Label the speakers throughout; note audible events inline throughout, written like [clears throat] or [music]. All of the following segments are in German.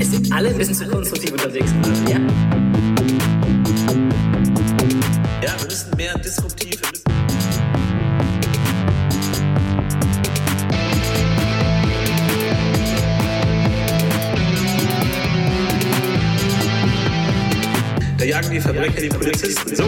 Speaker 1: Es sind alle ein bisschen zu konstruktiv unterwegs. Ja.
Speaker 2: Ja, wir müssen mehr disruptiv. Wir müssen Da jagen die Verbrecher die Polizisten. So.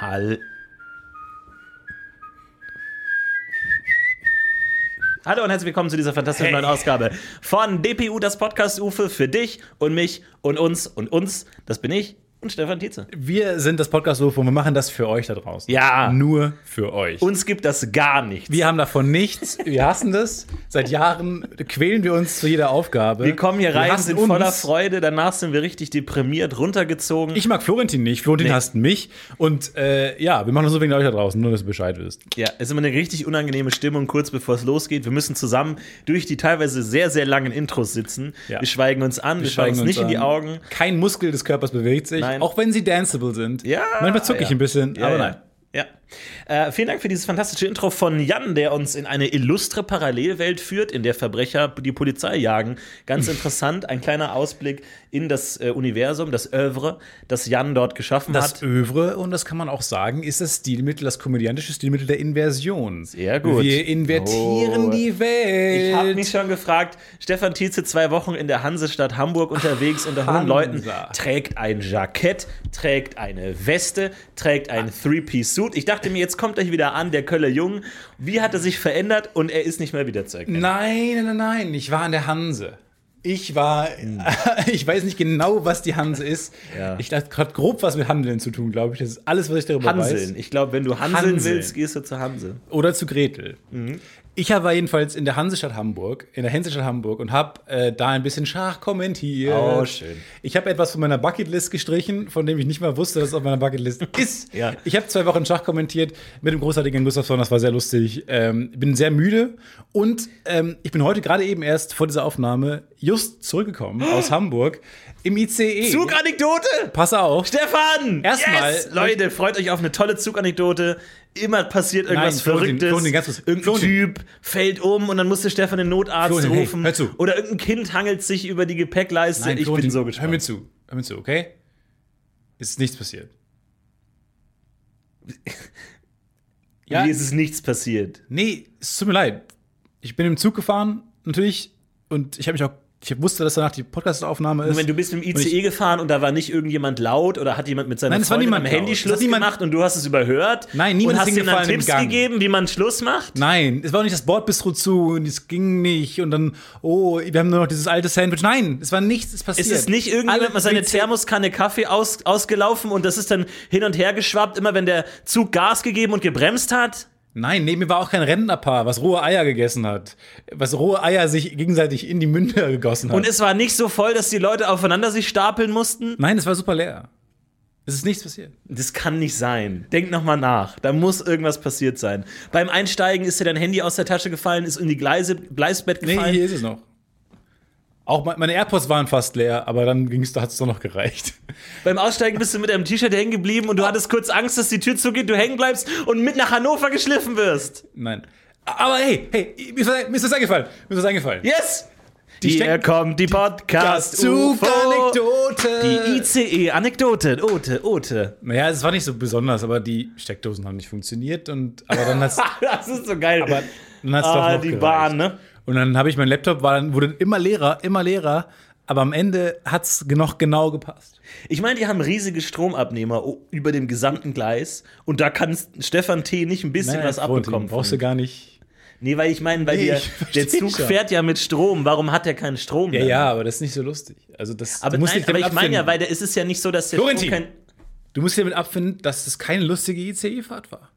Speaker 3: Hall. Hallo und herzlich willkommen zu dieser fantastischen neuen Ausgabe von DPU, das Podcast Ufe für dich und mich und uns und uns. Das bin ich und Stefan Tietze.
Speaker 4: Wir sind das Podcast UFO und wir machen das für euch da draußen.
Speaker 3: Ja.
Speaker 4: Nur für euch.
Speaker 3: Uns gibt das gar nichts.
Speaker 4: wir haben davon nichts, wir hassen das. Seit Jahren quälen wir uns zu jeder Aufgabe.
Speaker 3: Wir kommen hier rein,
Speaker 4: hassen
Speaker 3: sind
Speaker 4: uns.
Speaker 3: voller Freude, danach sind wir richtig deprimiert, runtergezogen.
Speaker 4: Ich mag Florentin nicht, Florentin
Speaker 3: Nee.
Speaker 4: hasst mich. Und äh, ja, wir machen das nur wegen euch da draußen, nur dass ihr Bescheid wisst.
Speaker 3: Ja, es ist immer eine richtig unangenehme Stimmung, kurz bevor es losgeht. Wir müssen zusammen durch die teilweise sehr, sehr langen Intros sitzen.
Speaker 4: Ja.
Speaker 3: Wir schweigen uns an, wir, schauen uns
Speaker 4: uns
Speaker 3: nicht in die
Speaker 4: an.
Speaker 3: Augen.
Speaker 4: Kein Muskel des Körpers bewegt sich,
Speaker 3: Nein.
Speaker 4: auch wenn sie danceable sind.
Speaker 3: Ja,
Speaker 4: Manchmal zucke ich
Speaker 3: ja.
Speaker 4: ein bisschen,
Speaker 3: Ja,
Speaker 4: aber
Speaker 3: ja.
Speaker 4: nein.
Speaker 3: Ja. Äh, vielen Dank für dieses fantastische Intro von Jan, der uns in eine illustre Parallelwelt führt, in der Verbrecher die Polizei jagen. Ganz interessant, ein kleiner Ausblick in das äh, Universum, das Övre, das Jan dort geschaffen
Speaker 4: Das
Speaker 3: hat.
Speaker 4: Övre, und das kann man auch sagen, ist das Stilmittel, das komödiantische Stilmittel der Inversion.
Speaker 3: Sehr gut.
Speaker 4: Wir invertieren
Speaker 3: Oh.
Speaker 4: die Welt.
Speaker 3: Ich habe mich schon gefragt, Stefan Tietze zwei Wochen in der Hansestadt Hamburg unterwegs unter hohen
Speaker 4: Hansa.
Speaker 3: Leuten, trägt ein Jackett, trägt eine Weste, trägt ein Three-Piece-Suit. Ich dachte mir, jetzt kommt euch wieder an, der Köller Jung. Wie hat er sich verändert und er ist nicht mehr wieder zu erkennen.
Speaker 4: nein, nein, nein, nein, ich war in der Hanse. Ich war, [laughs] ich weiß nicht genau, was die Hanse ist.
Speaker 3: Hm. Ja.
Speaker 4: Ich dachte, hat grob was mit Handeln zu tun, glaube ich. Das ist alles, was ich darüber weiß.
Speaker 3: Hanseln. Ich glaube, wenn du Hanseln,
Speaker 4: Hanseln.
Speaker 3: willst, gehst du zu Hanse.
Speaker 4: Oder zu Gretel. Ich war jedenfalls in der Hansestadt Hamburg, in der Hansestadt Hamburg und habe äh, da ein bisschen Schach kommentiert.
Speaker 3: Oh, schön.
Speaker 4: Ich habe etwas von meiner Bucketlist gestrichen, von dem ich nicht mal wusste, dass es auf meiner Bucketlist
Speaker 3: [laughs]
Speaker 4: ist.
Speaker 3: Ja.
Speaker 4: Ich habe zwei Wochen Schach kommentiert mit dem großartigen Gustafsson, das war sehr lustig. Ähm, bin sehr müde und ähm, ich bin heute gerade eben erst vor dieser Aufnahme just zurückgekommen aus Hamburg im ICE.
Speaker 3: Zuganekdote!
Speaker 4: Pass auf.
Speaker 3: Stefan!
Speaker 4: Erstmal-
Speaker 3: Yes! Leute, freut euch auf eine tolle Zuganekdote. Immer passiert irgendwas
Speaker 4: Nein, Florentin,
Speaker 3: Verrücktes.
Speaker 4: Florentin, ganz kurz.
Speaker 3: Irgendein
Speaker 4: Florentin.
Speaker 3: Typ fällt um und dann musste Stefan den Notarzt
Speaker 4: Florentin, hey,
Speaker 3: rufen.
Speaker 4: hör zu.
Speaker 3: Oder irgendein Kind hangelt sich über die Gepäckleiste. ich bin
Speaker 4: Florentin,
Speaker 3: so
Speaker 4: Hör mir
Speaker 3: gespannt.
Speaker 4: zu, hör mir zu, okay? Es ist nichts passiert. ja.
Speaker 3: Mir ist es nichts passiert.
Speaker 4: Nee, es tut mir leid. Ich bin im Zug gefahren, natürlich, und ich habe mich auch, ich wusste, dass danach die Podcast-Aufnahme ist.
Speaker 3: Moment, du bist mit dem
Speaker 4: Und
Speaker 3: ICE E gefahren und da war nicht irgendjemand laut oder hat jemand mit seiner
Speaker 4: Nein, es war
Speaker 3: Freundin am
Speaker 4: niemand laut.
Speaker 3: Handy
Speaker 4: Es hat
Speaker 3: Schluss
Speaker 4: niemand-
Speaker 3: gemacht und du hast es überhört?
Speaker 4: Nein,
Speaker 3: Und
Speaker 4: niemand ist
Speaker 3: hast ihm dann
Speaker 4: hingefallen im
Speaker 3: Tipps
Speaker 4: Gang.
Speaker 3: gegeben, wie man Schluss macht?
Speaker 4: Nein, es war auch nicht das Bordbistro zu und es ging nicht und dann, oh, wir haben nur noch dieses alte Sandwich. Nein, es war nichts, es passiert.
Speaker 3: Ist es nicht irgendjemand
Speaker 4: Alle
Speaker 3: mal seine
Speaker 4: Polizei-
Speaker 3: Thermoskanne Kaffee aus, ausgelaufen und das ist dann hin und her geschwappt, immer wenn der Zug Gas gegeben und gebremst hat?
Speaker 4: Nein, neben mir war auch kein Rentnerpaar, was rohe Eier gegessen hat. Was rohe Eier sich gegenseitig in die Münder gegossen hat.
Speaker 3: Und es war nicht so voll, dass die Leute aufeinander sich stapeln mussten?
Speaker 4: Nein, es war super leer. Es ist nichts passiert.
Speaker 3: Das kann nicht sein. Denk nochmal nach. Da muss irgendwas passiert sein. Beim Einsteigen ist dir dein Handy aus der Tasche gefallen, ist in die Gleise, Gleisbett
Speaker 4: Nee,
Speaker 3: gefallen.
Speaker 4: hier ist es noch. Auch me- meine AirPods waren fast leer, aber dann ging's, da hat es doch noch gereicht. [laughs]
Speaker 3: Beim Aussteigen bist du mit deinem T-Shirt hängen geblieben und du hattest kurz Angst, dass die Tür zugeht, du hängen bleibst und mit nach Hannover geschliffen wirst.
Speaker 4: Nein. Aber hey, hey, mir ist was- mir ist das eingefallen. Mir ist das eingefallen.
Speaker 3: Yes!
Speaker 4: Die
Speaker 3: Hier
Speaker 4: Steck-
Speaker 3: kommt die Podcast-UFO. Die
Speaker 4: Zuganekdote.
Speaker 3: ICE-Anekdote, Ote, Ote.
Speaker 4: [laughs] Naja, es war nicht so besonders, aber die Steckdosen haben nicht funktioniert und aber
Speaker 3: [laughs]
Speaker 4: dann hat's,
Speaker 3: das ist so geil.
Speaker 4: aber dann hat's doch
Speaker 3: ah,
Speaker 4: noch
Speaker 3: die
Speaker 4: gereicht.
Speaker 3: Bahn, ne?
Speaker 4: Und dann habe ich mein Laptop war dann wurde immer leerer, immer leerer, aber am Ende hat's noch genau gepasst.
Speaker 3: Ich meine, die haben riesige Stromabnehmer o- über dem gesamten Gleis und da kann S- Stefan T. nicht ein bisschen was
Speaker 4: Frontin,
Speaker 3: abbekommen.
Speaker 4: Brauchst du
Speaker 3: von-
Speaker 4: gar nicht.
Speaker 3: nee, weil ich meine, weil
Speaker 4: Nee,
Speaker 3: der-
Speaker 4: ich versteh
Speaker 3: der Zug
Speaker 4: schon.
Speaker 3: fährt ja mit Strom. Warum hat er keinen Strom?
Speaker 4: Ja,
Speaker 3: dann?
Speaker 4: ja, aber das ist nicht so lustig. Also das
Speaker 3: Aber,
Speaker 4: du musst
Speaker 3: nein,
Speaker 4: dich
Speaker 3: aber
Speaker 4: damit
Speaker 3: ich meine ja,
Speaker 4: abfinden.
Speaker 3: weil der, es ist ja nicht so, dass der
Speaker 4: Florentin.
Speaker 3: Strom kein.
Speaker 4: Du musst dir damit abfinden, dass das keine lustige ICE-Fahrt war.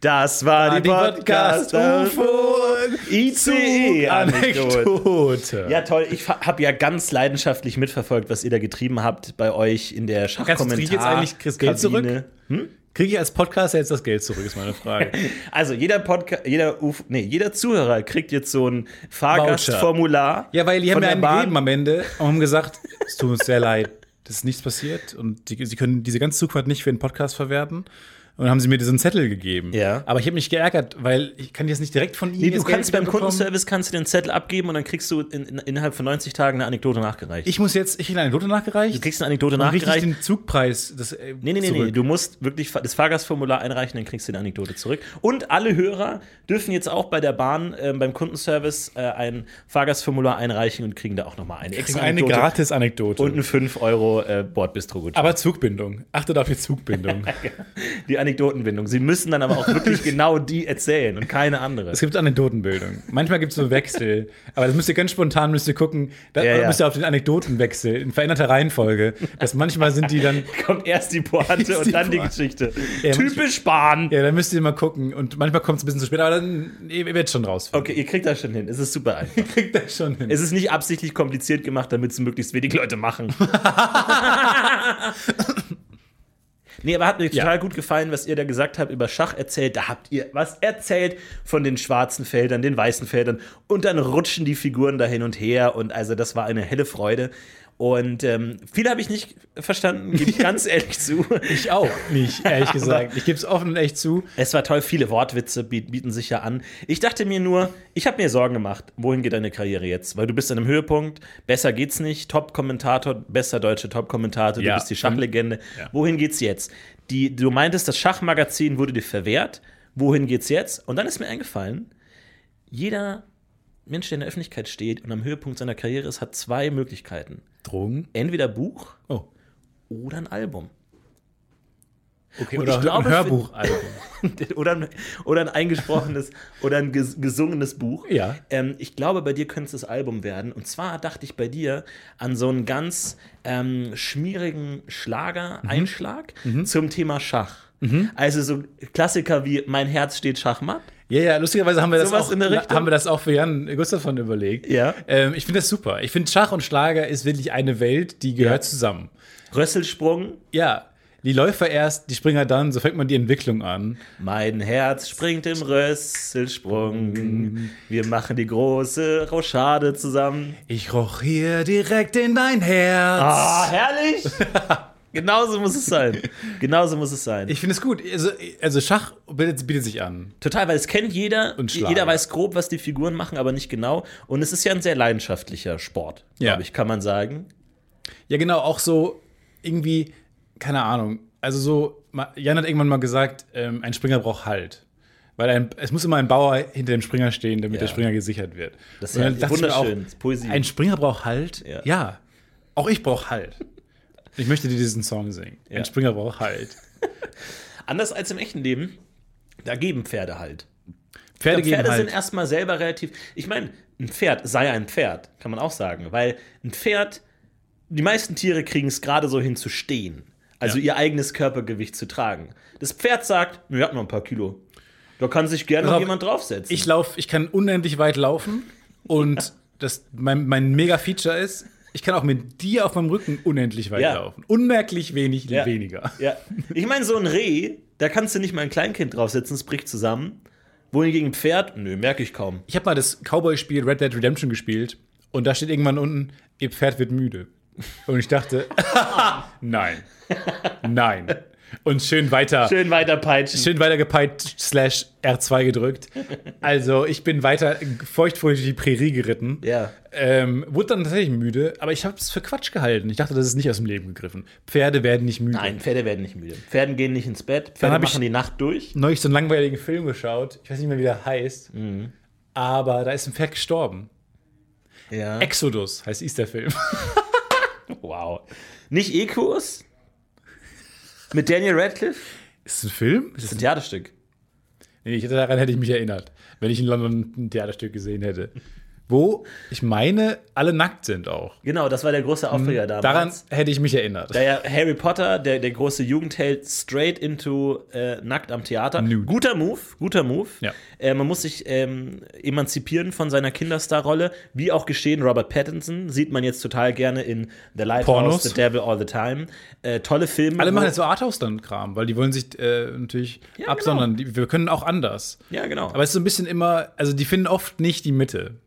Speaker 3: Das war die
Speaker 4: Podcast-UFO.
Speaker 3: ICE-Anekdote.
Speaker 4: Anekdote.
Speaker 3: Ja, toll. Ich habe ja ganz leidenschaftlich mitverfolgt, was ihr da getrieben habt bei euch in der
Speaker 4: Kannst du-
Speaker 3: Schachkommentar.
Speaker 4: krieg ich jetzt eigentlich Chris Geld zurück? Kriege ich als Podcaster jetzt das Geld zurück, ist meine
Speaker 3: [laughs]
Speaker 4: Frage.
Speaker 3: Also jeder Podcast, jeder Uf nee, jeder Zuhörer kriegt jetzt so ein Fahrgastformular.
Speaker 4: ja, weil die haben
Speaker 3: von
Speaker 4: mir
Speaker 3: der
Speaker 4: einen
Speaker 3: Bahn.
Speaker 4: gegeben am Ende und haben gesagt, es tut uns sehr leid, das ist nichts passiert und die, sie können diese ganze Zugfahrt nicht für einen Podcast verwerten. Und dann haben sie mir diesen Zettel gegeben.
Speaker 3: Ja.
Speaker 4: Aber ich habe mich geärgert, weil ich kann jetzt nicht direkt von ihnen
Speaker 3: Nee, du
Speaker 4: das Geld
Speaker 3: kannst beim
Speaker 4: wiederbekommen.
Speaker 3: Kundenservice kannst du den Zettel abgeben und dann kriegst du in, in, innerhalb von 90 Tagen eine Anekdote nachgereicht.
Speaker 4: Ich muss jetzt, ich kriege eine Anekdote nachgereicht.
Speaker 3: du kriegst eine Anekdote
Speaker 4: und krieg ich
Speaker 3: nachgereicht.
Speaker 4: den Zugpreis. Das, äh,
Speaker 3: Nee, nee, nee,
Speaker 4: zurück.
Speaker 3: nee, du musst wirklich fa- das Fahrgastformular einreichen, dann kriegst du die Anekdote zurück. Und alle Hörer dürfen jetzt auch bei der Bahn, ähm, beim Kundenservice, äh, ein Fahrgastformular einreichen und kriegen da auch nochmal eine
Speaker 4: Kriegen
Speaker 3: extra
Speaker 4: eine
Speaker 3: Anekdote
Speaker 4: Gratis-Anekdote.
Speaker 3: und einen äh, 5-Euro-Bordbistro-Gutschein.
Speaker 4: Aber Zugbindung. Achtet auf die Zugbindung.
Speaker 3: Die Anekdotenbindung. Sie müssen dann aber auch wirklich genau die erzählen und keine andere.
Speaker 4: [laughs] es gibt Anekdotenbildung. Manchmal gibt es so Wechsel. Aber das müsst ihr ganz spontan müsst ihr gucken. Da
Speaker 3: Ja, ja.
Speaker 4: müsst ihr auf den Anekdotenwechsel in veränderter Reihenfolge. Dass manchmal sind die dann.
Speaker 3: [laughs] Kommt erst die Pointe
Speaker 4: Erst
Speaker 3: und
Speaker 4: die
Speaker 3: dann die
Speaker 4: Pointe.
Speaker 3: Geschichte.
Speaker 4: Ja,
Speaker 3: Typisch Bahn.
Speaker 4: Ja, dann müsst ihr mal gucken. Und manchmal kommt es ein bisschen zu spät, aber dann ihr ihr werdet schon rausfinden.
Speaker 3: Okay, ihr kriegt das schon hin. Es ist super einfach.
Speaker 4: Kriegt das schon hin.
Speaker 3: [laughs] Es ist nicht absichtlich kompliziert gemacht, damit es möglichst wenig Leute machen. Nee, aber hat mir total gut gefallen, was ihr da gesagt habt über Schach erzählt. Da habt ihr was erzählt von den schwarzen Feldern, den weißen Feldern und dann rutschen die Figuren da hin und her und also das war eine helle Freude. Und ähm, viel habe ich nicht verstanden, gebe ich ganz ehrlich zu.
Speaker 4: ich auch nicht, [laughs] ehrlich gesagt. Ich gebe es offen und echt zu.
Speaker 3: Es war toll, viele Wortwitze biet- bieten sich ja an. Ich dachte mir nur, ich habe mir Sorgen gemacht, wohin geht deine Karriere jetzt? Weil du bist an einem Höhepunkt, besser geht's nicht, Top-Kommentator, bester deutscher Top-Kommentator,
Speaker 4: Ja.
Speaker 3: du bist die Schachlegende.
Speaker 4: Ja.
Speaker 3: Wohin geht's jetzt? Die, du meintest, das Schachmagazin wurde dir verwehrt. Wohin geht's jetzt? Und dann ist mir eingefallen, jeder Mensch, der in der Öffentlichkeit steht und am Höhepunkt seiner Karriere ist, hat zwei Möglichkeiten.
Speaker 4: Drogen.
Speaker 3: Entweder Buch
Speaker 4: Oh.
Speaker 3: oder ein Album.
Speaker 4: Okay,
Speaker 3: Und
Speaker 4: oder
Speaker 3: ich glaube,
Speaker 4: ein Hörbuchalbum.
Speaker 3: [laughs] oder, ein, oder ein [laughs] eingesprochenes oder ein ges gesungenes Buch.
Speaker 4: Ja.
Speaker 3: Ähm, ich glaube, bei dir könnte es das Album werden. Und zwar dachte ich bei dir an so einen ganz ähm, schmierigen Mhm. Schlager-Einschlag zum Thema Schach. Also so Klassiker wie Mein Herz steht Schachmatt.
Speaker 4: Ja, ja, lustigerweise haben wir, das
Speaker 3: Sowas
Speaker 4: auch,
Speaker 3: in der Richtung?
Speaker 4: haben wir das auch für Jan Gustafsson überlegt.
Speaker 3: Ja.
Speaker 4: Ähm, ich finde das super. Ich finde, Schach und Schlager ist wirklich eine Welt, die gehört zusammen.
Speaker 3: Rösselsprung,
Speaker 4: Ja, die Läufer erst, die Springer dann, so fängt man die Entwicklung an.
Speaker 3: mein Herz springt im Rösselsprung. Wir machen die große Rochade zusammen.
Speaker 4: Ich roch hier direkt in dein Herz.
Speaker 3: Ah, [laughs] herrlich! Genauso muss es [laughs] sein. Genauso muss es sein.
Speaker 4: Ich finde es gut. Also, also Schach bietet, bietet sich an.
Speaker 3: Total, weil es kennt jeder.
Speaker 4: Und Schlager.
Speaker 3: jeder weiß grob, was die Figuren machen, aber nicht genau. Und es ist ja ein sehr leidenschaftlicher Sport,
Speaker 4: Ja.
Speaker 3: glaube ich, kann man sagen.
Speaker 4: Ja, genau, auch so irgendwie, keine Ahnung. Also so, ma- Jan hat irgendwann mal gesagt, ähm, ein Springer braucht Halt. Weil ein, es muss immer ein Bauer hinter dem Springer stehen, damit
Speaker 3: Ja.
Speaker 4: der Springer gesichert wird.
Speaker 3: Das ist
Speaker 4: Und dann
Speaker 3: ja
Speaker 4: dachte ich mir auch,
Speaker 3: wunderschön, das ist Poesie.
Speaker 4: Ein Springer braucht Halt?
Speaker 3: Ja.
Speaker 4: Auch ich brauche Halt. Ich möchte dir diesen Song singen.
Speaker 3: Ja.
Speaker 4: Ein Springer braucht Halt.
Speaker 3: Anders als im echten Leben, da geben Pferde halt. Pferde
Speaker 4: Pferde, geben
Speaker 3: sind
Speaker 4: Halt.
Speaker 3: erstmal selber relativ. Ich meine, ein Pferd sei ein Pferd, kann man auch sagen, weil ein Pferd, die meisten Tiere kriegen es gerade so hin zu stehen, also
Speaker 4: Ja.
Speaker 3: ihr eigenes Körpergewicht zu tragen. Das Pferd sagt, wir hatten noch ein paar Kilo. Da kann sich gerne
Speaker 4: Pass
Speaker 3: noch
Speaker 4: auf,
Speaker 3: jemand draufsetzen.
Speaker 4: Ich lauf, ich kann unendlich weit laufen und das, mein, mein Mega-Feature ist, ich kann auch mit dir auf meinem Rücken unendlich weit
Speaker 3: Ja.
Speaker 4: laufen. Unmerklich wenig,
Speaker 3: Ja.
Speaker 4: weniger.
Speaker 3: Ja. Ich meine, so ein Reh, da kannst du nicht mal ein Kleinkind draufsetzen, es bricht zusammen. Wohingegen ein Pferd, nö, merke ich kaum.
Speaker 4: Ich habe mal das Cowboy-Spiel Red Dead Redemption gespielt und da steht irgendwann unten, ihr Pferd wird müde. Und ich dachte, [laughs] nein, nein. Und schön weiter, schön,
Speaker 3: Schön weiterpeitschen.
Speaker 4: weiter gepeilt, slash R2 gedrückt. Also ich bin weiter feuchtfröhlich durch die Prärie geritten.
Speaker 3: Ja.
Speaker 4: Ähm, wurde dann tatsächlich müde, aber ich habe es für Quatsch gehalten. Ich dachte, das ist nicht aus dem Leben gegriffen. Pferde werden nicht müde.
Speaker 3: Nein, Pferde werden nicht müde. Pferden gehen nicht ins Bett, Pferde
Speaker 4: hab ich-
Speaker 3: machen die Nacht durch.
Speaker 4: Neulich so einen langweiligen Film geschaut, ich weiß nicht mehr, wie der heißt,
Speaker 3: Mhm.
Speaker 4: aber da ist ein Pferd gestorben.
Speaker 3: Ja.
Speaker 4: Exodus heißt ist der Film.
Speaker 3: Wow. Nicht Equus? Mit Daniel Radcliffe?
Speaker 4: Ist es ein Film?
Speaker 3: Das
Speaker 4: Ist es
Speaker 3: ist ein Theaterstück.
Speaker 4: Nee, ich, daran hätte ich mich erinnert, wenn ich in London ein Theaterstück gesehen hätte. Wo, ich meine, alle nackt sind auch.
Speaker 3: Genau, das war der große Aufreger
Speaker 4: Mhm. Daran
Speaker 3: damals.
Speaker 4: hätte ich mich erinnert.
Speaker 3: Da ja Harry Potter, der, der große Jugendheld, straight into äh, nackt am Theater.
Speaker 4: Nude.
Speaker 3: Guter Move, guter Move.
Speaker 4: Ja.
Speaker 3: Äh, man muss sich ähm, emanzipieren von seiner Kinderstarrolle. Wie auch geschehen, Robert Pattinson sieht man jetzt total gerne in The Lighthouse,
Speaker 4: Pornos.
Speaker 3: The Devil All the Time. Äh, tolle Filme.
Speaker 4: Alle
Speaker 3: wo-
Speaker 4: machen jetzt so Arthouse dann Kram, weil die wollen sich äh, natürlich
Speaker 3: Ja, genau.
Speaker 4: absondern. Die, wir können auch anders.
Speaker 3: Ja, genau.
Speaker 4: Aber es ist so ein bisschen immer, also die finden oft nicht die Mitte.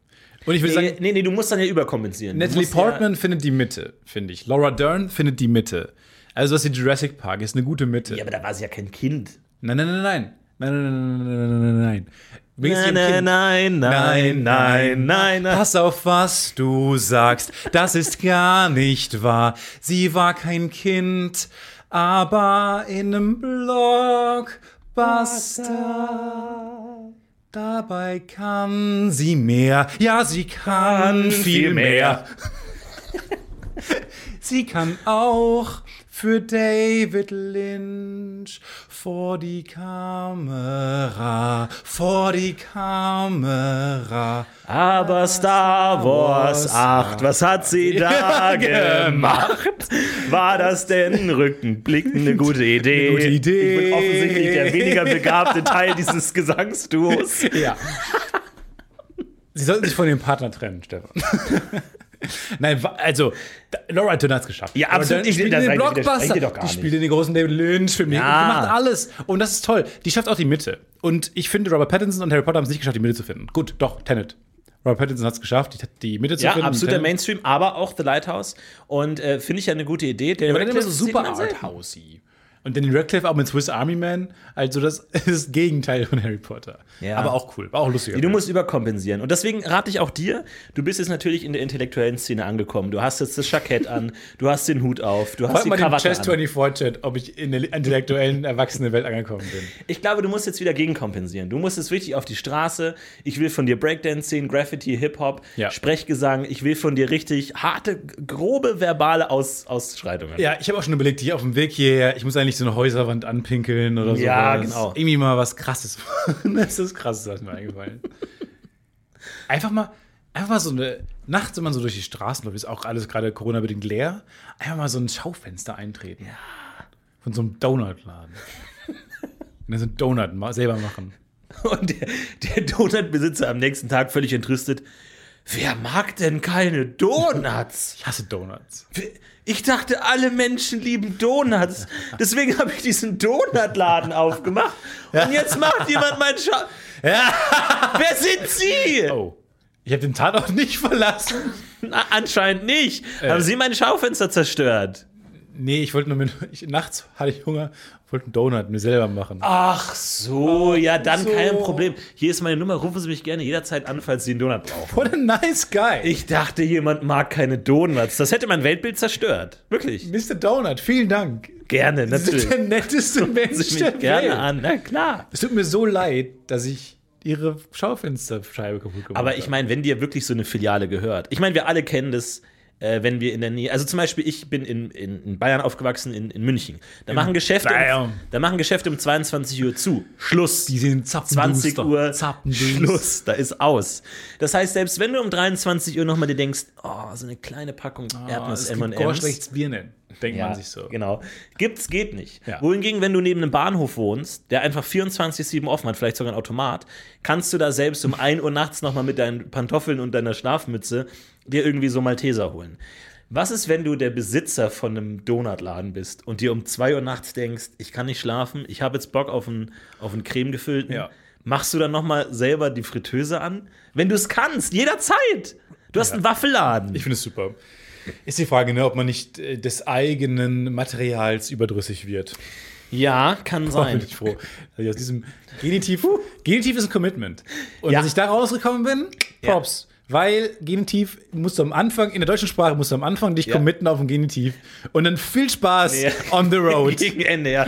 Speaker 4: Und ich würde
Speaker 3: nee,
Speaker 4: sagen,
Speaker 3: Äh, nee, nee, du musst dann ja überkompensieren. Du
Speaker 4: Natalie
Speaker 3: musst
Speaker 4: Portman findet die Mitte, finde ich. Laura Dern findet die Mitte. Also was wie Jurassic Park ist eine gute Mitte.
Speaker 3: Ja, ja, aber da war sie ja kein Kind.
Speaker 4: Nein, nein, nein, nein. Nein, nein, nein, nein, nein, nein, nein. Mir geht's
Speaker 3: Nein,
Speaker 4: nicht um Kind.
Speaker 3: nein, nein, nein, nein, nein, nein.
Speaker 4: Pass auf, was du sagst. Das ist gar nicht wahr. Sie war kein Kind, aber in einem Blog Dabei kann sie mehr. Ja, sie kann viel mehr. [laughs] sie kann auch für David Lynch vor die Kamera, vor die Kamera.
Speaker 3: Aber Star Wars 8, was hat
Speaker 4: [laughs]
Speaker 3: sie da
Speaker 4: genau. Äh, ähm,
Speaker 3: gemacht? War das denn rückenblickend eine gute Idee?
Speaker 4: Eine gute Idee.
Speaker 3: Ich bin offensichtlich der weniger begabte Teil dieses
Speaker 4: [laughs]
Speaker 3: Gesangsduos.
Speaker 4: Ja. [laughs] Sie sollten sich von dem Partner trennen,
Speaker 3: [laughs]
Speaker 4: Stefan. Nein, wa- also, da- Laura Dern hat es geschafft.
Speaker 3: Ja,
Speaker 4: Laura
Speaker 3: absolut.
Speaker 4: Dern
Speaker 3: Ich-
Speaker 4: spielt
Speaker 3: das
Speaker 4: in den
Speaker 3: sag ich- das
Speaker 4: Blockbuster.
Speaker 3: spreche ich doch gar
Speaker 4: die
Speaker 3: nicht.
Speaker 4: spielt in den großen David Lynch-Filmen. Die
Speaker 3: Ja.
Speaker 4: macht alles. Und das ist toll. Die schafft auch die Mitte. Und ich finde, Robert Pattinson und Harry Potter haben es nicht geschafft, die Mitte zu finden. Gut, doch, Tenet. Robert Pattinson hat es geschafft, die, die Mitte zu
Speaker 3: Ja,
Speaker 4: finden.
Speaker 3: absoluter
Speaker 4: Tenet.
Speaker 3: Mainstream, aber auch The Lighthouse. Und äh, finde ich ja eine gute Idee. Der
Speaker 4: Aber dann immer
Speaker 3: Radcliffe
Speaker 4: so
Speaker 3: sieht
Speaker 4: super
Speaker 3: man selten.
Speaker 4: arthousey. Und Danny Radcliffe auch mit Swiss Army Man. Also, das [laughs] ist das Gegenteil von Harry Potter.
Speaker 3: Ja.
Speaker 4: Aber auch cool. War auch lustiger.
Speaker 3: Du musst überkompensieren. Und deswegen rate ich auch dir, du bist jetzt natürlich in der intellektuellen Szene angekommen. Du hast jetzt das Jackett an, du hast den Hut auf, du hast
Speaker 4: Frag
Speaker 3: die
Speaker 4: mal den
Speaker 3: Krawatte an.
Speaker 4: Chess24-Chat, ob ich in der intellektuellen Erwachsenenwelt angekommen bin.
Speaker 3: Ich glaube, du musst jetzt wieder gegenkompensieren. Du musst jetzt richtig auf die Straße. Ich will von dir Breakdance sehen, Graffiti, Hip-Hop,
Speaker 4: Ja.
Speaker 3: Sprechgesang. Ich will von dir richtig harte, grobe verbale Aus Ausschreitungen.
Speaker 4: Ja, ich habe auch schon überlegt, hier auf dem Weg hierher, ich muss eigentlich so eine Häuserwand anpinkeln oder so.
Speaker 3: Ja, genau.
Speaker 4: Irgendwie mal was Krasses machen. [laughs] Das ist das Krasseste, was mir eingefallen Einfach mal, einfach mal so eine Nacht, wenn man so durch die Straßen läuft, ist auch alles gerade Corona-bedingt leer, einfach mal so ein Schaufenster eintreten. Von so einem Donutladen. Und dann so einen Donut ma selber machen.
Speaker 3: [laughs] Und der, der Donutbesitzer am nächsten Tag völlig entrüstet. Wer mag denn keine Donuts?
Speaker 4: Ich
Speaker 3: [laughs]
Speaker 4: hasse Donuts.
Speaker 3: Ich dachte, alle Menschen lieben Donuts. Deswegen habe ich diesen Donutladen aufgemacht. Und jetzt macht jemand meinen Schaden. Wer sind Sie?
Speaker 4: Oh. Ich habe den Tatort nicht verlassen.
Speaker 3: Na, anscheinend nicht. Haben
Speaker 4: Äh.
Speaker 3: Sie mein Schaufenster zerstört?
Speaker 4: Nee, ich wollte nur mit, [laughs] ich, nachts hatte ich Hunger, wollte einen Donut mir selber machen.
Speaker 3: Ach Oh, so, ja, dann
Speaker 4: so.
Speaker 3: kein Problem. Hier ist meine Nummer. Rufen Sie mich gerne jederzeit an, falls Sie einen Donut brauchen.
Speaker 4: What a nice guy.
Speaker 3: Ich dachte, jemand mag keine Donuts. Das hätte mein Weltbild zerstört. Wirklich.
Speaker 4: Mr. Donut, vielen Dank.
Speaker 3: Gerne,
Speaker 4: Sie
Speaker 3: natürlich.
Speaker 4: sind der netteste
Speaker 3: Sich
Speaker 4: Mensch der
Speaker 3: mich gerne
Speaker 4: Welt.
Speaker 3: an. Na klar.
Speaker 4: Es tut mir so leid, dass ich ihre Schaufensterscheibe kaputt gemacht
Speaker 3: Aber ich meine, wenn dir wirklich so eine Filiale gehört. Ich meine, wir alle kennen das, äh, wenn wir in der Nähe. Also zum Beispiel, ich bin in, in, in Bayern aufgewachsen, in, in München. Da machen, Geschäfte um,
Speaker 4: Bayern.
Speaker 3: da machen Geschäfte um 22 Uhr zu. Schluss.
Speaker 4: Die sind Zappenduster.
Speaker 3: 20 Uhr
Speaker 4: Zappenduster.
Speaker 3: Schluss, da ist aus. Das heißt, selbst wenn du um 23 Uhr nochmal dir denkst, oh, so eine kleine Packung Erdnuss
Speaker 4: Ah, es gibt gar
Speaker 3: M&M's.
Speaker 4: schlechtes Bier nennen, denkt
Speaker 3: Ja,
Speaker 4: man sich so.
Speaker 3: genau. Gibt's, geht nicht.
Speaker 4: Ja.
Speaker 3: Wohingegen, wenn du neben einem Bahnhof wohnst, der einfach 24-7 offen hat, vielleicht sogar ein Automat, kannst du da selbst um 1 Uhr nachts nochmal mit deinen Pantoffeln und deiner Schlafmütze dir irgendwie so Malteser holen. Was ist, wenn du der Besitzer von einem Donutladen bist und dir um 2 Uhr nachts denkst, ich kann nicht schlafen, ich habe jetzt Bock auf einen, auf einen creme gefüllten?
Speaker 4: Ja.
Speaker 3: Machst du dann nochmal selber die Fritteuse an? Wenn du es kannst, jederzeit! Du hast einen Waffelladen.
Speaker 4: Ich finde es super. Ist die Frage, ne, ob man nicht äh, des eigenen Materials überdrüssig wird.
Speaker 3: ja, kann
Speaker 4: Da bin
Speaker 3: sein.
Speaker 4: ich froh. Also aus diesem Genitiv, Genitiv ist ein Commitment. Und
Speaker 3: Ja.
Speaker 4: dass ich da rausgekommen bin, Props. Weil Genitiv musst du am Anfang, in der deutschen Sprache musst du am Anfang dich
Speaker 3: Ja.
Speaker 4: committen auf den Genitiv. Und dann viel Spaß
Speaker 3: Nee.
Speaker 4: on the
Speaker 3: [laughs]
Speaker 4: road.
Speaker 3: Gegen Ende, ja.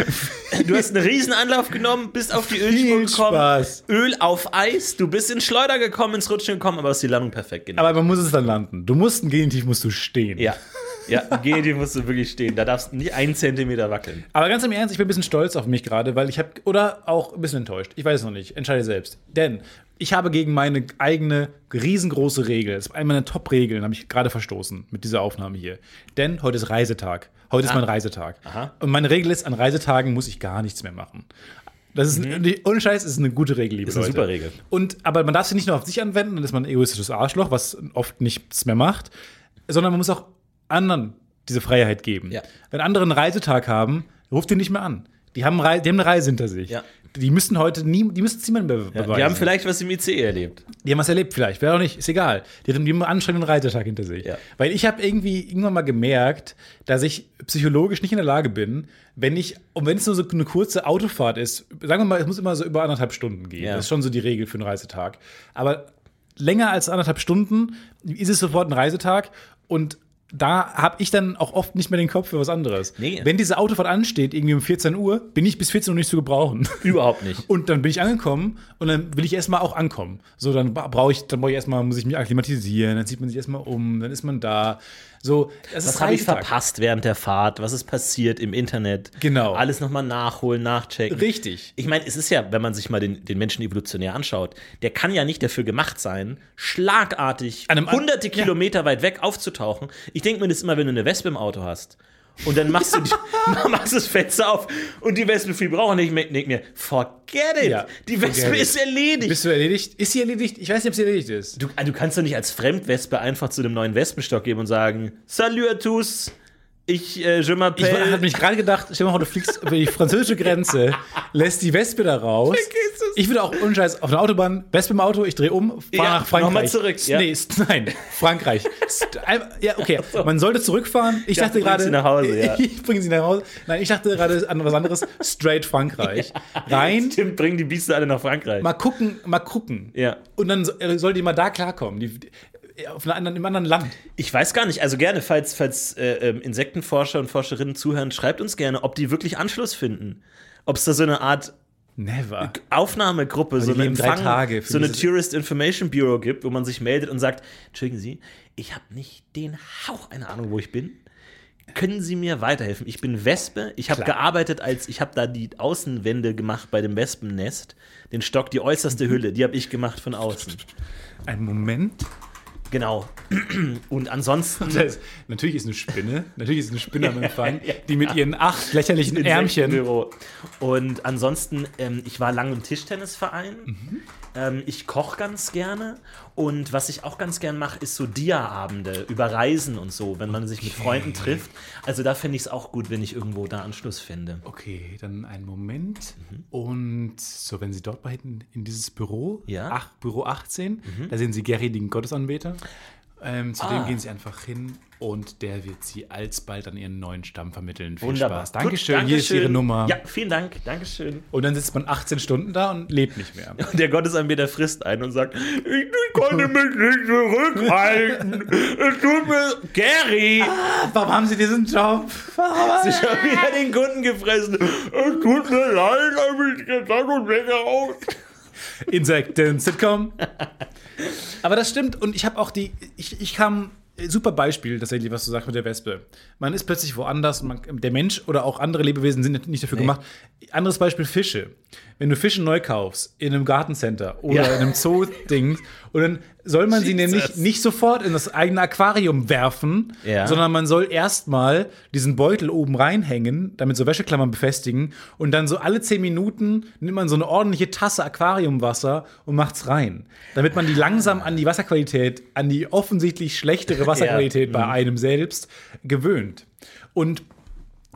Speaker 3: Du hast einen riesen Anlauf genommen, bist auf die Ölspur
Speaker 4: Viel
Speaker 3: gekommen.
Speaker 4: Spaß.
Speaker 3: Öl auf Eis, du bist ins Schleuder gekommen, ins Rutschen gekommen, aber hast die Landung perfekt genau.
Speaker 4: Aber man muss es dann landen. Du musst ein Genitiv musst du stehen.
Speaker 3: ja. Ja, geh, die musst du wirklich stehen. Da darfst du nicht einen Zentimeter wackeln.
Speaker 4: Aber ganz im Ernst, ich bin ein bisschen stolz auf mich gerade, weil ich habe, oder auch ein bisschen enttäuscht. Ich weiß es noch nicht. Entscheide selbst. Denn ich habe gegen meine eigene riesengroße Regel, das ist eine meiner Top-Regeln, habe ich gerade verstoßen mit dieser Aufnahme hier. Denn heute ist Reisetag. Heute ist mein Reisetag.
Speaker 3: Ah. Aha.
Speaker 4: Und meine Regel ist, an Reisetagen muss ich gar nichts mehr machen. Das ist, mhm. ohne Scheiß, ist eine gute Regel, liebe
Speaker 3: Ist eine
Speaker 4: Leute.
Speaker 3: super Regel.
Speaker 4: Und, aber man darf sie nicht nur auf sich anwenden, dann ist man ein egoistisches Arschloch, was oft nichts mehr macht, sondern man muss auch anderen diese Freiheit geben.
Speaker 3: Ja.
Speaker 4: Wenn andere einen Reisetag haben, ruft die nicht mehr an. Die haben, Rei- die haben eine Reise hinter sich.
Speaker 3: Ja.
Speaker 4: Die müssen heute nie, die müssen es niemandem be beweisen.
Speaker 3: Die haben vielleicht was im ICE erlebt.
Speaker 4: Die haben was erlebt, vielleicht, wäre auch nicht, ist egal. Die haben die haben einen anstrengenden Reisetag hinter sich.
Speaker 3: Ja.
Speaker 4: Weil ich habe irgendwie irgendwann mal gemerkt, dass ich psychologisch nicht in der Lage bin, wenn ich, und wenn es nur so eine kurze Autofahrt ist, sagen wir mal, es muss immer so über anderthalb Stunden gehen.
Speaker 3: Ja.
Speaker 4: Das ist schon so die Regel für einen Reisetag. Aber länger als anderthalb Stunden ist es sofort ein Reisetag und da habe ich dann auch oft nicht mehr den Kopf für was anderes.
Speaker 3: Nee.
Speaker 4: Wenn diese Autofahrt ansteht, irgendwie um 14 Uhr, bin ich bis 14 Uhr nicht zu gebrauchen.
Speaker 3: Überhaupt nicht.
Speaker 4: Und dann bin ich angekommen und dann will ich erstmal auch ankommen. So, dann ba- brauche ich, dann brauche ich erstmal, muss ich mich akklimatisieren, dann zieht man sich erstmal um, dann ist man da. So, das
Speaker 3: Was
Speaker 4: ist
Speaker 3: habe ich
Speaker 4: Reisetag.
Speaker 3: verpasst während der Fahrt? Was ist passiert im Internet?
Speaker 4: Genau.
Speaker 3: Alles nochmal nachholen, nachchecken.
Speaker 4: Richtig.
Speaker 3: Ich meine, es ist ja, wenn man sich mal den, den Menschen evolutionär anschaut, der kann ja nicht dafür gemacht sein, schlagartig
Speaker 4: An einem an-
Speaker 3: hunderte Kilometer weit weg aufzutauchen. Ich denke mir das immer, wenn du eine Wespe im Auto hast. Und dann machst du
Speaker 4: [laughs]
Speaker 3: die, [laughs] machst das Fenster auf und die Wespe viel brauchen. Und ich mir- denk mir, forget it.
Speaker 4: Ja,
Speaker 3: die Wespe
Speaker 4: forget it.
Speaker 3: ist erledigt.
Speaker 4: Bist du erledigt? Ist sie erledigt? Ich weiß nicht, ob sie erledigt ist.
Speaker 3: Du, also du kannst doch nicht als Fremdwespe einfach zu dem neuen Wespenstock gehen und sagen, Salut à tous, ich, äh, je
Speaker 4: Ich habe
Speaker 3: m'appelle.
Speaker 4: mich gerade gedacht, stell dir mal vor, du fliegst über die französische Grenze, lässt die Wespe da raus.
Speaker 3: Vergiss es.
Speaker 4: Ich würde auch unscheiß auf der Autobahn, Wespe im Auto, ich drehe um, fahre
Speaker 3: Ja,
Speaker 4: nach Frankreich.
Speaker 3: nochmal zurück,
Speaker 4: S-
Speaker 3: ja.
Speaker 4: Nee, s- nein, Frankreich. S- ein- ja, okay, man sollte zurückfahren. Ich dachte
Speaker 3: bring
Speaker 4: gerade.
Speaker 3: sie nach Hause, ja.
Speaker 4: [laughs] Ich bringe sie nach Hause. Nein, ich dachte gerade an was anderes.
Speaker 3: [laughs]
Speaker 4: Straight Frankreich.
Speaker 3: [laughs]
Speaker 4: Rein,
Speaker 3: Tim, bring die Biester alle nach Frankreich.
Speaker 4: mal gucken, mal gucken.
Speaker 3: Ja.
Speaker 4: Und dann so- äh, soll die mal da klarkommen. Die, die, auf einer anderen, im anderen Land.
Speaker 3: Ich weiß gar nicht, also gerne, falls, falls äh, ähm, Insektenforscher und Forscherinnen zuhören, schreibt uns gerne, ob die wirklich Anschluss finden. Ob es da so eine Art
Speaker 4: Never.
Speaker 3: Aufnahmegruppe, so
Speaker 4: Also die
Speaker 3: eine,
Speaker 4: leben drei
Speaker 3: Empfang,
Speaker 4: Tage für
Speaker 3: so eine
Speaker 4: dieses-
Speaker 3: Tourist Information Bureau gibt, wo man sich meldet und sagt: Entschuldigen Sie, ich habe nicht den Hauch einer Ahnung, wo ich bin. Können Sie mir weiterhelfen? Ich bin Wespe. Ich habe
Speaker 4: Klar.
Speaker 3: gearbeitet als, ich habe da die Außenwände gemacht bei dem Wespennest. Den Stock, die äußerste Hülle, die habe ich gemacht von außen.
Speaker 4: Ein Moment.
Speaker 3: Genau. [clears throat] Und ansonsten.
Speaker 4: Das heißt, natürlich ist eine Spinne, natürlich ist eine Spinne am [laughs] Empfang, die mit ihren acht lächerlichen Ärmchen.
Speaker 3: Insektenbüro. Und ansonsten, ähm, ich war lange im Tischtennisverein.
Speaker 4: Mhm.
Speaker 3: Ähm, ich koche ganz gerne. Und was ich auch ganz gern mache, ist so Dia-Abende über Reisen und so, wenn man sich mit Freunden trifft. Also da finde ich es auch gut, wenn ich irgendwo da Anschluss finde.
Speaker 4: Okay, dann einen Moment. Und so, wenn Sie dort bei hinten in dieses Büro,
Speaker 3: Ja.
Speaker 4: ach, Büro 18, da sehen Sie Gary, den Gottesanbeter. Ähm, zu
Speaker 3: Ah.
Speaker 4: dem gehen Sie einfach hin und der wird Sie alsbald an Ihren neuen Stamm vermitteln. Viel
Speaker 3: Wunderbar.
Speaker 4: Spaß. Dankeschön,
Speaker 3: Gut,
Speaker 4: hier ist Ihre
Speaker 3: Dankeschön.
Speaker 4: Nummer.
Speaker 3: Ja, vielen Dank. Dankeschön.
Speaker 4: Und dann sitzt man 18 Stunden da und lebt nicht mehr.
Speaker 3: Und der Gottesanbeter frisst ein und sagt, ich konnte mich nicht zurückhalten. Es tut mir... Gary!
Speaker 4: [laughs] Warum haben Sie diesen [laughs] Job?
Speaker 3: Ich habe wieder den Kunden gefressen. Es tut mir leid, hab ich gesagt und weggeraucht.
Speaker 4: Insekten, Sitcom. Aber das stimmt und ich habe auch die, ich, ich kam, äh, super Beispiel tatsächlich, was du sagst mit der Wespe. Man ist plötzlich woanders, und man, der Mensch oder auch andere Lebewesen sind nicht dafür gemacht. Anderes Beispiel Fische. Wenn du Fische neu kaufst in einem Gartencenter oder
Speaker 3: Ja.
Speaker 4: in einem Zoo-Ding und dann soll man sie
Speaker 3: Jesus.
Speaker 4: nämlich nicht sofort in das eigene Aquarium werfen,
Speaker 3: Ja.
Speaker 4: sondern man soll erstmal diesen Beutel oben reinhängen, damit so Wäscheklammern befestigen und dann so alle 10 Minuten nimmt man so eine ordentliche Tasse Aquariumwasser und macht's rein, damit man die langsam an die Wasserqualität, an die offensichtlich schlechtere Wasserqualität bei einem selbst gewöhnt. Und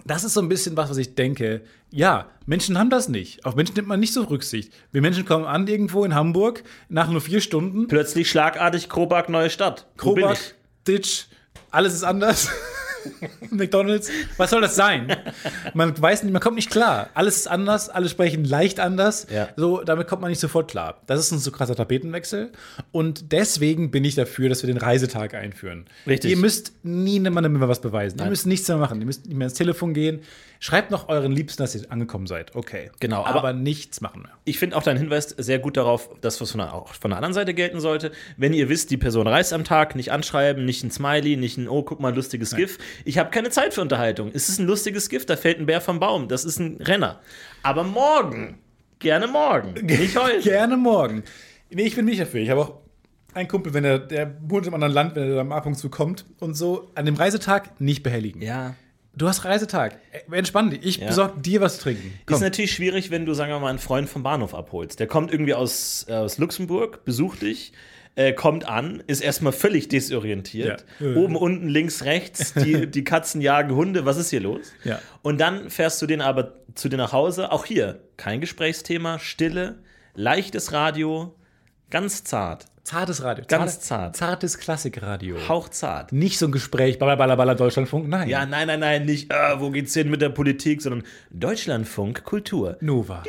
Speaker 4: das ist so ein bisschen was, was ich denke. Ja, Menschen haben das nicht. Auf Menschen nimmt man nicht so Rücksicht. Wir Menschen kommen an irgendwo in Hamburg nach nur vier Stunden
Speaker 3: Plötzlich schlagartig Krobak, neue Stadt. Wo bin
Speaker 4: Robert,
Speaker 3: ich?
Speaker 4: Ditch, alles ist anders. [laughs] McDonalds, was soll das sein? Man weiß nicht, man kommt nicht klar. Alles ist anders, alle sprechen leicht anders.
Speaker 3: Ja.
Speaker 4: So, damit kommt man nicht sofort klar. Das ist ein so krasser Tapetenwechsel. Und deswegen bin ich dafür, dass wir den Reisetag einführen.
Speaker 3: Richtig.
Speaker 4: Ihr müsst nie niemandem mehr was beweisen. Ihr müsst nichts mehr machen. Ihr müsst nicht mehr ins Telefon gehen. Schreibt noch euren Liebsten, dass ihr angekommen seid. Okay.
Speaker 3: Genau, aber-
Speaker 4: Aber, nichts machen mehr.
Speaker 3: Ich finde auch deinen Hinweis sehr gut darauf, dass was von der, auch von der anderen Seite gelten sollte. Wenn ihr wisst, die Person reist am Tag, nicht anschreiben, nicht ein Smiley, nicht ein, oh, guck mal, lustiges GIF. Ich habe keine Zeit für Unterhaltung. Es ist ein lustiges GIF, da fällt ein Bär vom Baum. Das ist ein Renner. Aber morgen. Gerne [laughs] morgen. Nicht heute.
Speaker 4: Gerne morgen. Nee, ich bin nicht dafür. Ich habe auch einen Kumpel, wenn er, der wohnt im anderen Land, wenn er da am Abend zukommt und so, an dem Reisetag nicht behelligen.
Speaker 3: Ja.
Speaker 4: Du hast Reisetag. Äh, Entspann dich. Ich
Speaker 3: Ja.
Speaker 4: besorge dir was zu trinken.
Speaker 3: Ist natürlich schwierig, wenn du, sagen wir mal, einen Freund vom Bahnhof abholst. Der kommt irgendwie aus, äh, aus Luxemburg, besucht dich, äh, kommt an, ist erstmal völlig desorientiert.
Speaker 4: Ja. Äh.
Speaker 3: Oben, unten, links, rechts,
Speaker 4: [laughs]
Speaker 3: die, die Katzen jagen Hunde, was ist hier los?
Speaker 4: Ja.
Speaker 3: Und dann fährst du den aber zu dir nach Hause. Auch hier kein Gesprächsthema, Stille, leichtes Radio, ganz zart,
Speaker 4: Zartes Radio.
Speaker 3: Ganz zart.
Speaker 4: Zarte- Zartes Klassikradio.
Speaker 3: hauchzart.
Speaker 4: Nicht so ein Gespräch, baller, baller, baller, Deutschlandfunk. Nein.
Speaker 3: Ja, nein, nein, nein, nicht, äh, wo geht's hin mit der Politik, sondern Deutschlandfunk, Kultur.
Speaker 4: Nova.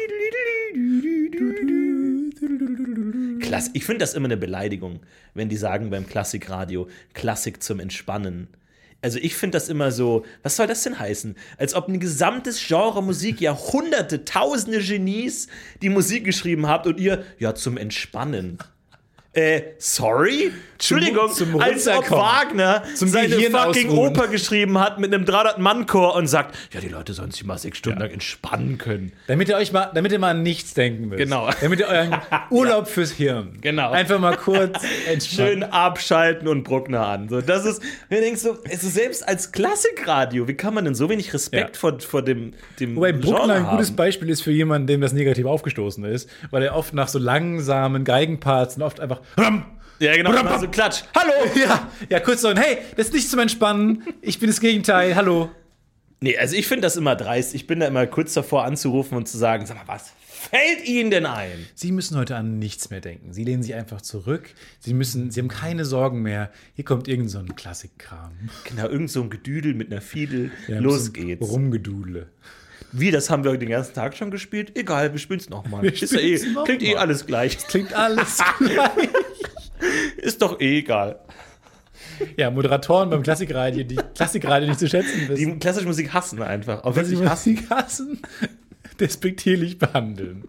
Speaker 3: Klass ich finde das immer eine Beleidigung, wenn die sagen beim Klassikradio, Klassik zum Entspannen. Also ich finde das immer so, was soll das denn heißen? Als ob ein gesamtes Genre Musik, Jahrhunderte, tausende Genies die Musik geschrieben habt und ihr, ja, zum Entspannen. Äh, sorry? Entschuldigung,
Speaker 4: zum
Speaker 3: als ob
Speaker 4: Runterkommen.
Speaker 3: Wagner
Speaker 4: Zum
Speaker 3: seine
Speaker 4: Gehirn
Speaker 3: fucking
Speaker 4: ausruhen.
Speaker 3: Oper geschrieben hat mit einem 300-Mann-Chor und sagt, ja, die Leute sollen sich mal sechs Stunden lang entspannen können.
Speaker 4: Damit ihr euch mal, damit ihr mal an nichts denken müsst.
Speaker 3: Genau.
Speaker 4: Damit ihr
Speaker 3: [laughs]
Speaker 4: euren Urlaub fürs Hirn.
Speaker 3: Genau.
Speaker 4: Einfach
Speaker 3: [laughs]
Speaker 4: mal kurz entspannen.
Speaker 3: schön abschalten und Bruckner an. So, das ist, wenn du denkst, so, es ist selbst als Klassikradio, wie kann man denn so wenig Respekt
Speaker 4: Ja.
Speaker 3: vor, vor dem, dem
Speaker 4: Wobei Bruckner ein
Speaker 3: haben?
Speaker 4: gutes Beispiel ist für jemanden, dem das negativ aufgestoßen ist, weil er oft nach so langsamen Geigenparts und oft einfach
Speaker 3: Ja, genau,
Speaker 4: Bruder,
Speaker 3: mal so klatsch.
Speaker 4: Hallo!
Speaker 3: [laughs]
Speaker 4: Ja, ja, kurz so ein Hey, das ist nicht zum Entspannen, ich bin das Gegenteil, hallo.
Speaker 3: Nee, also ich finde das immer dreist. Ich bin da immer kurz davor anzurufen und zu sagen, sag mal, was fällt Ihnen denn ein?
Speaker 4: Sie müssen heute an nichts mehr denken. Sie lehnen sich einfach zurück. Sie müssen, sie haben keine Sorgen mehr. Hier kommt irgend so ein Klassikkram.
Speaker 3: Genau, irgend so ein Gedüdel mit einer Fiedel.
Speaker 4: Ja,
Speaker 3: Los
Speaker 4: so ein
Speaker 3: geht's.
Speaker 4: Rumgedudle.
Speaker 3: Wie, das haben wir den ganzen Tag schon gespielt? Egal, wir spielen's nochmal. Ist ja eh,
Speaker 4: spielen's noch
Speaker 3: klingt eh
Speaker 4: mal.
Speaker 3: alles gleich.
Speaker 4: Klingt alles gleich.
Speaker 3: [laughs] Ist doch eh egal.
Speaker 4: Ja, Moderatoren beim Klassikradio, die Klassikradio nicht zu schätzen wissen.
Speaker 3: Die klassische Musik hassen einfach. Auch wenn sie
Speaker 4: Musik
Speaker 3: nicht hassen.
Speaker 4: hassen, [laughs] despektierlich behandeln.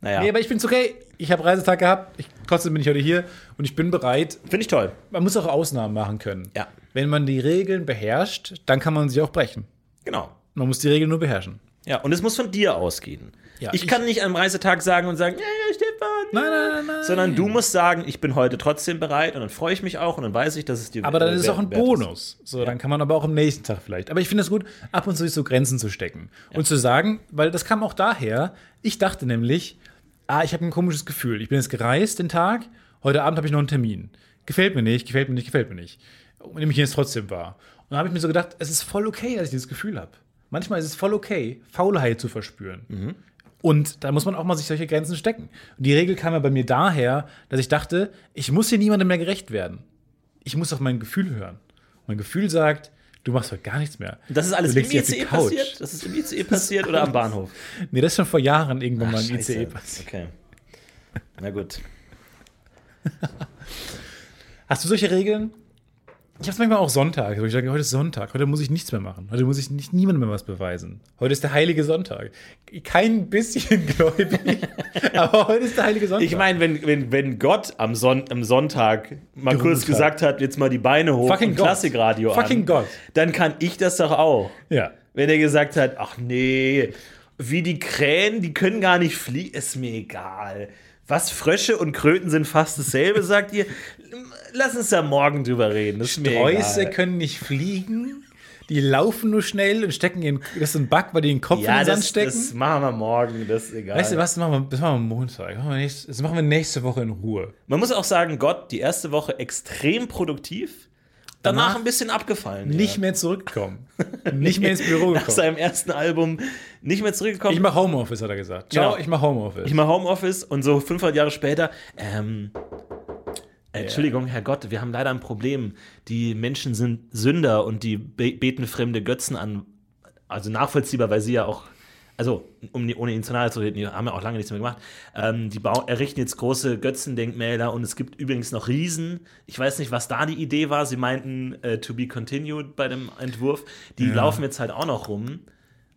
Speaker 3: Naja,
Speaker 4: Nee, aber ich bin's okay. Ich habe Reisetag gehabt. Ich, trotzdem bin ich heute hier und ich bin bereit.
Speaker 3: finde ich toll.
Speaker 4: Man muss auch Ausnahmen machen können.
Speaker 3: Ja.
Speaker 4: Wenn man die Regeln beherrscht, dann kann man sie auch brechen.
Speaker 3: Genau.
Speaker 4: Man muss die Regeln nur beherrschen.
Speaker 3: Ja, und es muss von dir ausgehen.
Speaker 4: Ja,
Speaker 3: ich
Speaker 4: ich-
Speaker 3: kann nicht am Reisetag sagen und sagen, ja, ja, Stefan,
Speaker 4: Nein, nein, nein, nein.
Speaker 3: sondern du musst sagen, ich bin heute trotzdem bereit und dann freue ich mich auch und dann weiß ich, dass es dir
Speaker 4: Aber dann
Speaker 3: äh,
Speaker 4: ist es auch ein
Speaker 3: wert ist.
Speaker 4: Bonus. So, dann kann man aber auch am nächsten Tag vielleicht. Aber ich finde es gut, ab und zu sich so Grenzen zu stecken. Und zu sagen, weil das kam auch daher, ich dachte nämlich, ah, ich habe ein komisches Gefühl. Ich bin jetzt gereist den Tag, heute Abend habe ich noch einen Termin. Gefällt mir nicht, gefällt mir nicht, gefällt mir nicht. Und nehme ich jetzt trotzdem wahr. Und dann habe ich mir so gedacht, es ist voll okay, dass ich dieses Gefühl habe. Manchmal ist es voll okay, Faulheit zu verspüren.
Speaker 3: Mhm.
Speaker 4: Und da muss man auch mal sich solche Grenzen stecken. Und die Regel kam ja bei mir daher, dass ich dachte, ich muss hier niemandem mehr gerecht werden ich muss auf mein Gefühl hören. Mein Gefühl sagt, du machst heute gar nichts mehr.
Speaker 3: Das ist alles
Speaker 4: du
Speaker 3: im
Speaker 4: legst dich auf die
Speaker 3: ICE
Speaker 4: Couch.
Speaker 3: passiert? Das ist im ICE passiert oder am Bahnhof?
Speaker 4: [laughs] Nee, das ist schon vor Jahren irgendwann mal im
Speaker 3: Scheiße.
Speaker 4: ICE passiert.
Speaker 3: Okay. Na gut.
Speaker 4: Hast du solche Regeln? Ich habe manchmal auch Sonntag, wo ich sage, heute ist Sonntag, heute muss ich nichts mehr machen, heute muss ich nicht niemandem mehr was beweisen. Heute ist der heilige Sonntag. Kein bisschen [laughs] gläubig,
Speaker 3: [laughs]
Speaker 4: aber heute ist der heilige Sonntag.
Speaker 3: Ich meine, wenn, wenn, wenn Gott am, Son am Sonntag mal
Speaker 4: Gesundheit.
Speaker 3: kurz gesagt hat, jetzt mal die Beine hoch
Speaker 4: Fucking
Speaker 3: und
Speaker 4: Gott.
Speaker 3: Klassikradio
Speaker 4: Fucking
Speaker 3: an,
Speaker 4: Gott.
Speaker 3: dann kann ich das doch auch.
Speaker 4: ja.
Speaker 3: Wenn er gesagt hat, ach nee, wie die Krähen, die können gar nicht fliegen, ist mir egal. Was Frösche und Kröten sind fast dasselbe, sagt ihr. Lass uns da morgen drüber reden. Das ist mir
Speaker 4: Reuse
Speaker 3: egal.
Speaker 4: können nicht fliegen, die laufen nur schnell und stecken ihren, das ist ein Bug, weil die den Kopf in
Speaker 3: Ja,
Speaker 4: den Sand
Speaker 3: das,
Speaker 4: stecken.
Speaker 3: das machen wir morgen, das ist egal.
Speaker 4: Weißt du was, das machen wir, das machen wir am Montag. Das machen wir, nächste, das machen wir nächste Woche in Ruhe.
Speaker 3: Man muss auch sagen, Gott, die erste Woche extrem produktiv, danach,
Speaker 4: Danach
Speaker 3: ein bisschen abgefallen.
Speaker 4: Nicht mehr zurückkommen. [laughs] Nicht mehr ins Büro
Speaker 3: Nach
Speaker 4: gekommen.
Speaker 3: seinem ersten Album nicht mehr zurückgekommen.
Speaker 4: Ich mache Homeoffice, hat er gesagt. Ciao,
Speaker 3: Genau.
Speaker 4: ich mache Homeoffice.
Speaker 3: Ich mache Homeoffice und so 500 Jahre später, ähm, Entschuldigung, Herr Gott, wir haben leider ein Problem. Die Menschen sind Sünder und die be beten fremde Götzen an. Also nachvollziehbar, weil sie ja auch, also um, die- ohne ihnen zu nahe zu reden, die haben ja auch lange nichts mehr gemacht. Ähm, die bau- errichten jetzt große Götzendenkmäler und es gibt übrigens noch Riesen. Ich weiß nicht, was da die Idee war. Sie meinten äh, to be continued bei dem Entwurf. Die laufen jetzt halt auch noch rum.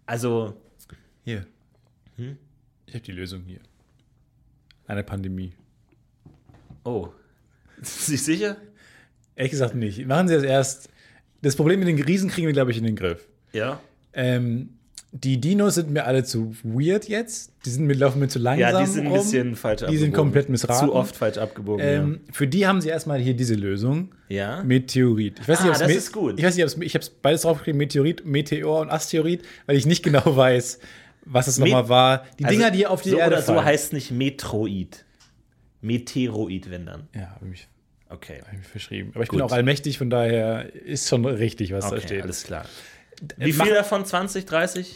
Speaker 3: Also
Speaker 4: hier.
Speaker 3: Hm?
Speaker 4: Ich habe die Lösung hier. Eine Pandemie.
Speaker 3: Oh. [laughs] Sind Sie sicher?
Speaker 4: Ehrlich gesagt nicht. Machen Sie das erst. Das Problem mit den Riesen kriegen wir, glaube ich, in den Griff.
Speaker 3: Ja.
Speaker 4: Ähm, die Dinos sind mir alle zu weird jetzt. Die sind mir, laufen mir zu langsam.
Speaker 3: Ja, die sind ein
Speaker 4: rum.
Speaker 3: bisschen falsch
Speaker 4: Die sind komplett missraten.
Speaker 3: Zu oft falsch abgebogen.
Speaker 4: Ähm, Für die haben sie erstmal hier diese Lösung.
Speaker 3: ja. ja.
Speaker 4: Meteorit. Ich weiß nicht,
Speaker 3: Ah,
Speaker 4: ob's
Speaker 3: das
Speaker 4: Me-
Speaker 3: ist gut.
Speaker 4: Ich weiß nicht, ob's, ich habe beides draufgeschrieben, Meteorit, Meteor und Asteroid, weil ich nicht genau [laughs] weiß, was es nochmal war. Die Dinger, die auf die
Speaker 3: Also so
Speaker 4: Erde
Speaker 3: oder so
Speaker 4: fallen.
Speaker 3: heißt nicht Metroid. Meteoroid, wenn dann.
Speaker 4: ja, habe mich,
Speaker 3: Okay.
Speaker 4: hab mich verschrieben. Aber ich bin
Speaker 3: Gut.
Speaker 4: auch allmächtig, von daher ist schon richtig, was da
Speaker 3: Okay,
Speaker 4: steht. Äh,
Speaker 3: alles klar. Wie
Speaker 4: mach-
Speaker 3: viel davon? 20, 30?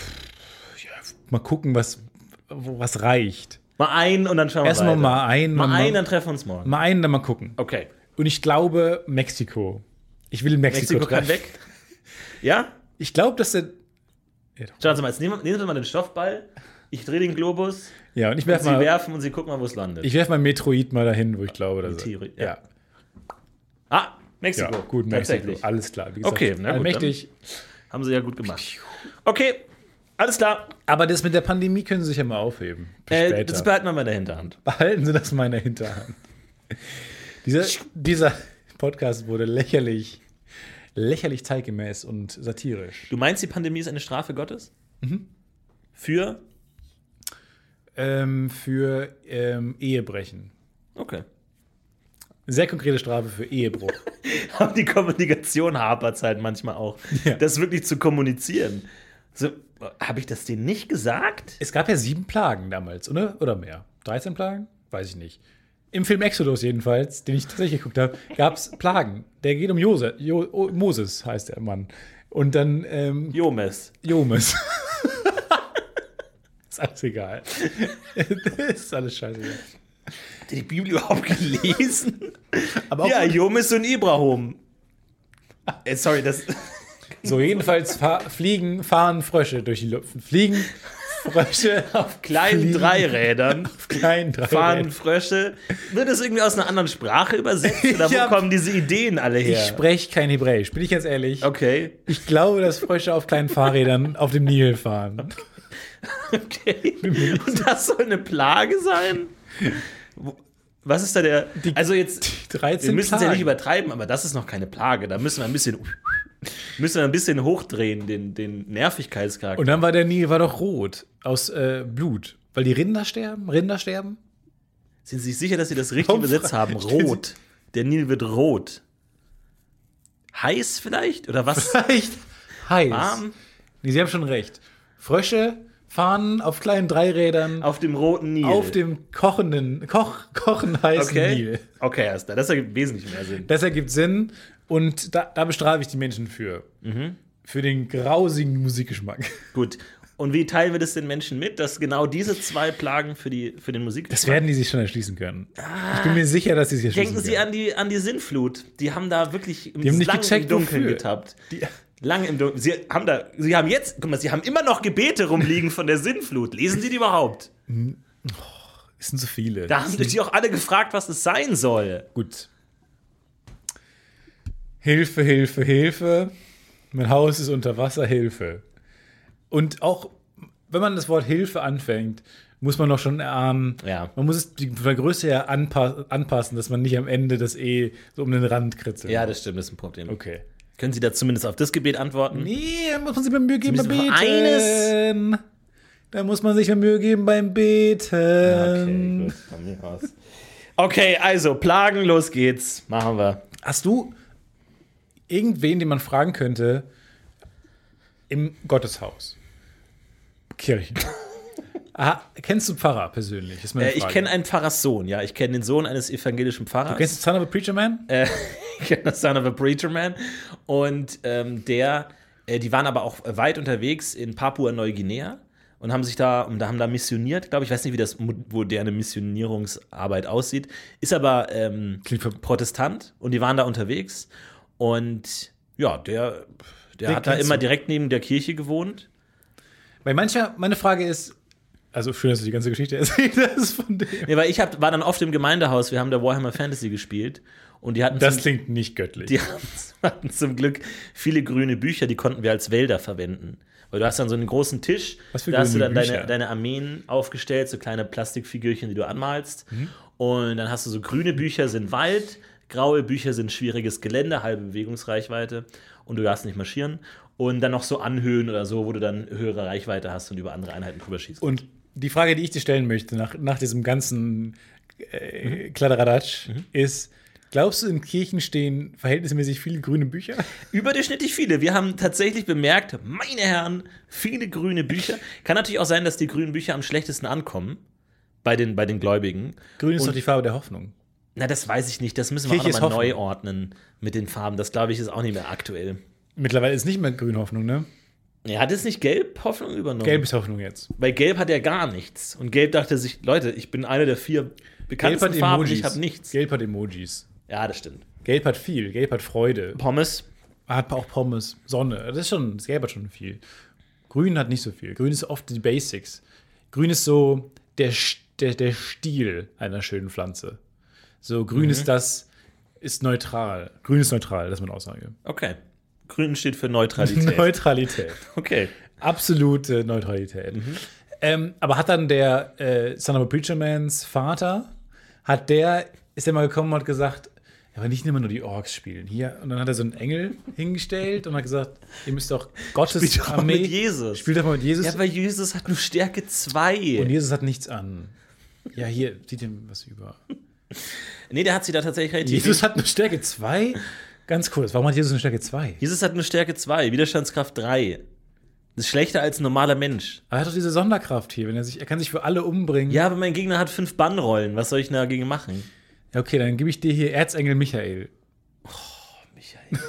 Speaker 4: Mal gucken, was, wo- was reicht.
Speaker 3: Mal ein und dann schauen wir
Speaker 4: Erstmal
Speaker 3: weiter.
Speaker 4: mal einen,
Speaker 3: Mal
Speaker 4: dann mal-
Speaker 3: ein, dann treffen wir uns morgen.
Speaker 4: Mal einen, dann mal gucken.
Speaker 3: Okay.
Speaker 4: Und ich glaube, Mexiko. Ich will Mexiko,
Speaker 3: Mexiko kann
Speaker 4: treffen.
Speaker 3: weg. Ja?
Speaker 4: Ich glaube, dass der.
Speaker 3: Schauen Sie mal, jetzt nehmen, nehmen Sie mal den Stoffball. Ich drehe den Globus.
Speaker 4: Ja, und ich
Speaker 3: Sie
Speaker 4: werfe mal,
Speaker 3: werfen und Sie gucken mal, wo es landet.
Speaker 4: ich werf mal Metroid mal dahin, wo ich glaube, dass
Speaker 3: Meteorit,
Speaker 4: er,
Speaker 3: ja.
Speaker 4: ja.
Speaker 3: ah, Mexiko.
Speaker 4: Ja, gut, Mexiko.
Speaker 3: Tatsächlich.
Speaker 4: Alles klar. Wie gesagt,
Speaker 3: Okay, na gut,
Speaker 4: allmächtig.
Speaker 3: Haben sie ja gut gemacht. Okay, alles klar.
Speaker 4: Aber das mit der Pandemie können Sie sich ja mal aufheben. Bis
Speaker 3: Äh,
Speaker 4: später.
Speaker 3: das behalten wir mal in der Hinterhand.
Speaker 4: Behalten Sie das mal in der Hinterhand. dieser, dieser Podcast wurde lächerlich, lächerlich zeitgemäß und satirisch.
Speaker 3: Du meinst, die Pandemie ist eine Strafe Gottes?
Speaker 4: Mhm.
Speaker 3: Für?
Speaker 4: Ähm, für ähm, Ehebrechen.
Speaker 3: Okay. [laughs]
Speaker 4: Sehr konkrete Strafe für Ehebruch.
Speaker 3: Aber die Kommunikation hapert es halt manchmal auch.
Speaker 4: Ja.
Speaker 3: Das wirklich zu kommunizieren. So, Habe ich das denen nicht gesagt?
Speaker 4: es gab ja sieben Plagen damals, oder? Oder mehr? 13 Plagen? Weiß ich nicht. Im Film Exodus jedenfalls, den ich tatsächlich geguckt habe, gab es Plagen. Der geht um Jose, jo, oh, Moses, heißt der Mann. Und dann ähm,
Speaker 3: Jomes.
Speaker 4: Jomes. [laughs] ist alles egal. [laughs] ist alles scheißegal.
Speaker 3: Hat die Bibel [laughs] überhaupt gelesen?
Speaker 4: Aber auch
Speaker 3: ja,
Speaker 4: gut.
Speaker 3: Jomes und Ibrahim. Äh, sorry,
Speaker 4: [laughs]
Speaker 3: das.
Speaker 4: so jedenfalls fa fliegen, fahren Frösche durch die Luft. Fliegen Frösche [laughs] auf
Speaker 3: Kleinen
Speaker 4: fliegen,
Speaker 3: Dreirädern.
Speaker 4: auf kleinen drei
Speaker 3: Fahren Frösche. Wird das irgendwie aus einer anderen Sprache übersetzt? Oder wo
Speaker 4: [laughs] Ja.
Speaker 3: kommen diese Ideen alle her?
Speaker 4: Ich spreche kein Hebräisch, bin ich ganz ehrlich.
Speaker 3: Okay.
Speaker 4: Ich glaube, dass Frösche auf kleinen Fahrrädern auf dem Nil fahren.
Speaker 3: Okay. [laughs] Und das soll eine Plage sein? Wo- Was ist da der. also jetzt.
Speaker 4: Die 13
Speaker 3: Wir müssen es ja
Speaker 4: Plagen.
Speaker 3: nicht übertreiben, aber das ist noch keine Plage. Da müssen wir ein bisschen. Müssen wir ein bisschen hochdrehen, den, den Nervigkeitscharakter.
Speaker 4: Und dann [laughs] war der Nil war doch rot aus äh, Blut, weil die Rinder sterben, Rinder sterben.
Speaker 3: Sind Sie sich sicher, dass Sie das richtige Besetzt haben?
Speaker 4: [laughs]
Speaker 3: Rot. Der Nil wird rot. Heiß vielleicht? Oder
Speaker 4: [laughs]
Speaker 3: was?
Speaker 4: Vielleicht heiß.
Speaker 3: Warm?
Speaker 4: Nee, Sie haben schon recht. Frösche fahren auf kleinen Dreirädern auf,
Speaker 3: Auf dem roten Nil.
Speaker 4: dem kochenden, koch, kochen heißen
Speaker 3: okay.
Speaker 4: Nil.
Speaker 3: Okay, alles klar. Das ergibt wesentlich mehr Sinn.
Speaker 4: Das ergibt Sinn und da, da bestrafe ich die Menschen für.
Speaker 3: Mhm.
Speaker 4: Für den grausigen Musikgeschmack.
Speaker 3: Gut. Und wie teilen wir das den Menschen mit, dass genau diese zwei Plagen für, die, für den Musik.
Speaker 4: Das werden die sich schon erschließen können. Ich bin mir sicher, dass sie sich erschließen
Speaker 3: Ah. Denken Sie
Speaker 4: können.
Speaker 3: an die, an die Sinnflut. Die haben da wirklich
Speaker 4: haben nicht
Speaker 3: lang im
Speaker 4: gecheckt,
Speaker 3: Dunkeln
Speaker 4: wofür.
Speaker 3: getappt.
Speaker 4: Die-
Speaker 3: Lang im Dunkeln. Sie haben da, Sie haben jetzt, guck mal, Sie haben immer noch Gebete rumliegen von der Sinnflut. Lesen Sie die überhaupt?
Speaker 4: Es sind so viele.
Speaker 3: Da haben sich auch alle gefragt, was es sein soll.
Speaker 4: Gut. Hilfe, Hilfe, Hilfe. Mein Haus ist unter Wasser, Hilfe. Und auch, wenn man das Wort Hilfe anfängt, muss man noch schon erahnen,
Speaker 3: Ja.
Speaker 4: man muss es die Größe her anpa anpassen, dass man nicht am Ende das E so um den Rand kritzelt.
Speaker 3: Ja, das stimmt, das ist ein Problem.
Speaker 4: Okay.
Speaker 3: Können Sie da zumindest auf das Gebet antworten?
Speaker 4: Nee, da muss man sich beim Mühe geben beim
Speaker 3: müssen
Speaker 4: Beten.
Speaker 3: noch eines-
Speaker 4: Da muss man sich beim Mühe geben beim Beten.
Speaker 3: Okay, gut, von mir aus. Okay, also Plagen, los geht's. Machen wir.
Speaker 4: Hast du irgendwen, den man fragen könnte, im Gotteshaus?
Speaker 3: [laughs]
Speaker 4: Kirchen. Aha, kennst du Pfarrer persönlich? Ist meine
Speaker 3: Äh, ich
Speaker 4: Frage.
Speaker 3: kenne einen Pfarrerssohn, ja. Ich kenne den Sohn eines evangelischen Pfarrers.
Speaker 4: Kennst du Son of a Preacher Man?
Speaker 3: Äh, ich kenne das Son of a Preacher Man. Und ähm, der, äh, die waren aber auch weit unterwegs in Papua-Neuguinea und haben sich da, und da haben da missioniert, glaube ich. Ich weiß nicht, wie das mo- moderne Missionierungsarbeit aussieht. Ist aber ähm,
Speaker 4: Klingt ver-
Speaker 3: Protestant und die waren da unterwegs. Und ja, der, der
Speaker 4: Den
Speaker 3: hat da
Speaker 4: kennst
Speaker 3: immer
Speaker 4: du.
Speaker 3: direkt neben der Kirche gewohnt.
Speaker 4: Weil mancher, meine Frage ist, also schön, dass du die ganze Geschichte [laughs] erzählt hast von dem.
Speaker 3: Nee, weil ich hab, war dann oft im Gemeindehaus, wir haben da Warhammer Fantasy gespielt. Und die hatten
Speaker 4: Das
Speaker 3: zum-
Speaker 4: klingt nicht göttlich.
Speaker 3: Die [laughs] haben, hatten zum Glück viele grüne Bücher, die konnten wir als Wälder verwenden. Weil du hast dann so einen großen Tisch,
Speaker 4: Was für
Speaker 3: da hast du
Speaker 4: grüne
Speaker 3: dann deine,
Speaker 4: Bücher?
Speaker 3: deine Armeen aufgestellt, so kleine Plastikfigürchen, die du anmalst.
Speaker 4: Mhm.
Speaker 3: Und dann hast du so grüne Bücher sind Wald, graue Bücher sind schwieriges Gelände, halbe Bewegungsreichweite und du darfst nicht marschieren. Und dann noch so Anhöhen oder so, wo du dann höhere Reichweite hast und über andere Einheiten drüber schießt.
Speaker 4: Und die Frage, die ich dir stellen möchte, nach, nach diesem ganzen
Speaker 3: Mhm.
Speaker 4: äh, Kladderadatsch, ist: Glaubst du, in Kirchen stehen verhältnismäßig viele grüne Bücher?
Speaker 3: Überdurchschnittlich viele. Wir haben tatsächlich bemerkt, meine Herren, viele grüne Bücher. Kann natürlich auch sein, dass die grünen Bücher am schlechtesten ankommen bei den, bei den Gläubigen.
Speaker 4: Grün ist
Speaker 3: Und-
Speaker 4: doch die Farbe der Hoffnung.
Speaker 3: Na, das weiß ich nicht. Das müssen wir
Speaker 4: Kirche
Speaker 3: auch
Speaker 4: ist
Speaker 3: nochmal neu
Speaker 4: Hoffnung.
Speaker 3: ordnen mit den Farben. Das glaube ich ist auch nicht mehr aktuell.
Speaker 4: Mittlerweile ist nicht mehr grün Hoffnung, ne?
Speaker 3: Ja, hat es nicht Gelb Hoffnung übernommen?
Speaker 4: Gelb ist Hoffnung jetzt.
Speaker 3: Weil Gelb hat ja gar nichts. Und Gelb dachte sich, Leute, ich bin eine der vier
Speaker 4: Gelb
Speaker 3: bekanntesten
Speaker 4: hat
Speaker 3: Farben,
Speaker 4: Emojis.
Speaker 3: ich habe nichts.
Speaker 4: Gelb hat Emojis.
Speaker 3: Ja, das stimmt.
Speaker 4: Gelb hat viel. Gelb hat Freude.
Speaker 3: Pommes.
Speaker 4: Hat auch Pommes, Sonne. Das ist schon, das Gelb hat schon viel. Grün hat nicht so viel. Grün ist oft die Basics. Grün ist so der, Sch- der, der Stil einer schönen Pflanze. So, grün
Speaker 3: Mhm.
Speaker 4: ist das, ist neutral. Grün ist neutral, das ist meine Aussage.
Speaker 3: Okay. Grün steht für
Speaker 4: [laughs]
Speaker 3: Neutralität.
Speaker 4: Neutralität.
Speaker 3: okay.
Speaker 4: Absolute Neutralität.
Speaker 3: Mhm.
Speaker 4: Ähm, aber hat dann der äh, Son of a Preacher Mans Vater, hat der, ist der mal gekommen und hat gesagt, ja, aber nicht immer nur die Orks spielen hier. Und dann hat er so einen Engel hingestellt und hat gesagt, ihr müsst doch Gottes
Speaker 3: Spielt doch mal
Speaker 4: Armee.
Speaker 3: mit Jesus.
Speaker 4: Spielt doch mal mit Jesus.
Speaker 3: Ja, aber Jesus hat nur Stärke 2.
Speaker 4: und Jesus hat nichts an. Ja, hier, sieht ihm
Speaker 3: [laughs]
Speaker 4: was über.
Speaker 3: Nee, der hat sie da tatsächlich relativ.
Speaker 4: Jesus hat eine Stärke 2? Ganz kurz, warum hat Jesus eine Stärke 2?
Speaker 3: Jesus hat eine Stärke 2, Widerstandskraft 3. Das ist schlechter als ein normaler Mensch.
Speaker 4: Er hat doch diese Sonderkraft hier, wenn er sich, er kann sich für alle umbringen.
Speaker 3: Ja, aber mein Gegner hat fünf Bannrollen. Was soll ich denn dagegen machen? [laughs]
Speaker 4: Ja, okay, dann gebe ich dir hier Erzengel Michael.
Speaker 3: Michael.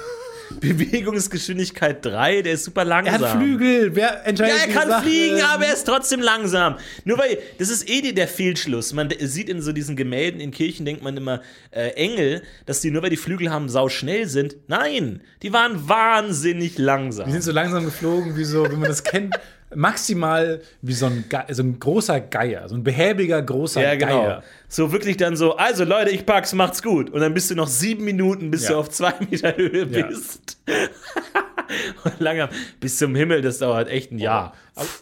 Speaker 3: Bewegungsgeschwindigkeit 3, der ist super
Speaker 4: Er
Speaker 3: langsam.
Speaker 4: hat Flügel. Wer
Speaker 3: Ja,
Speaker 4: entscheidet
Speaker 3: er
Speaker 4: die
Speaker 3: kann
Speaker 4: Sache?
Speaker 3: fliegen, aber er ist trotzdem langsam. Nur weil, das ist eh die- der Fehlschluss. Man d- sieht in so diesen Gemälden, in Kirchen denkt man immer, äh, Engel, dass die nur weil die Flügel haben, sauschnell sind. Nein, die waren wahnsinnig langsam.
Speaker 4: Die sind so langsam geflogen, wie so, wie man das kennt, maximal wie so ein, Ge so ein großer Geier, so ein behäbiger großer
Speaker 3: Ja, genau.
Speaker 4: Geier.
Speaker 3: So wirklich dann so, also Leute, ich pack's, macht's gut. Und dann bist du noch sieben Minuten, bis
Speaker 4: Ja.
Speaker 3: du auf zwei [laughs] Meter Höhe
Speaker 4: Ja.
Speaker 3: bist. [laughs] Und langsam, bis zum Himmel, das dauert echt ein
Speaker 4: Oh.
Speaker 3: Jahr.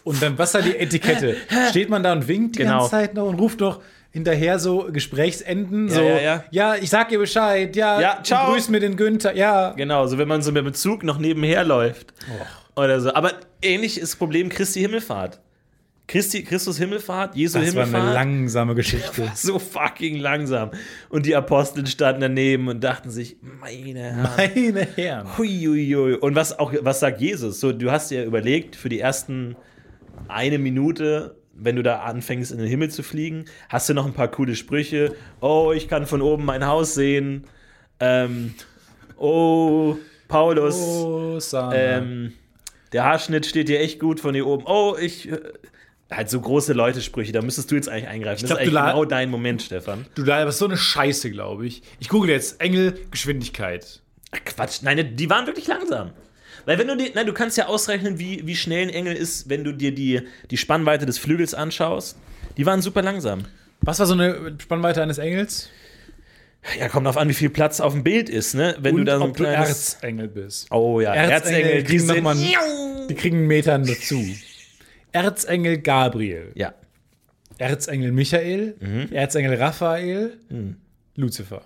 Speaker 4: Und dann, was ist da die
Speaker 3: [laughs]
Speaker 4: Etikette? Steht man da und winkt die
Speaker 3: Genau.
Speaker 4: ganze Zeit noch und ruft noch hinterher so Gesprächsenden, so,
Speaker 3: ja, ja.
Speaker 4: ich sag ihr Bescheid, ja,
Speaker 3: Ja, ciao.
Speaker 4: grüß mir den Günther, ja.
Speaker 3: Genau, so wenn man so mit dem Zug noch nebenher läuft. Oder so. Aber ähnlich ist das Problem Christi Himmelfahrt. Christi, Christus Himmelfahrt, Jesu
Speaker 4: Das war
Speaker 3: Himmelfahrt.
Speaker 4: eine langsame Geschichte.
Speaker 3: [laughs] so fucking langsam. Und die Aposteln standen daneben und dachten sich, meine Herren.
Speaker 4: Meine Herren.
Speaker 3: Huiuiui. Und was auch, was sagt Jesus? So, du hast dir überlegt, für die ersten eine Minute, wenn du da anfängst, in den Himmel zu fliegen, hast du noch ein paar coole Sprüche. Oh, ich kann von oben mein Haus sehen. Ähm, oh, Paulus.
Speaker 4: Oh. Hosanna.
Speaker 3: Ähm, der Haarschnitt steht dir echt gut von hier oben. Oh, ich. äh, Halt so große Leute-Sprüche, da müsstest du jetzt eigentlich eingreifen.
Speaker 4: glaub,
Speaker 3: das ist eigentlich
Speaker 4: du la-
Speaker 3: genau dein Moment, Stefan.
Speaker 4: du, da ist so eine Scheiße, glaube ich. Ich google jetzt Engelgeschwindigkeit.
Speaker 3: Ach, Quatsch, nein, die waren wirklich langsam. Weil wenn du dir, nein, du kannst ja ausrechnen, wie, wie schnell ein Engel ist, wenn du dir die, die Spannweite des Flügels anschaust. Die waren super langsam.
Speaker 4: Was war so eine Spannweite eines Engels?
Speaker 3: Ja, kommt drauf an, wie viel Platz auf dem Bild ist, ne? Wenn du da so ein
Speaker 4: ob du
Speaker 3: kleines...
Speaker 4: Erzengel bist.
Speaker 3: oh ja,
Speaker 4: Erzengel
Speaker 3: Erzengel, die
Speaker 4: kriegen noch
Speaker 3: sind...
Speaker 4: mal Die kriegen einen Meter dazu. Erzengel Gabriel,
Speaker 3: ja,
Speaker 4: Erzengel Michael,
Speaker 3: Mhm.
Speaker 4: Erzengel Raphael,
Speaker 3: Hm.
Speaker 4: Lucifer.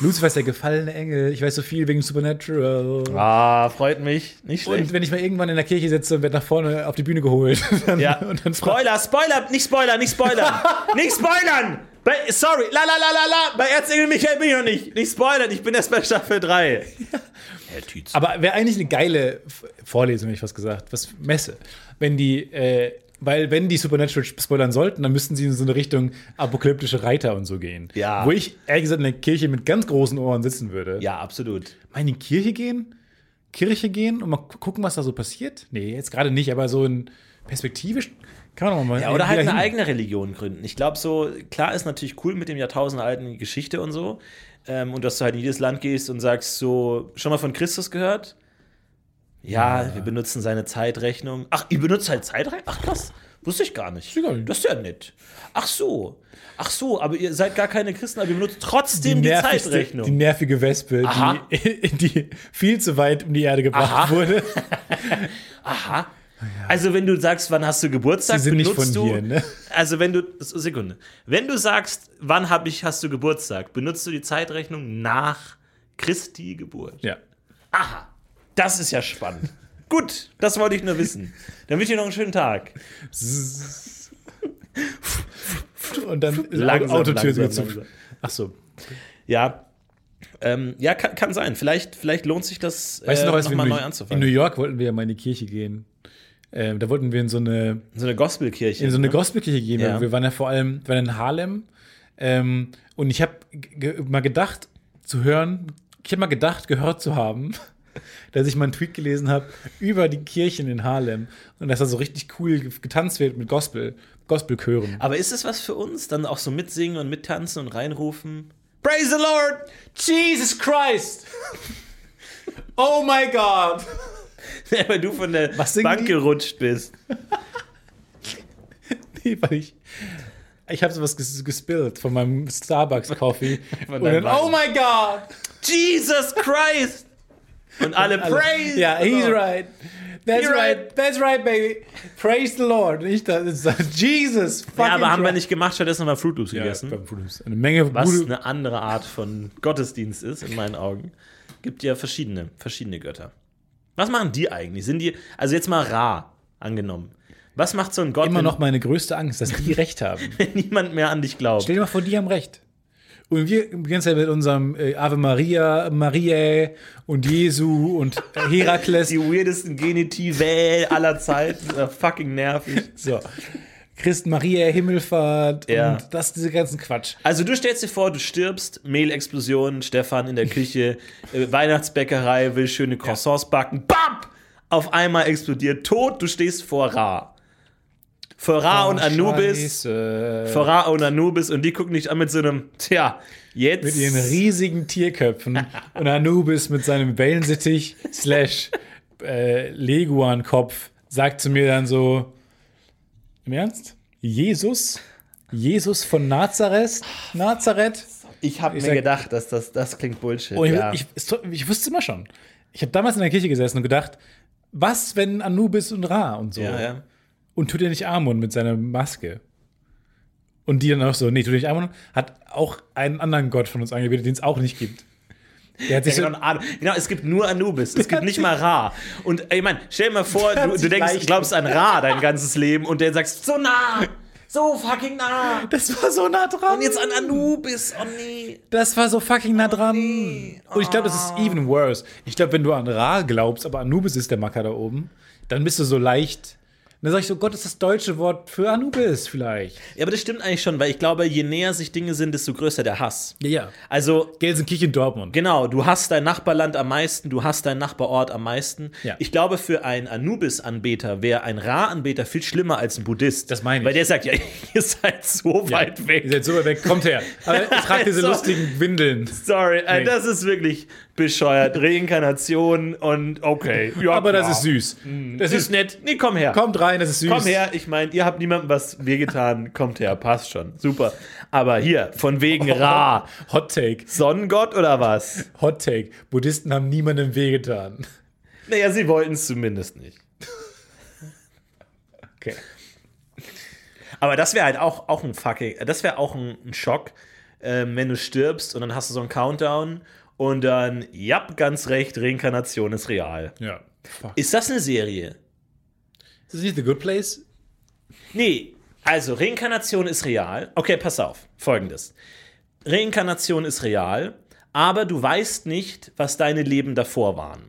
Speaker 4: Lucifer ist der gefallene Engel. Ich weiß so viel wegen Supernatural.
Speaker 3: ah, freut mich. Nicht schlecht. [laughs]
Speaker 4: Und wenn ich mal irgendwann in der Kirche sitze und werde nach vorne auf die Bühne geholt, [laughs] dann,
Speaker 3: ja.
Speaker 4: und dann fragt
Speaker 3: Spoiler, Spoiler, nicht Spoiler, nicht Spoilern. [laughs] nicht spoilern! Bei, sorry, la la la la la, bei Erzengel Michael bin ich noch nicht. Nicht spoilern, ich bin erst bei Staffel 3. Herr Tietz.
Speaker 4: Aber wäre eigentlich eine geile F- Vorlesung, hätte ich was gesagt. Was Messe. Wenn die, äh, weil wenn die Supernatural sp- spoilern sollten, dann müssten sie in so eine Richtung apokalyptische Reiter und so gehen.
Speaker 3: Ja.
Speaker 4: Wo ich ehrlich gesagt in der Kirche mit ganz großen Ohren sitzen würde.
Speaker 3: Ja, absolut.
Speaker 4: Mal in die Kirche gehen? Kirche gehen und mal gu- gucken, was da so passiert? Nee, jetzt gerade nicht, aber so in Perspektive st- kann man doch mal.
Speaker 3: Ja, oder halt
Speaker 4: wieder
Speaker 3: eine
Speaker 4: hin.
Speaker 3: eigene Religion gründen. Ich glaube, so, klar ist natürlich cool mit dem jahrtausendealten Geschichte und so. Ähm, und dass du halt in jedes Land gehst und sagst, so, schon mal von Christus gehört? Ja, wir benutzen seine Zeitrechnung. Ach, ihr benutzt halt Zeitrechnung? Ach, krass. Wusste ich gar nicht.
Speaker 4: egal.
Speaker 3: Das ist ja nett. Ach so. Ach so, aber ihr seid gar keine Christen, aber ihr benutzt trotzdem die,
Speaker 4: nervigste-
Speaker 3: Zeitrechnung.
Speaker 4: Die nervige Wespe,
Speaker 3: Aha.
Speaker 4: die, [laughs] die viel zu weit um die Erde gebracht
Speaker 3: Aha.
Speaker 4: wurde.
Speaker 3: Aha. Also, wenn du sagst, wann hast du Geburtstag,
Speaker 4: Die sind nicht
Speaker 3: benutzt
Speaker 4: von
Speaker 3: du.
Speaker 4: hier, ne?
Speaker 3: Also, wenn du. Sekunde. Wenn du sagst, wann hab ich, hast du Geburtstag, benutzt du die Zeitrechnung nach Christi Geburt.
Speaker 4: Ja.
Speaker 3: Das ist ja
Speaker 4: [laughs]
Speaker 3: spannend. Gut, das wollte ich nur wissen. Dann wünsche ich dir noch einen schönen Tag.
Speaker 4: Und dann ist
Speaker 3: Langsam,
Speaker 4: Autotür
Speaker 3: langsam,
Speaker 4: wieder zu.
Speaker 3: langsam.
Speaker 4: Ach so.
Speaker 3: Ja. Ähm, ja, kann, kann sein. Vielleicht, vielleicht lohnt sich das,
Speaker 4: Weißt du noch, als
Speaker 3: Äh, noch
Speaker 4: wir
Speaker 3: mal neu
Speaker 4: in, New- in New
Speaker 3: anzufangen.
Speaker 4: York wollten wir ja mal in die Kirche gehen. Ähm, da wollten wir in so eine,
Speaker 3: So eine Gospelkirche.
Speaker 4: in so eine
Speaker 3: ne?
Speaker 4: Gospelkirche gehen.
Speaker 3: Ja.
Speaker 4: weil Wir waren ja vor allem wir waren in Harlem. Ähm, und ich habe ge mal gedacht zu hören, ich habe mal gedacht, gehört zu haben, [laughs] dass ich mal einen Tweet gelesen habe über die Kirchen in Harlem und dass da so richtig cool ge- getanzt wird mit Gospel, Gospelchören.
Speaker 3: Aber ist es was für uns? Dann auch so mitsingen und mittanzen und reinrufen? Praise the Lord! [laughs]
Speaker 4: Jesus Christ! Oh my God! [laughs]
Speaker 3: Weil du von der
Speaker 4: Was singen
Speaker 3: Bank
Speaker 4: die?
Speaker 3: gerutscht bist.
Speaker 4: Nee, weil ich. Ich habe sowas ges gespillt von meinem Starbucks-Coffee.
Speaker 3: [laughs] Von
Speaker 4: Und dann,
Speaker 3: deinem Wein.
Speaker 4: oh my God!
Speaker 3: Jesus Christ! Und
Speaker 4: [laughs]
Speaker 3: alle praise!
Speaker 4: Ja,
Speaker 3: [laughs] the
Speaker 4: he's
Speaker 3: Lord.
Speaker 4: right. That's
Speaker 3: You're
Speaker 4: right.
Speaker 3: Genau. right.
Speaker 4: that's right, baby. Praise the Lord. Ich da, das ist Jesus. Fucking
Speaker 3: Ja, aber haben wir
Speaker 4: Christ.
Speaker 3: nicht gemacht, stattdessen haben wir Fruit Loops gegessen.
Speaker 4: Ja, eine Menge
Speaker 3: was
Speaker 4: gute.
Speaker 3: eine andere Art von Gottesdienst ist, in meinen Augen. Gibt ja verschiedene, verschiedene Götter. Was machen die eigentlich? Sind die, also jetzt mal Ra angenommen. Was macht so ein Gott,
Speaker 4: Immer
Speaker 3: wenn-
Speaker 4: noch meine größte Angst, dass die
Speaker 3: [laughs]
Speaker 4: recht haben.
Speaker 3: wenn niemand mehr an dich glaubt?
Speaker 4: Stell dir mal vor, die haben recht. Und wir beginnen ja mit unserem äh, Ave Maria, Mariae und
Speaker 3: [laughs]
Speaker 4: Jesu und Herakles.
Speaker 3: die weirdesten Genitive aller Zeiten.
Speaker 4: [laughs]
Speaker 3: Äh, fucking nervig.
Speaker 4: so. Christ Maria Himmelfahrt
Speaker 3: Ja.
Speaker 4: und das, diese ganzen Quatsch.
Speaker 3: Also du stellst dir vor, du stirbst, Mehlexplosion, Stefan in der Küche, äh, Weihnachtsbäckerei, will schöne Croissants backen, bam! Auf einmal explodiert tot, du stehst vor Ra. Vor Ra und Anubis,
Speaker 4: Oh, Scheiße.
Speaker 3: vor Ra und Anubis und die gucken dich an mit so einem, tja, jetzt.
Speaker 4: mit ihren riesigen Tierköpfen und Anubis mit seinem Wellensittich slash äh, Leguan-Kopf sagt zu mir dann so, im Ernst? Jesus? Jesus von Nazareth? Nazareth?
Speaker 3: ich habe mir
Speaker 4: sag-
Speaker 3: gedacht, dass das, das klingt Bullshit.
Speaker 4: Und ich,
Speaker 3: ja.
Speaker 4: ich, es- ich wusste immer schon. Ich habe damals in der Kirche gesessen und gedacht, was, wenn Anubis und Ra und so.
Speaker 3: ja, ja.
Speaker 4: Und tut er nicht Amon mit seiner Maske? Und die dann auch so, nee, tut er nicht Amon, hat auch einen anderen Gott von uns angebetet, den es auch nicht gibt. Der hat sich so,
Speaker 3: Genau, Anu- genau, es gibt nur Anubis. Es gibt nicht mal Ra. Und ey, Mann, stell dir mal vor,
Speaker 4: Der hat
Speaker 3: du, du
Speaker 4: sich
Speaker 3: denkst,
Speaker 4: leicht-
Speaker 3: glaubst an Ra dein ganzes Leben und der sagst, so nah, so fucking nah.
Speaker 4: das war so nah dran.
Speaker 3: Und jetzt Oh, an Anubis, oh nee.
Speaker 4: Das war so fucking nah dran. Und ich glaube, das
Speaker 3: Oh.
Speaker 4: ist even worse. Ich glaube, wenn du an Ra glaubst, aber Anubis ist der Macker da oben, dann bist du so leicht. Und dann sag ich so, Gott, ist das deutsche Wort für Anubis vielleicht.
Speaker 3: Ja, aber das stimmt eigentlich schon, weil ich glaube, je näher sich Dinge sind, desto größer der Hass.
Speaker 4: Ja, ja.
Speaker 3: Also,
Speaker 4: Gelsenkirchen, Dortmund.
Speaker 3: Genau, du hast dein Nachbarland am meisten, du hast deinen Nachbarort am meisten.
Speaker 4: Ja.
Speaker 3: Ich glaube, für einen Anubis-Anbeter wäre ein Ra-Anbeter viel schlimmer als ein Buddhist.
Speaker 4: Das meine ich.
Speaker 3: Weil der sagt, ja, [laughs] ihr seid so weit
Speaker 4: Ihr
Speaker 3: weg.
Speaker 4: seid so weg, kommt her.
Speaker 3: [laughs]
Speaker 4: Aber ich trage diese
Speaker 3: Also-
Speaker 4: lustigen Windeln.
Speaker 3: Sorry, äh,
Speaker 4: Nee.
Speaker 3: das ist wirklich bescheuert. Reinkarnation und okay. Ja,
Speaker 4: Aber das
Speaker 3: klar.
Speaker 4: ist süß. Das
Speaker 3: Das ist
Speaker 4: ist
Speaker 3: nett. Nee, komm her.
Speaker 4: Kommt rein, das ist süß.
Speaker 3: Mm. Komm
Speaker 4: [laughs]
Speaker 3: her, ich meine, ihr habt niemandem was wehgetan. Kommt her, passt schon. Super. Aber hier, von wegen Ra.
Speaker 4: Hot Take.
Speaker 3: Sonnengott oder was?
Speaker 4: Hot Take. Buddhisten haben niemandem wehgetan.
Speaker 3: Naja, sie wollten es zumindest nicht.
Speaker 4: Okay.
Speaker 3: Aber das wäre halt auch, auch ein fucking, das wäre auch ein, ein Schock, ähm, wenn du stirbst und dann hast du so einen Countdown und dann, ja, ganz recht, Reinkarnation ist real.
Speaker 4: Ja. Fuck.
Speaker 3: Ist das eine Serie?
Speaker 4: Ist das nicht The Good Place?
Speaker 3: Nee, also Reinkarnation ist real. Okay, pass auf, folgendes. Reinkarnation ist real, aber du weißt nicht, was deine Leben davor waren.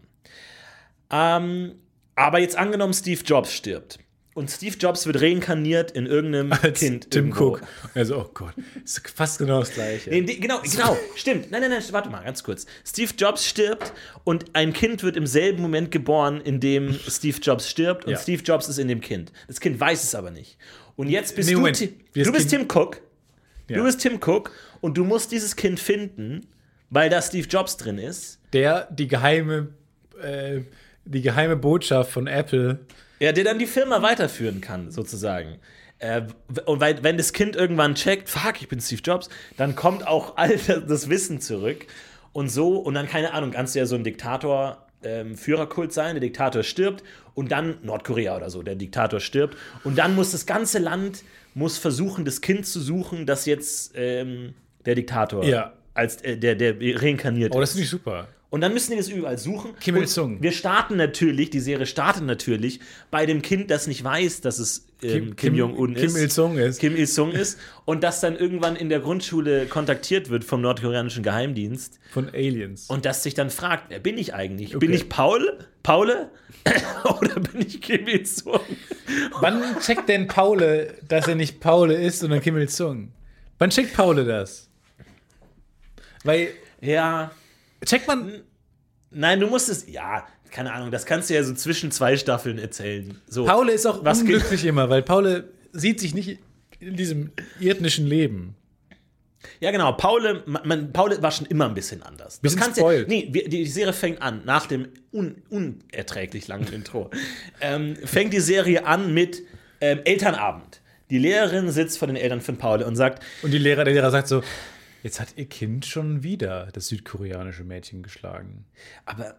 Speaker 3: Ähm, aber jetzt angenommen, Steve Jobs stirbt. Und Steve Jobs wird reinkarniert in irgendeinem
Speaker 4: Als
Speaker 3: Kind.
Speaker 4: Tim
Speaker 3: irgendwo.
Speaker 4: Cook. Also, oh Gott. Ist fast genau das gleiche.
Speaker 3: Nee, die-
Speaker 4: [laughs]
Speaker 3: genau, genau, stimmt. Nein, nein, nein, warte mal, ganz kurz. Steve Jobs stirbt und ein Kind wird im selben Moment geboren, in dem Steve Jobs stirbt und
Speaker 4: Ja.
Speaker 3: Steve Jobs ist in dem Kind. Das Kind weiß es aber nicht. Und jetzt bist
Speaker 4: Nee,
Speaker 3: du,
Speaker 4: Moment.
Speaker 3: Ti-
Speaker 4: Wie das
Speaker 3: du bist Tim
Speaker 4: Kind-
Speaker 3: Cook.
Speaker 4: Ja.
Speaker 3: Du bist Tim Cook und du musst dieses Kind finden, weil da Steve Jobs drin ist.
Speaker 4: der die geheime, äh, die geheime Botschaft von Apple.
Speaker 3: Ja, der dann die Firma weiterführen kann, sozusagen. Äh, w- und weil, wenn das Kind irgendwann checkt, fuck, ich bin Steve Jobs, dann kommt auch all [laughs] das, das Wissen zurück. Und so, und dann, keine Ahnung, kannst du ja so ein Diktator. ähm, Führerkult sein, der Diktator stirbt und dann Nordkorea oder so, der Diktator stirbt und dann muss das ganze Land muss versuchen, das Kind zu suchen, das jetzt ähm, der Diktator
Speaker 4: Ja.
Speaker 3: als äh, der, der reinkarniert
Speaker 4: Oh, das finde ich super.
Speaker 3: und dann müssen die das überall suchen.
Speaker 4: Kim
Speaker 3: Und
Speaker 4: Il-sung.
Speaker 3: Wir starten natürlich, die Serie startet natürlich bei dem Kind, das nicht weiß, dass es ähm, Kim,
Speaker 4: Kim-
Speaker 3: Jong-un
Speaker 4: Kim
Speaker 3: ist.
Speaker 4: Il-sung ist.
Speaker 3: Kim Il-sung ist. Und das dann irgendwann in der Grundschule kontaktiert wird vom nordkoreanischen Geheimdienst.
Speaker 4: Von Aliens.
Speaker 3: Und das sich dann fragt, wer bin ich eigentlich? Bin
Speaker 4: Okay.
Speaker 3: ich Paul? Paule? [laughs] Oder bin ich Kim Il-sung?
Speaker 4: Wann checkt denn Paule, dass er nicht Paule ist, sondern Kim Il-sung? Wann checkt Paule das? Weil,
Speaker 3: Ja.
Speaker 4: checkt man.
Speaker 3: Nein, du musst es. Ja, keine Ahnung, das kannst du ja so zwischen zwei Staffeln erzählen. So.
Speaker 4: Paule ist auch
Speaker 3: Was geht-
Speaker 4: unglücklich immer, weil Paule sieht sich nicht in diesem ethnischen Leben.
Speaker 3: Ja, genau. Paul, man, Paul war schon immer ein bisschen anders. Das
Speaker 4: Bisschen
Speaker 3: kannst
Speaker 4: spoiled.
Speaker 3: Ja, nee, wir- die Serie fängt an, nach dem un, unerträglich langen
Speaker 4: [laughs]
Speaker 3: Intro, ähm, fängt die Serie an mit ähm, Elternabend. Die Lehrerin sitzt vor den Eltern von Paul und sagt,
Speaker 4: Und die Lehrer, der Lehrer sagt so: Jetzt hat ihr Kind schon wieder das südkoreanische Mädchen geschlagen.
Speaker 3: aber,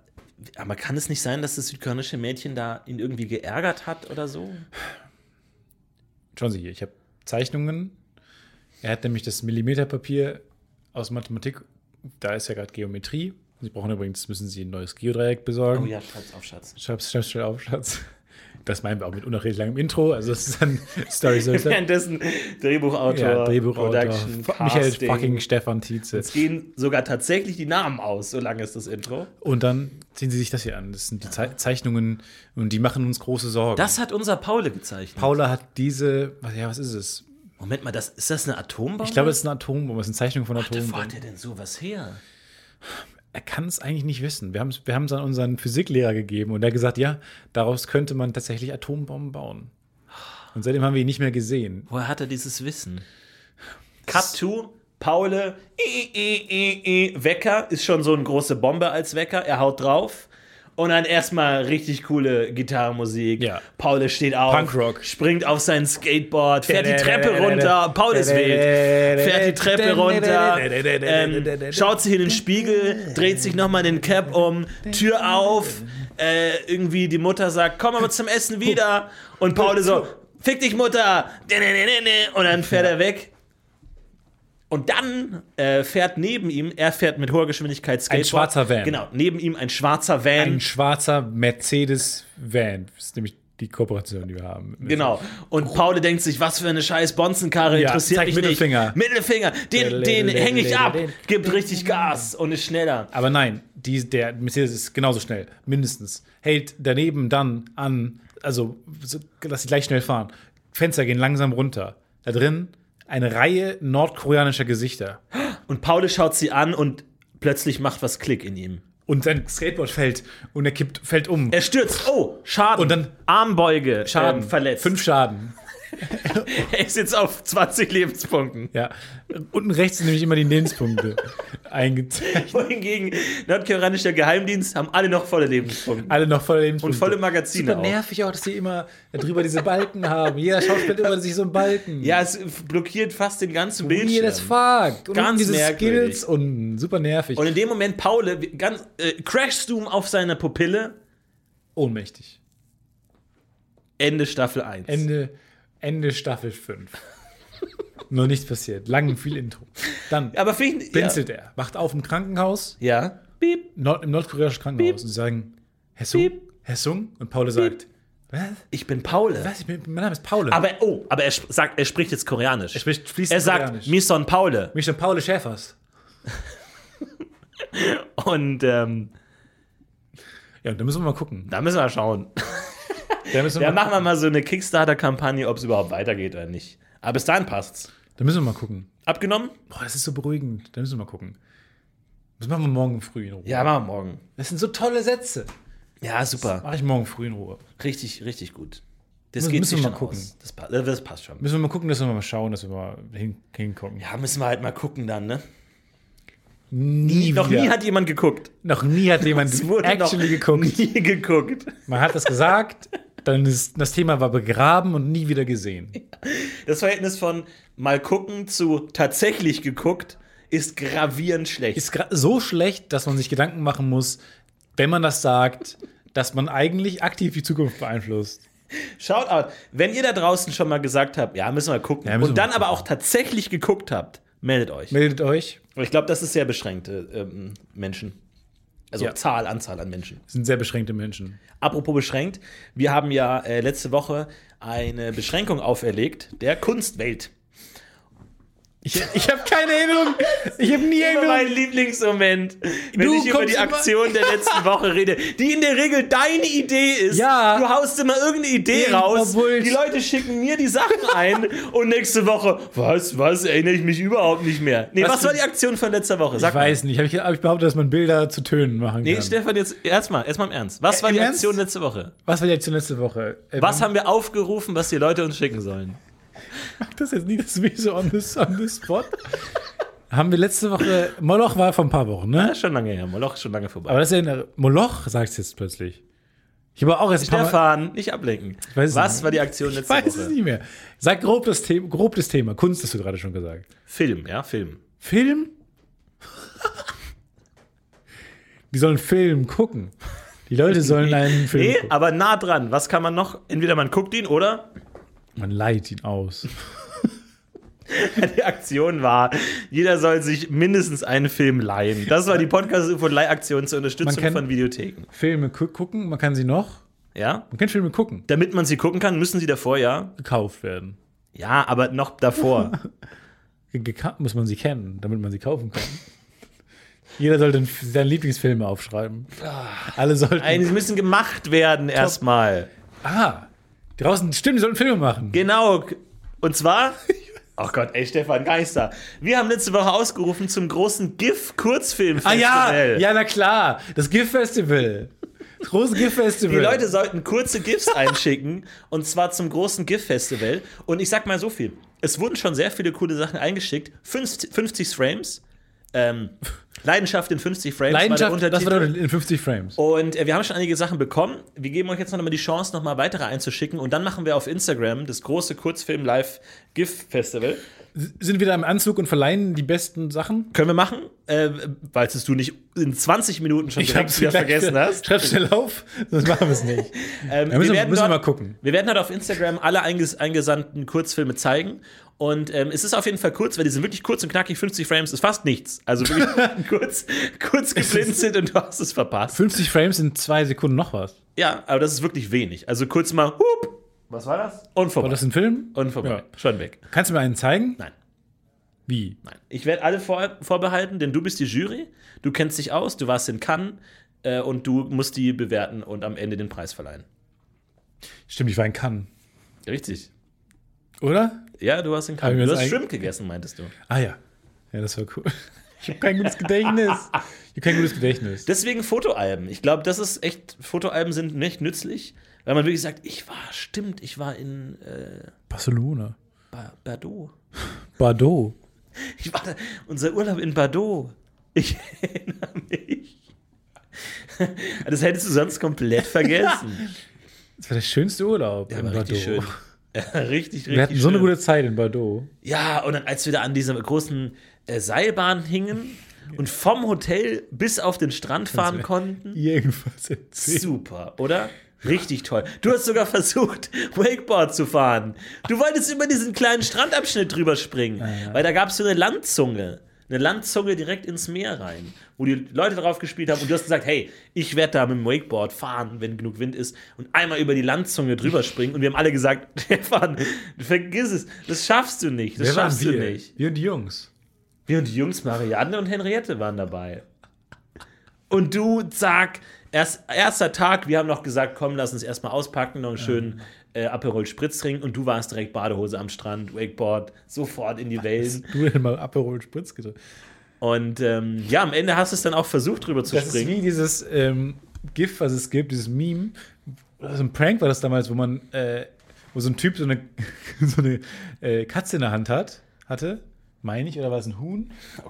Speaker 3: aber kann es nicht sein, dass das südkoreanische Mädchen da ihn irgendwie geärgert hat oder
Speaker 4: [laughs]
Speaker 3: so?
Speaker 4: Schauen Sie hier, ich habe Zeichnungen. Er hat nämlich das Millimeterpapier aus Mathematik. Da ist ja gerade Geometrie. Sie brauchen übrigens, müssen Sie ein neues Geodreieck besorgen.
Speaker 3: Oh ja, schreib's auf, Schatz.
Speaker 4: Schreib's, schreib's schnell auf, Schatz. Das meinen wir auch mit unerredlich langem Intro. Also, das ist dann
Speaker 3: [laughs]
Speaker 4: Story, Story, Story.
Speaker 3: Währenddessen Drehbuchautor,
Speaker 4: Ja, Drehbuchautor.
Speaker 3: Production,
Speaker 4: F- Michael
Speaker 3: Casting.
Speaker 4: fucking Stefan Tietze.
Speaker 3: Es gehen sogar tatsächlich die Namen aus, so lange ist das Intro.
Speaker 4: Und dann ziehen Sie sich das hier an. Das sind die Zei Zeichnungen und die machen uns große Sorgen.
Speaker 3: Das hat unser Paul gezeichnet.
Speaker 4: Paula hat diese, was, ja, was ist es?
Speaker 3: Moment mal, das, ist das eine Atombombe?
Speaker 4: Ich glaube, es ist eine Atombombe, es ist eine Zeichnung von
Speaker 3: Warte, wo
Speaker 4: Atombomben.
Speaker 3: hat er denn sowas her?
Speaker 4: er kann es eigentlich nicht wissen. Wir haben es wir haben's an unseren Physiklehrer gegeben und er hat gesagt, ja, daraus könnte man tatsächlich Atombomben bauen. Und seitdem haben wir ihn nicht mehr gesehen.
Speaker 3: Woher hat er dieses Wissen? Cut to, Paule, i, i, i, i, Wecker ist schon so eine große Bombe als Wecker. Er haut drauf. Und dann erstmal richtig coole Gitarrenmusik.
Speaker 4: Ja.
Speaker 3: Paule steht auf,
Speaker 4: Punkrock.
Speaker 3: springt auf sein Skateboard, fährt die Treppe runter. Paul ist wild. Fährt die Treppe runter, ähm, schaut sich in den Spiegel, dreht sich nochmal den Cap um, Tür auf. Äh, irgendwie die Mutter sagt: Komm aber zum Essen wieder. Und Paul ist so: Fick dich, Mutter! Und dann fährt er weg. Und dann äh, fährt neben ihm, er fährt mit hoher Geschwindigkeit Skateboard.
Speaker 4: schwarzer Van.
Speaker 3: Genau, neben ihm ein schwarzer Van.
Speaker 4: Ein schwarzer Mercedes-Van. Das ist nämlich die Kooperation, die wir haben.
Speaker 3: Genau. Und Paul denkt sich, was für eine scheiß Bonzenkarre
Speaker 4: Ja,
Speaker 3: interessiert
Speaker 4: zeig
Speaker 3: mich
Speaker 4: Mittelfinger.
Speaker 3: nicht. Mittelfinger. Den,
Speaker 4: Lele,
Speaker 3: den
Speaker 4: lele,
Speaker 3: hänge ich
Speaker 4: lele,
Speaker 3: ab.
Speaker 4: lele.
Speaker 3: Gibt richtig Gas und ist schneller.
Speaker 4: Aber nein, die, der Mercedes ist genauso schnell, mindestens. Hält daneben dann an, also so, dass sie gleich schnell fahren. Fenster gehen langsam runter. Da drin eine Reihe nordkoreanischer Gesichter.
Speaker 3: Und Paul schaut sie an und plötzlich macht was Klick in ihm.
Speaker 4: Und sein Skateboard fällt und er kippt, fällt um.
Speaker 3: Er stürzt. Oh, Schaden.
Speaker 4: Und dann-
Speaker 3: Armbeuge. Schaden,
Speaker 4: Ähm,
Speaker 3: verletzt.
Speaker 4: Fünf Schaden.
Speaker 3: [laughs] Er ist jetzt auf 20
Speaker 4: [laughs]
Speaker 3: Lebenspunkten.
Speaker 4: Ja. Unten rechts sind nämlich immer die Lebenspunkte [laughs] eingezeichnet.
Speaker 3: Wohingegen nordkoreanischer Geheimdienst haben alle noch volle Lebenspunkte.
Speaker 4: Alle noch volle Lebenspunkte.
Speaker 3: Und volle Magazine
Speaker 4: Super
Speaker 3: auch.
Speaker 4: nervig auch, dass die immer drüber diese Balken haben. Jeder Schauspieler hat immer sich so einen Balken.
Speaker 3: Ja, es blockiert fast den ganzen
Speaker 4: Weird as
Speaker 3: Bildschirm.
Speaker 4: fuck. Und
Speaker 3: Ganz
Speaker 4: unten diese
Speaker 3: merkwürdig.
Speaker 4: Skills und super nervig.
Speaker 3: Und in dem Moment, Paul, ganz, äh, crashst du auf seine Pupille.
Speaker 4: Ohnmächtig.
Speaker 3: Ende Staffel 1.
Speaker 4: Ende, Ende
Speaker 3: [laughs]
Speaker 4: Staffel 5. Nur nichts passiert. Lang viel Intro. Dann
Speaker 3: Aber finde ich.
Speaker 4: blinzelt er, wacht auf im Krankenhaus,
Speaker 3: Ja. ja. Piep.
Speaker 4: Nord, im nordkoreanischen Krankenhaus, und sie sagen, Hessung,
Speaker 3: Piep.
Speaker 4: Hessung? Und Paul sagt, was?
Speaker 3: Ich bin Paul.
Speaker 4: was? Ich bin, mein Name ist Paul.
Speaker 3: Aber, oh, aber er sp- sagt, er spricht jetzt Koreanisch. Er,
Speaker 4: spricht fließend
Speaker 3: sagt
Speaker 4: Koreanisch.
Speaker 3: Mison Paul.
Speaker 4: mich schon Paul Schäfers.
Speaker 3: Und ähm,
Speaker 4: Ja, da müssen wir mal gucken.
Speaker 3: da müssen wir schauen.
Speaker 4: Da müssen wir,
Speaker 3: Da
Speaker 4: mal,
Speaker 3: machen wir mal so eine Kickstarter-Kampagne, ob es überhaupt weitergeht oder nicht. Aber bis dahin passt's.
Speaker 4: da müssen wir mal gucken.
Speaker 3: Abgenommen?
Speaker 4: Boah, das ist so beruhigend. Da müssen wir mal gucken. Das machen wir morgen früh in Ruhe.
Speaker 3: Ja, machen wir morgen.
Speaker 4: Das sind so tolle Sätze.
Speaker 3: Ja, super.
Speaker 4: Mache ich morgen früh in Ruhe.
Speaker 3: Richtig, richtig gut. Das
Speaker 4: Müssen-
Speaker 3: geht
Speaker 4: müssen
Speaker 3: sich
Speaker 4: wir
Speaker 3: schon
Speaker 4: mal gucken.
Speaker 3: aus. Das, pa äh, das passt schon.
Speaker 4: Müssen wir mal gucken, dass wir mal schauen, dass wir mal hin, hingucken.
Speaker 3: Ja, müssen wir halt mal gucken dann, ne?
Speaker 4: nie
Speaker 3: Noch
Speaker 4: wieder.
Speaker 3: nie hat jemand geguckt.
Speaker 4: noch nie hat jemand
Speaker 3: Es wurde
Speaker 4: actually
Speaker 3: noch [laughs]
Speaker 4: geguckt.
Speaker 3: nie geguckt.
Speaker 4: Man hat das gesagt, dann ist das Thema war begraben und nie wieder gesehen.
Speaker 3: Das Verhältnis von mal gucken zu tatsächlich geguckt ist gravierend schlecht.
Speaker 4: Ist gra- so schlecht, dass man sich Gedanken machen muss, wenn man das sagt, dass man eigentlich aktiv die Zukunft beeinflusst.
Speaker 3: Schaut out. Wenn ihr da draußen schon mal gesagt habt, ja, müssen wir mal gucken,
Speaker 4: Ja, müssen
Speaker 3: und
Speaker 4: wir
Speaker 3: dann
Speaker 4: mal
Speaker 3: aber auch tatsächlich geguckt habt, meldet euch.
Speaker 4: Meldet euch.
Speaker 3: Aber ich glaube, das ist sehr beschränkte ähm, Menschen. Also
Speaker 4: Ja.
Speaker 3: Zahl, Anzahl an Menschen.
Speaker 4: Das sind sehr beschränkte Menschen.
Speaker 3: Apropos beschränkt, wir haben ja äh, letzte Woche eine Beschränkung auferlegt der Kunstwelt.
Speaker 4: Ich, ich habe keine Erinnerung. Ich habe nie
Speaker 3: Immer mein
Speaker 4: Erinnerung.
Speaker 3: Lieblingsmoment, wenn
Speaker 4: Du
Speaker 3: ich über
Speaker 4: kommst
Speaker 3: die
Speaker 4: immer-
Speaker 3: Aktion der letzten Woche rede, die in der Regel deine Idee ist.
Speaker 4: Ja.
Speaker 3: Du haust immer irgendeine Idee
Speaker 4: Irgendein
Speaker 3: raus.
Speaker 4: Bullshit.
Speaker 3: Die Leute schicken mir die Sachen ein
Speaker 4: [laughs]
Speaker 3: und nächste Woche, was, was, erinnere ich mich überhaupt nicht mehr. Nee, was,
Speaker 4: Was für-
Speaker 3: war die Aktion von letzter Woche? Sag
Speaker 4: Ich weiß nicht. Hab ich, hab ich behauptet, dass man Bilder zu Tönen machen
Speaker 3: Nee,
Speaker 4: kann.
Speaker 3: Stefan, jetzt erstmal, erstmal im Ernst. Was
Speaker 4: Äh,
Speaker 3: war
Speaker 4: im
Speaker 3: die
Speaker 4: Ernst?
Speaker 3: Aktion letzte Woche?
Speaker 4: Was war jetzt zur letzte Woche? Äh,
Speaker 3: Was haben wir aufgerufen, was die Leute uns schicken sollen?
Speaker 4: [laughs] das jetzt nicht, das Wieso on the, on the spot. [laughs] haben wir letzte Woche. Moloch war vor ein paar Wochen, ne?
Speaker 3: Ja, schon lange her, Moloch ist schon lange vorbei.
Speaker 4: Aber das ist ja eine, Moloch, sagst du jetzt plötzlich. Ich habe auch erst ein paar Mal,
Speaker 3: Stefan, nicht ablenken.
Speaker 4: weiß es
Speaker 3: was
Speaker 4: nicht.
Speaker 3: war die Aktion
Speaker 4: ich
Speaker 3: letzte
Speaker 4: weiß es
Speaker 3: Woche?
Speaker 4: nicht mehr. Sag grob das, Thema, grob das Thema. Kunst hast du gerade schon gesagt.
Speaker 3: Film, ja, Film.
Speaker 4: [laughs] Film? Die sollen Film gucken. Die Leute sollen einen Film
Speaker 3: Nee,
Speaker 4: gucken.
Speaker 3: aber nah dran. Was kann man noch? Entweder man guckt ihn oder [laughs]
Speaker 4: Man leiht ihn aus.
Speaker 3: die Aktion war, jeder soll sich mindestens einen Film leihen. Das war die podcast von leihaktion zur
Speaker 4: Man
Speaker 3: Unterstützung
Speaker 4: kann-
Speaker 3: von Videotheken.
Speaker 4: Filme gu gucken, man kann sie noch.
Speaker 3: Ja?
Speaker 4: Man kann Filme gucken.
Speaker 3: Damit man sie gucken kann, müssen sie davor ja.
Speaker 4: Gekauft werden.
Speaker 3: Ja, aber noch
Speaker 4: [laughs]
Speaker 3: davor.
Speaker 4: Ge- geka- muss man sie kennen, damit man sie kaufen kann. Jeder sollte einen F- seine Lieblingsfilme aufschreiben.
Speaker 3: Ah.
Speaker 4: Alle sollten.
Speaker 3: Nein, sie müssen gemacht werden erstmal.
Speaker 4: ah, draußen, stimmt, die sollten Filme machen.
Speaker 3: Genau. Und zwar. Oh Gott, ey, Stefan Geister. Wir haben letzte Woche ausgerufen zum großen
Speaker 4: Ah
Speaker 3: GIF-Kurzfilmfestival.
Speaker 4: ja, ja, na klar. Das GIF-Festival. Das große GIF-Festival.
Speaker 3: Die Leute sollten kurze [laughs] GIFs einschicken und zwar zum großen GIF-Festival. Und ich sag mal so viel: Es wurden schon sehr viele coole Sachen eingeschickt. 50, 50 Frames. Ähm, Leidenschaft in 50 Frames.
Speaker 4: Leidenschaft,
Speaker 3: war der
Speaker 4: das war
Speaker 3: Untertitel.
Speaker 4: doch in 50 Frames.
Speaker 3: und äh, wir haben schon einige Sachen bekommen. Wir geben euch jetzt noch mal die Chance, noch mal weitere einzuschicken. Und dann machen wir auf Instagram das große Kurzfilm-Live-GIF-Festival.
Speaker 4: Sind wieder im Anzug und verleihen die besten Sachen?
Speaker 3: Können wir machen, äh, weil es du nicht in 20 Minuten schon direkt wieder
Speaker 4: gleich-
Speaker 3: vergessen hast.
Speaker 4: Schreib schnell auf, sonst machen wir es
Speaker 3: [laughs]
Speaker 4: nicht.
Speaker 3: Ähm,
Speaker 4: Ja, müssen wir- müssen wir
Speaker 3: dort,
Speaker 4: mal gucken.
Speaker 3: Wir werden dort auf Instagram alle einges eingesandten Kurzfilme zeigen. Und ähm, es ist auf jeden Fall kurz, weil die sind wirklich kurz und knackig. 50 Frames ist fast nichts. Also
Speaker 4: [laughs]
Speaker 3: wirklich kurz, kurz geblinzelt und du hast es verpasst.
Speaker 4: 50 Frames in zwei Sekunden noch was.
Speaker 3: Ja, aber das ist wirklich wenig. Also kurz mal, hup, was war das? Und vorbei.
Speaker 4: War das ein Film?
Speaker 3: und vorbei. Schon weg.
Speaker 4: Kannst du mir einen zeigen?
Speaker 3: Oh. Nein.
Speaker 4: Wie?
Speaker 3: Nein. Ich werde alle vor, vorbehalten, denn du bist die Jury, du kennst dich aus, du warst in Cannes äh, und du musst die bewerten und am Ende den Preis verleihen.
Speaker 4: Stimmt, ich war in Cannes.
Speaker 3: Richtig.
Speaker 4: Oder?
Speaker 3: Ja, du warst in
Speaker 4: Hab ich
Speaker 3: Cannes.
Speaker 4: mir
Speaker 3: Du
Speaker 4: das
Speaker 3: hast
Speaker 4: eig-
Speaker 3: Shrimp gegessen, meintest du.
Speaker 4: Ah ja. Ja, das war cool. [laughs] Ich habe kein gutes Gedächtnis. Ich habe kein gutes Gedächtnis.
Speaker 3: Deswegen Fotoalben. Ich glaube, das ist echt, Fotoalben sind nicht nützlich, weil man wirklich sagt, ich war, stimmt, ich war in äh,
Speaker 4: Barcelona.
Speaker 3: ba Bordeaux.
Speaker 4: Bordeaux.
Speaker 3: Ich war da, unser Urlaub in Bordeaux. Ich [laughs] erinnere mich. Das hättest du sonst
Speaker 4: [laughs]
Speaker 3: komplett vergessen.
Speaker 4: Das war der schönste Urlaub
Speaker 3: Ja,
Speaker 4: in
Speaker 3: war
Speaker 4: Bordeaux.
Speaker 3: richtig schön. Ja, richtig, richtig
Speaker 4: Wir hatten so eine
Speaker 3: schön.
Speaker 4: gute Zeit in Bordeaux.
Speaker 3: Ja, und dann, als wir da an dieser großen äh, Seilbahn hingen und vom Hotel bis auf den Strand fahren konnten.
Speaker 4: Irgendwas erzählt.
Speaker 3: Super, oder? Richtig toll. Du hast sogar versucht, [laughs] Wakeboard zu fahren. Du wolltest über diesen kleinen Strandabschnitt drüber springen, weil da gab es so eine Landzunge. Eine Landzunge direkt ins Meer rein, wo die Leute drauf gespielt haben und du hast gesagt, hey, ich werde da mit dem Wakeboard fahren, wenn genug Wind ist und einmal über die Landzunge drüber springen und wir haben alle gesagt, [laughs] Stefan, vergiss es, das schaffst du nicht, das schaffst du nicht.
Speaker 4: Wir und die Jungs.
Speaker 3: Wir und die Jungs Marianne und Henriette waren dabei. Und du, zack, erst, erster Tag, wir haben noch gesagt, komm, lass uns erstmal auspacken, noch einen schönen äh, Aperol Spritz trinken. Und du warst direkt Badehose am Strand, Wakeboard, sofort in die Wellen.
Speaker 4: Du denn mal Aperol Spritz getrunken.
Speaker 3: Und ähm, ja, am Ende hast du es dann auch versucht, drüber zu
Speaker 4: Das ist
Speaker 3: springen.
Speaker 4: wie dieses ähm, GIF, was es gibt, dieses Meme. So ein Prank war das damals, wo man, äh, wo so ein Typ so eine, [laughs] so eine äh, Katze in der Hand hat, hatte, meine ich, oder war es ein Huhn?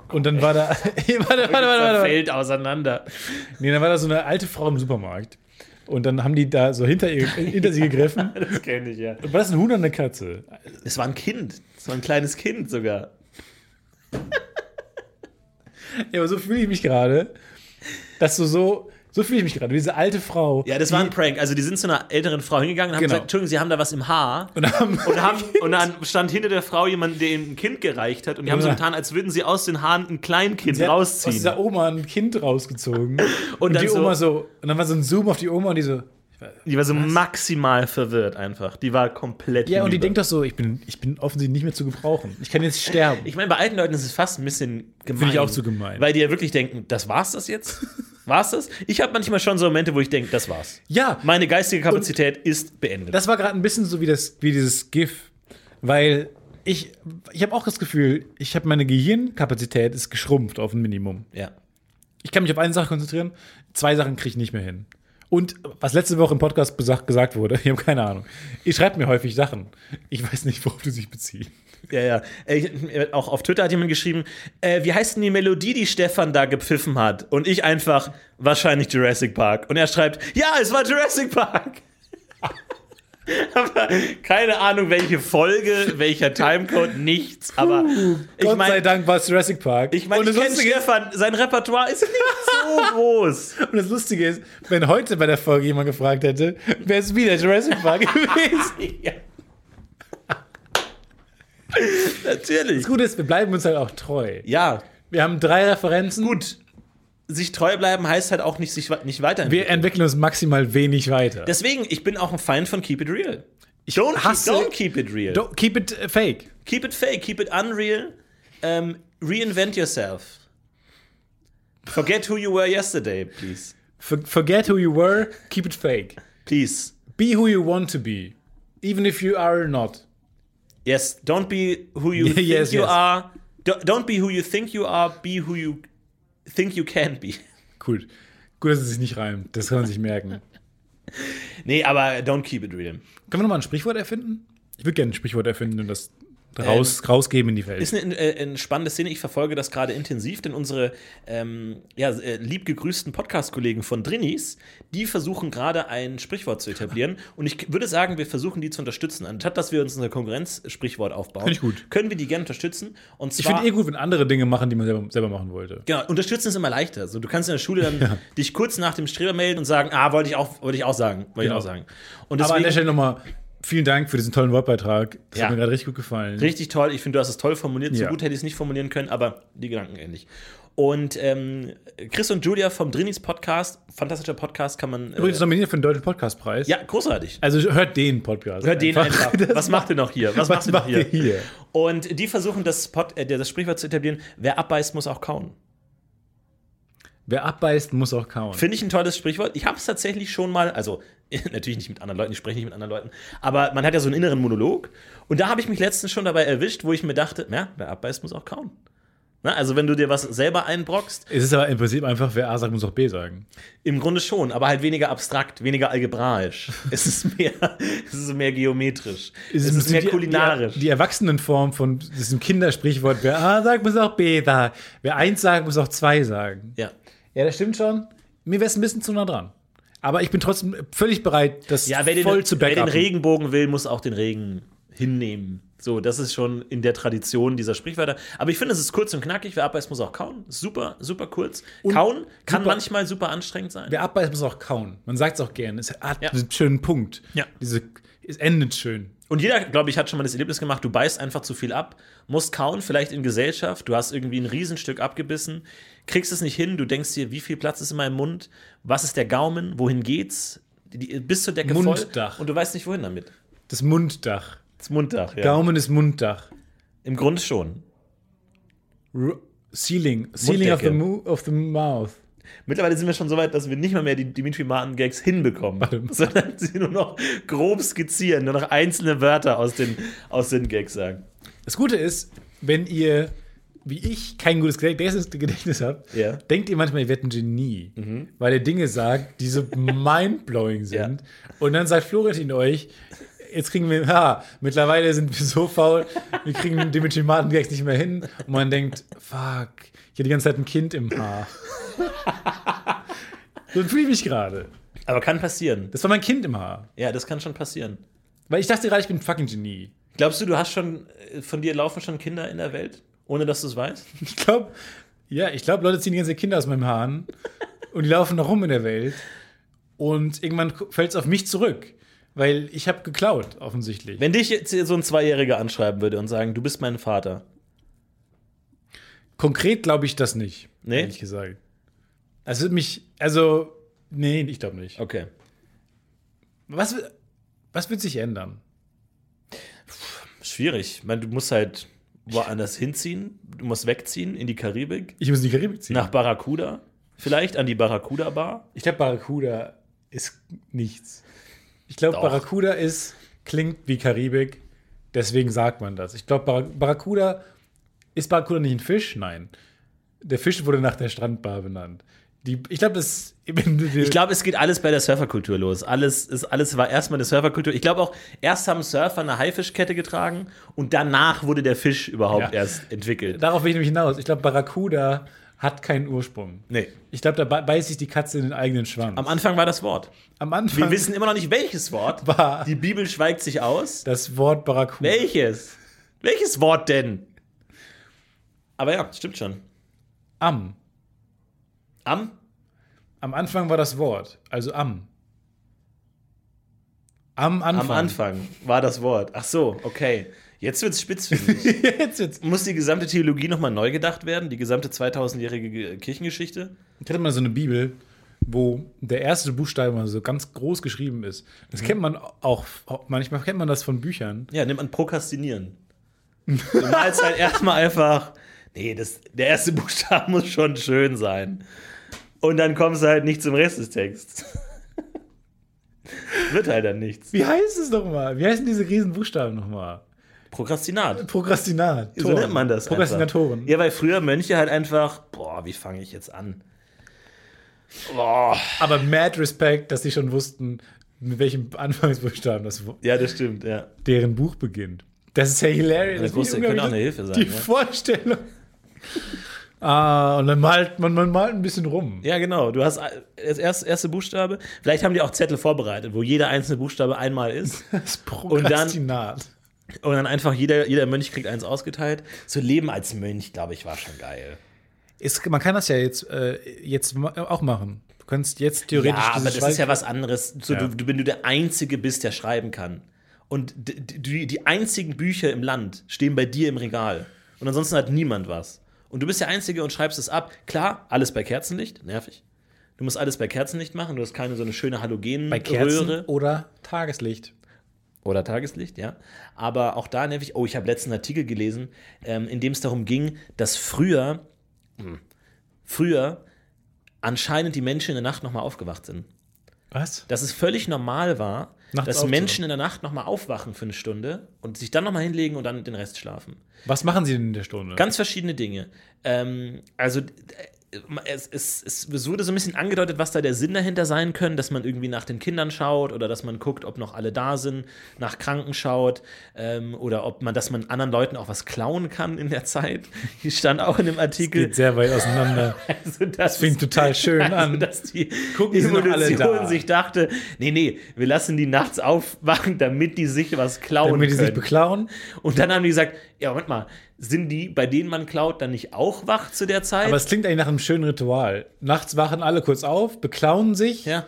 Speaker 4: Und dann war da, [laughs] warte, warte, warte, warte, warte.
Speaker 3: Fällt auseinander.
Speaker 4: Nee, dann war da so eine alte Frau im Supermarkt. Und dann haben die da so hinter, ihr, hinter sie gegriffen.
Speaker 3: Das kenne ich ja.
Speaker 4: [laughs] War das ein Huhn oder eine Katze?
Speaker 3: Es war ein Kind. Es war ein kleines Kind sogar.
Speaker 4: Ja, aber so fühle ich mich gerade. Dass du so, so fühle ich mich gerade. Diese alte Frau.
Speaker 3: Ja, das war ein Prank. Also, die sind zu einer älteren Frau hingegangen und haben
Speaker 4: Genau.
Speaker 3: gesagt: Entschuldigung, sie haben da was im Haar.
Speaker 4: [laughs] und haben,
Speaker 3: Und, haben, und dann stand hinter der Frau jemand, der ihm ein Kind gereicht hat. Und die haben so
Speaker 4: Ja.
Speaker 3: getan, als würden sie aus den Haaren ein Kleinkind
Speaker 4: Sie hat Aus
Speaker 3: rausziehen.
Speaker 4: dieser Oma ein Kind rausgezogen. [laughs] und,
Speaker 3: dann
Speaker 4: die
Speaker 3: so-
Speaker 4: Oma so, und dann war so ein Zoom auf die Oma und die so.
Speaker 3: Die war so maximal verwirrt einfach. Die war komplett.
Speaker 4: Ja, und die
Speaker 3: hinüber.
Speaker 4: denkt doch so, ich bin, ich bin offensichtlich nicht mehr zu gebrauchen. Ich kann jetzt sterben.
Speaker 3: Ich meine, bei alten Leuten ist es fast ein bisschen gemein.
Speaker 4: ich auch zu gemein.
Speaker 3: Weil die ja wirklich denken, das war's das jetzt? War's das? Ich habe manchmal schon so Momente, wo ich denke, das war's.
Speaker 4: ja,
Speaker 3: Meine geistige Kapazität ist beendet.
Speaker 4: das war gerade ein bisschen so wie, das, wie dieses GIF, weil ich, ich habe auch das Gefühl, ich habe meine Gehirnkapazität ist geschrumpft auf ein Minimum.
Speaker 3: ja.
Speaker 4: Ich kann mich auf eine Sache konzentrieren, zwei Sachen kriege ich nicht mehr hin. Und was letzte Woche im Podcast besagt, gesagt wurde, [laughs] ich habe keine Ahnung. Ihr schreibt mir häufig Sachen. Ich weiß nicht, worauf die sich beziehen.
Speaker 3: Ja, ja. Äh, ich- auch auf Twitter hat jemand geschrieben, äh, wie heißt denn die Melodie, die Stefan da gepfiffen hat? Und ich einfach, wahrscheinlich Jurassic Park. Und er schreibt, ja, es war Jurassic Park. [laughs] aber keine Ahnung, welche Folge, welcher Timecode, nichts. Aber ich
Speaker 4: Gott sei
Speaker 3: meine,
Speaker 4: Dank war es Jurassic Park.
Speaker 3: ich, mein,
Speaker 4: und
Speaker 3: ich
Speaker 4: das,
Speaker 3: kenne
Speaker 4: Lustige,
Speaker 3: Stefan, sein Repertoire ist nicht so
Speaker 4: [laughs]
Speaker 3: groß.
Speaker 4: und das Lustige ist, wenn heute bei der Folge jemand gefragt hätte, wäre es wieder Jurassic
Speaker 3: [laughs]
Speaker 4: Park gewesen.
Speaker 3: ja. Natürlich.
Speaker 4: Das Gute ist, wir bleiben uns halt auch treu.
Speaker 3: Ja,
Speaker 4: Wir haben drei Referenzen.
Speaker 3: gut. Sich treu bleiben heißt halt auch nicht, sich wa- nicht weiterentwickeln.
Speaker 4: Wir entwickeln uns maximal wenig weiter.
Speaker 3: Deswegen, ich bin auch ein Feind von Keep It Real. don't,
Speaker 4: hasse-
Speaker 3: don't keep it real.
Speaker 4: Don't keep it äh, fake.
Speaker 3: Keep it fake, keep it unreal. Ähm, reinvent yourself. Forget who you were yesterday, please.
Speaker 4: For- Forget who you were, keep it fake.
Speaker 3: Please.
Speaker 4: Be who you want to be. Even if you are not.
Speaker 3: Yes, don't be who you think
Speaker 4: Yes,
Speaker 3: you
Speaker 4: yes.
Speaker 3: are. Do- Don't be who you think you are, be who you think you can be. [laughs]
Speaker 4: Cool. Gut, dass es sich nicht reimt. Das kann man sich merken.
Speaker 3: Nee, aber don't keep it real.
Speaker 4: Können wir nochmal ein Sprichwort erfinden? Ich würde gerne ein Sprichwort erfinden und das Raus, rausgeben in die Welt.
Speaker 3: Ähm, Ist eine, äh, eine spannende Szene. Ich verfolge das gerade intensiv, denn unsere ähm, ja, äh, liebgegrüßten Podcast-Kollegen von Drinis, die versuchen gerade ein Sprichwort zu etablieren. Und ich k- würde sagen, wir versuchen die zu unterstützen. Anstatt dass wir uns unser Konkurrenz-Sprichwort aufbauen,
Speaker 4: Finde ich gut.
Speaker 3: können wir die gerne unterstützen. Und
Speaker 4: ich
Speaker 3: zwar,
Speaker 4: finde eh gut, wenn andere Dinge machen, die man selber, selber machen wollte.
Speaker 3: Genau, unterstützen ist immer leichter. So, du kannst in der Schule dann dich kurz nach dem Streber melden und sagen, ah, wollte ich auch, wollte ich auch sagen, wollte ich
Speaker 4: Genau.
Speaker 3: auch sagen. Und
Speaker 4: Aber an der
Speaker 3: deswegen-
Speaker 4: Stelle nochmal vielen Dank für diesen tollen Wortbeitrag. Das
Speaker 3: Ja.
Speaker 4: hat mir gerade richtig gut gefallen.
Speaker 3: Richtig toll. Ich finde, du hast es toll formuliert. So
Speaker 4: Ja.
Speaker 3: gut hätte ich es nicht formulieren können, aber die Gedanken ähnlich. Und ähm, Chris und Julia vom Drinis Podcast, fantastischer Podcast, kann man. Äh,
Speaker 4: Übrigens nominiert für den Deutschen Podcastpreis.
Speaker 3: ja, großartig.
Speaker 4: Also hört den Podcast.
Speaker 3: Hört den einfach.
Speaker 4: [laughs] Das
Speaker 3: Äh, Was macht ihr noch hier? Was, macht
Speaker 4: Was
Speaker 3: ihr noch
Speaker 4: macht
Speaker 3: hier?
Speaker 4: ihr hier?
Speaker 3: Und die versuchen, das, Pod, äh, das Sprichwort zu etablieren: Wer abbeißt, muss auch kauen.
Speaker 4: Wer abbeißt, muss auch kauen.
Speaker 3: Finde ich ein tolles Sprichwort. Ich habe es tatsächlich schon mal, also [laughs] natürlich nicht mit anderen Leuten, ich spreche nicht mit anderen Leuten, aber man hat ja so einen inneren Monolog. Und da habe ich mich letztens schon dabei erwischt, wo ich mir dachte, ja, wer abbeißt, muss auch kauen. Na, also wenn du dir was selber einbrockst,
Speaker 4: es ist aber im Prinzip einfach, wer A sagt, muss auch B sagen.
Speaker 3: im Grunde schon, aber halt weniger abstrakt, weniger algebraisch. [laughs] es, ist mehr, es ist mehr geometrisch. Es,
Speaker 4: im
Speaker 3: ist
Speaker 4: Prinzip
Speaker 3: mehr kulinarisch.
Speaker 4: Die, die, die Erwachsenenform von diesem Kindersprichwort, wer A sagt, muss auch B sagen. Wer eins sagt, muss auch zwei sagen.
Speaker 3: ja.
Speaker 4: Ja, das stimmt schon. Mir wäre es ein bisschen zu nah dran. Aber ich bin trotzdem völlig bereit, das
Speaker 3: ja, wer den,
Speaker 4: voll zu
Speaker 3: wer den
Speaker 4: backupen.
Speaker 3: Regenbogen will, muss auch den Regen hinnehmen. So, das ist schon in der Tradition dieser Sprichwörter. Aber ich finde, es ist kurz und knackig. Wer abbeißt, muss auch kauen. Super, super kurz. kauen kann
Speaker 4: super-
Speaker 3: manchmal super anstrengend sein.
Speaker 4: Wer abbeißt, muss auch kauen. Man sagt es auch gerne. Es hat
Speaker 3: Ja.
Speaker 4: einen schönen Punkt.
Speaker 3: Ja.
Speaker 4: Diese, es endet schön.
Speaker 3: Und jeder, glaube ich, hat schon mal das Erlebnis gemacht, du beißt einfach zu viel ab, musst kauen, vielleicht in Gesellschaft, du hast irgendwie ein Riesenstück abgebissen, kriegst es nicht hin, du denkst dir, wie viel Platz ist in meinem Mund, was ist der Gaumen, wohin geht's, die, bis zur Decke
Speaker 4: Munddach.
Speaker 3: voll und du weißt nicht, wohin damit.
Speaker 4: Das Munddach.
Speaker 3: Das Munddach, ja.
Speaker 4: Gaumen ist Munddach.
Speaker 3: Im Grunde schon.
Speaker 4: R Ceiling. Ceiling of
Speaker 3: Munddecke.
Speaker 4: the, mu- of the mouth.
Speaker 3: Mittlerweile sind wir schon so weit, dass wir nicht mal mehr die Dimitri Martin-Gags hinbekommen,
Speaker 4: mal.
Speaker 3: sondern [laughs] sie nur noch grob skizzieren, nur noch einzelne Wörter aus den, aus den Gags sagen.
Speaker 4: Das Gute ist, wenn ihr, wie ich, kein gutes Gedächtnis, Gedächtnis habt,
Speaker 3: Ja.
Speaker 4: denkt ihr manchmal, ihr werdet ein Genie, weil ihr Dinge sagt, die so mindblowing sind. Und dann sagt Florentin euch, jetzt kriegen wir, ha, mittlerweile sind wir so faul, wir kriegen den mit dem Martin Gags nicht mehr hin. Und man denkt, fuck, ich hatte die ganze Zeit ein Kind im Haar. so fühle ich mich gerade.
Speaker 3: Aber kann passieren.
Speaker 4: Das war mein Kind im Haar.
Speaker 3: Ja, das kann schon passieren.
Speaker 4: Weil ich dachte gerade, ich bin ein fucking Genie.
Speaker 3: Glaubst du, du hast schon, äh, von dir laufen schon Kinder in der Welt, ohne dass du es weißt?
Speaker 4: Ich glaube, ja, ich glaube, Leute ziehen die ganze Kinder aus meinem Hahn und die laufen noch rum in der Welt. Und irgendwann fällt es auf mich zurück, weil ich habe geklaut, offensichtlich.
Speaker 3: Wenn dich jetzt so ein Zweijähriger anschreiben würde und sagen, du bist mein Vater.
Speaker 4: Konkret glaube ich das nicht,
Speaker 3: Nee?
Speaker 4: ehrlich gesagt. Also mich, also, nee, ich glaube nicht.
Speaker 3: Okay.
Speaker 4: Was, wi- was wird sich ändern?
Speaker 3: Schwierig. Ich meine, du musst halt woanders hinziehen. Du musst wegziehen in die Karibik.
Speaker 4: Ich muss in die Karibik ziehen.
Speaker 3: Nach Barracuda. Vielleicht an die Barracuda-Bar.
Speaker 4: Ich glaube, Barracuda ist nichts. Ich glaube,
Speaker 3: Doch.
Speaker 4: Barracuda ist, klingt wie Karibik, deswegen sagt man das. Ich glaube, Barra Barracuda, ist Barracuda nicht ein Fisch? Nein. Der Fisch wurde nach der Strandbar benannt. Die, ich glaube, das. [laughs]
Speaker 3: Ich glaube, es geht alles bei der Surferkultur los. Alles, ist, alles war erstmal eine Surferkultur. Ich glaube auch, erst haben Surfer eine Haifischkette getragen und danach wurde der Fisch überhaupt
Speaker 4: Ja.
Speaker 3: erst entwickelt.
Speaker 4: Darauf will ich nämlich hinaus. Ich glaube, Barracuda hat keinen Ursprung.
Speaker 3: Nee.
Speaker 4: Ich glaube, da bei- beißt sich die Katze in den eigenen Schwanz.
Speaker 3: Am Anfang war das Wort.
Speaker 4: Am Anfang
Speaker 3: Wir wissen immer noch nicht, welches Wort.
Speaker 4: war
Speaker 3: Die Bibel schweigt sich aus.
Speaker 4: das Wort Barracuda.
Speaker 3: Welches? Welches Wort denn? Aber ja, stimmt schon.
Speaker 4: Am.
Speaker 3: Am?
Speaker 4: Am Anfang war das Wort. Also am. Am Anfang.
Speaker 3: Am Anfang war das Wort. Ach so, okay. Jetzt wird's spitz, finde
Speaker 4: [laughs]
Speaker 3: ich.
Speaker 4: [laughs] jetzt, jetzt.
Speaker 3: Muss die gesamte Theologie nochmal neu gedacht werden? Die gesamte 2000-jährige Ge- Kirchengeschichte?
Speaker 4: Ich hatte mal so eine Bibel, wo der erste Buchstabe mal so ganz groß geschrieben ist.
Speaker 3: Mhm.
Speaker 4: Das kennt man auch, manchmal kennt man das von Büchern.
Speaker 3: Ja, nimmt an Prokrastinieren. Du malst halt erstmal einfach, nee, das, der erste Buchstabe muss schon schön sein. Und dann kommst du halt nicht zum Rest des Texts. [laughs] Wird halt dann nichts.
Speaker 4: Wie heißt es nochmal? Wie heißen diese riesen Buchstaben nochmal?
Speaker 3: Prokrastinat.
Speaker 4: Prokrastinat.
Speaker 3: So nennt man das.
Speaker 4: Prokrastinatoren.
Speaker 3: Einfach. Ja, weil früher Mönche halt einfach, boah, wie fange ich jetzt an? Boah.
Speaker 4: Aber mad respect, dass sie schon wussten, mit welchem Anfangsbuchstaben das,
Speaker 3: Ja, das stimmt, ja.
Speaker 4: deren Buch beginnt. Das ist ja hilarious. Das
Speaker 3: Das wusste-
Speaker 4: ist unglaublich.
Speaker 3: könnte auch eine Hilfe sein,
Speaker 4: Die
Speaker 3: ja.
Speaker 4: Vorstellung. [laughs] Ah, und dann malt man, man malt ein bisschen rum.
Speaker 3: Ja, genau. Du hast äh, das erste, erste Buchstabe. Vielleicht haben die auch Zettel vorbereitet, wo jeder einzelne Buchstabe einmal ist.
Speaker 4: Das Prokrastinat.
Speaker 3: Und dann einfach jeder, jeder Mönch kriegt eins ausgeteilt. Zu leben als Mönch, glaube ich, war schon geil.
Speaker 4: Ist, man kann das ja jetzt, äh, jetzt ma- auch machen. Du kannst jetzt
Speaker 3: Ja,
Speaker 4: theoretisch.
Speaker 3: aber
Speaker 4: dieses
Speaker 3: das ist ja
Speaker 4: Schweig-
Speaker 3: was anderes, so,
Speaker 4: Ja.
Speaker 3: du, du, wenn du der Einzige bist, der schreiben kann. Und d- d- die, die einzigen Bücher im Land stehen bei dir im Regal. Und ansonsten hat niemand was. Und du bist der Einzige und schreibst es ab. Klar, alles bei Kerzenlicht, nervig. Du musst alles bei Kerzenlicht machen, du hast keine so eine schöne
Speaker 4: bei Kerzen
Speaker 3: Halogenröhre.
Speaker 4: oder Tageslicht.
Speaker 3: Oder Tageslicht, ja. Aber auch da nervig, oh, ich habe letzten Artikel gelesen, ähm, in dem es darum ging, dass früher, hm, früher anscheinend die Menschen in der Nacht nochmal aufgewacht sind.
Speaker 4: Was?
Speaker 3: Dass es völlig normal war,
Speaker 4: Nachts
Speaker 3: dass
Speaker 4: aufzuwachen.
Speaker 3: Menschen in der Nacht nochmal aufwachen für eine Stunde und sich dann nochmal hinlegen und dann den Rest schlafen.
Speaker 4: Was machen sie denn in der Stunde?
Speaker 3: Ganz verschiedene Dinge. Ähm, also äh, es, es, es wurde so ein bisschen angedeutet, was da der Sinn dahinter sein können, dass man irgendwie nach den Kindern schaut oder dass man guckt, ob noch alle da sind, nach Kranken schaut ähm, oder ob man, dass man anderen Leuten auch was klauen kann in der Zeit. Hier stand auch in dem Artikel.
Speaker 4: Geht sehr weit auseinander.
Speaker 3: Also das
Speaker 4: Fing
Speaker 3: [laughs]
Speaker 4: total schön
Speaker 3: also,
Speaker 4: an.
Speaker 3: dass die
Speaker 4: Gucken sie noch alle
Speaker 3: Evolution
Speaker 4: da.
Speaker 3: sich dachte, nee, nee, wir lassen die nachts aufwachen, damit die sich was klauen
Speaker 4: Damit die
Speaker 3: können.
Speaker 4: sich beklauen.
Speaker 3: Und dann haben die gesagt, ja, Moment mal, sind die, bei denen man klaut, dann nicht auch wach zu der Zeit?
Speaker 4: Aber es klingt eigentlich nach einem schönen Ritual. Nachts wachen alle kurz auf, beklauen sich.
Speaker 3: ja.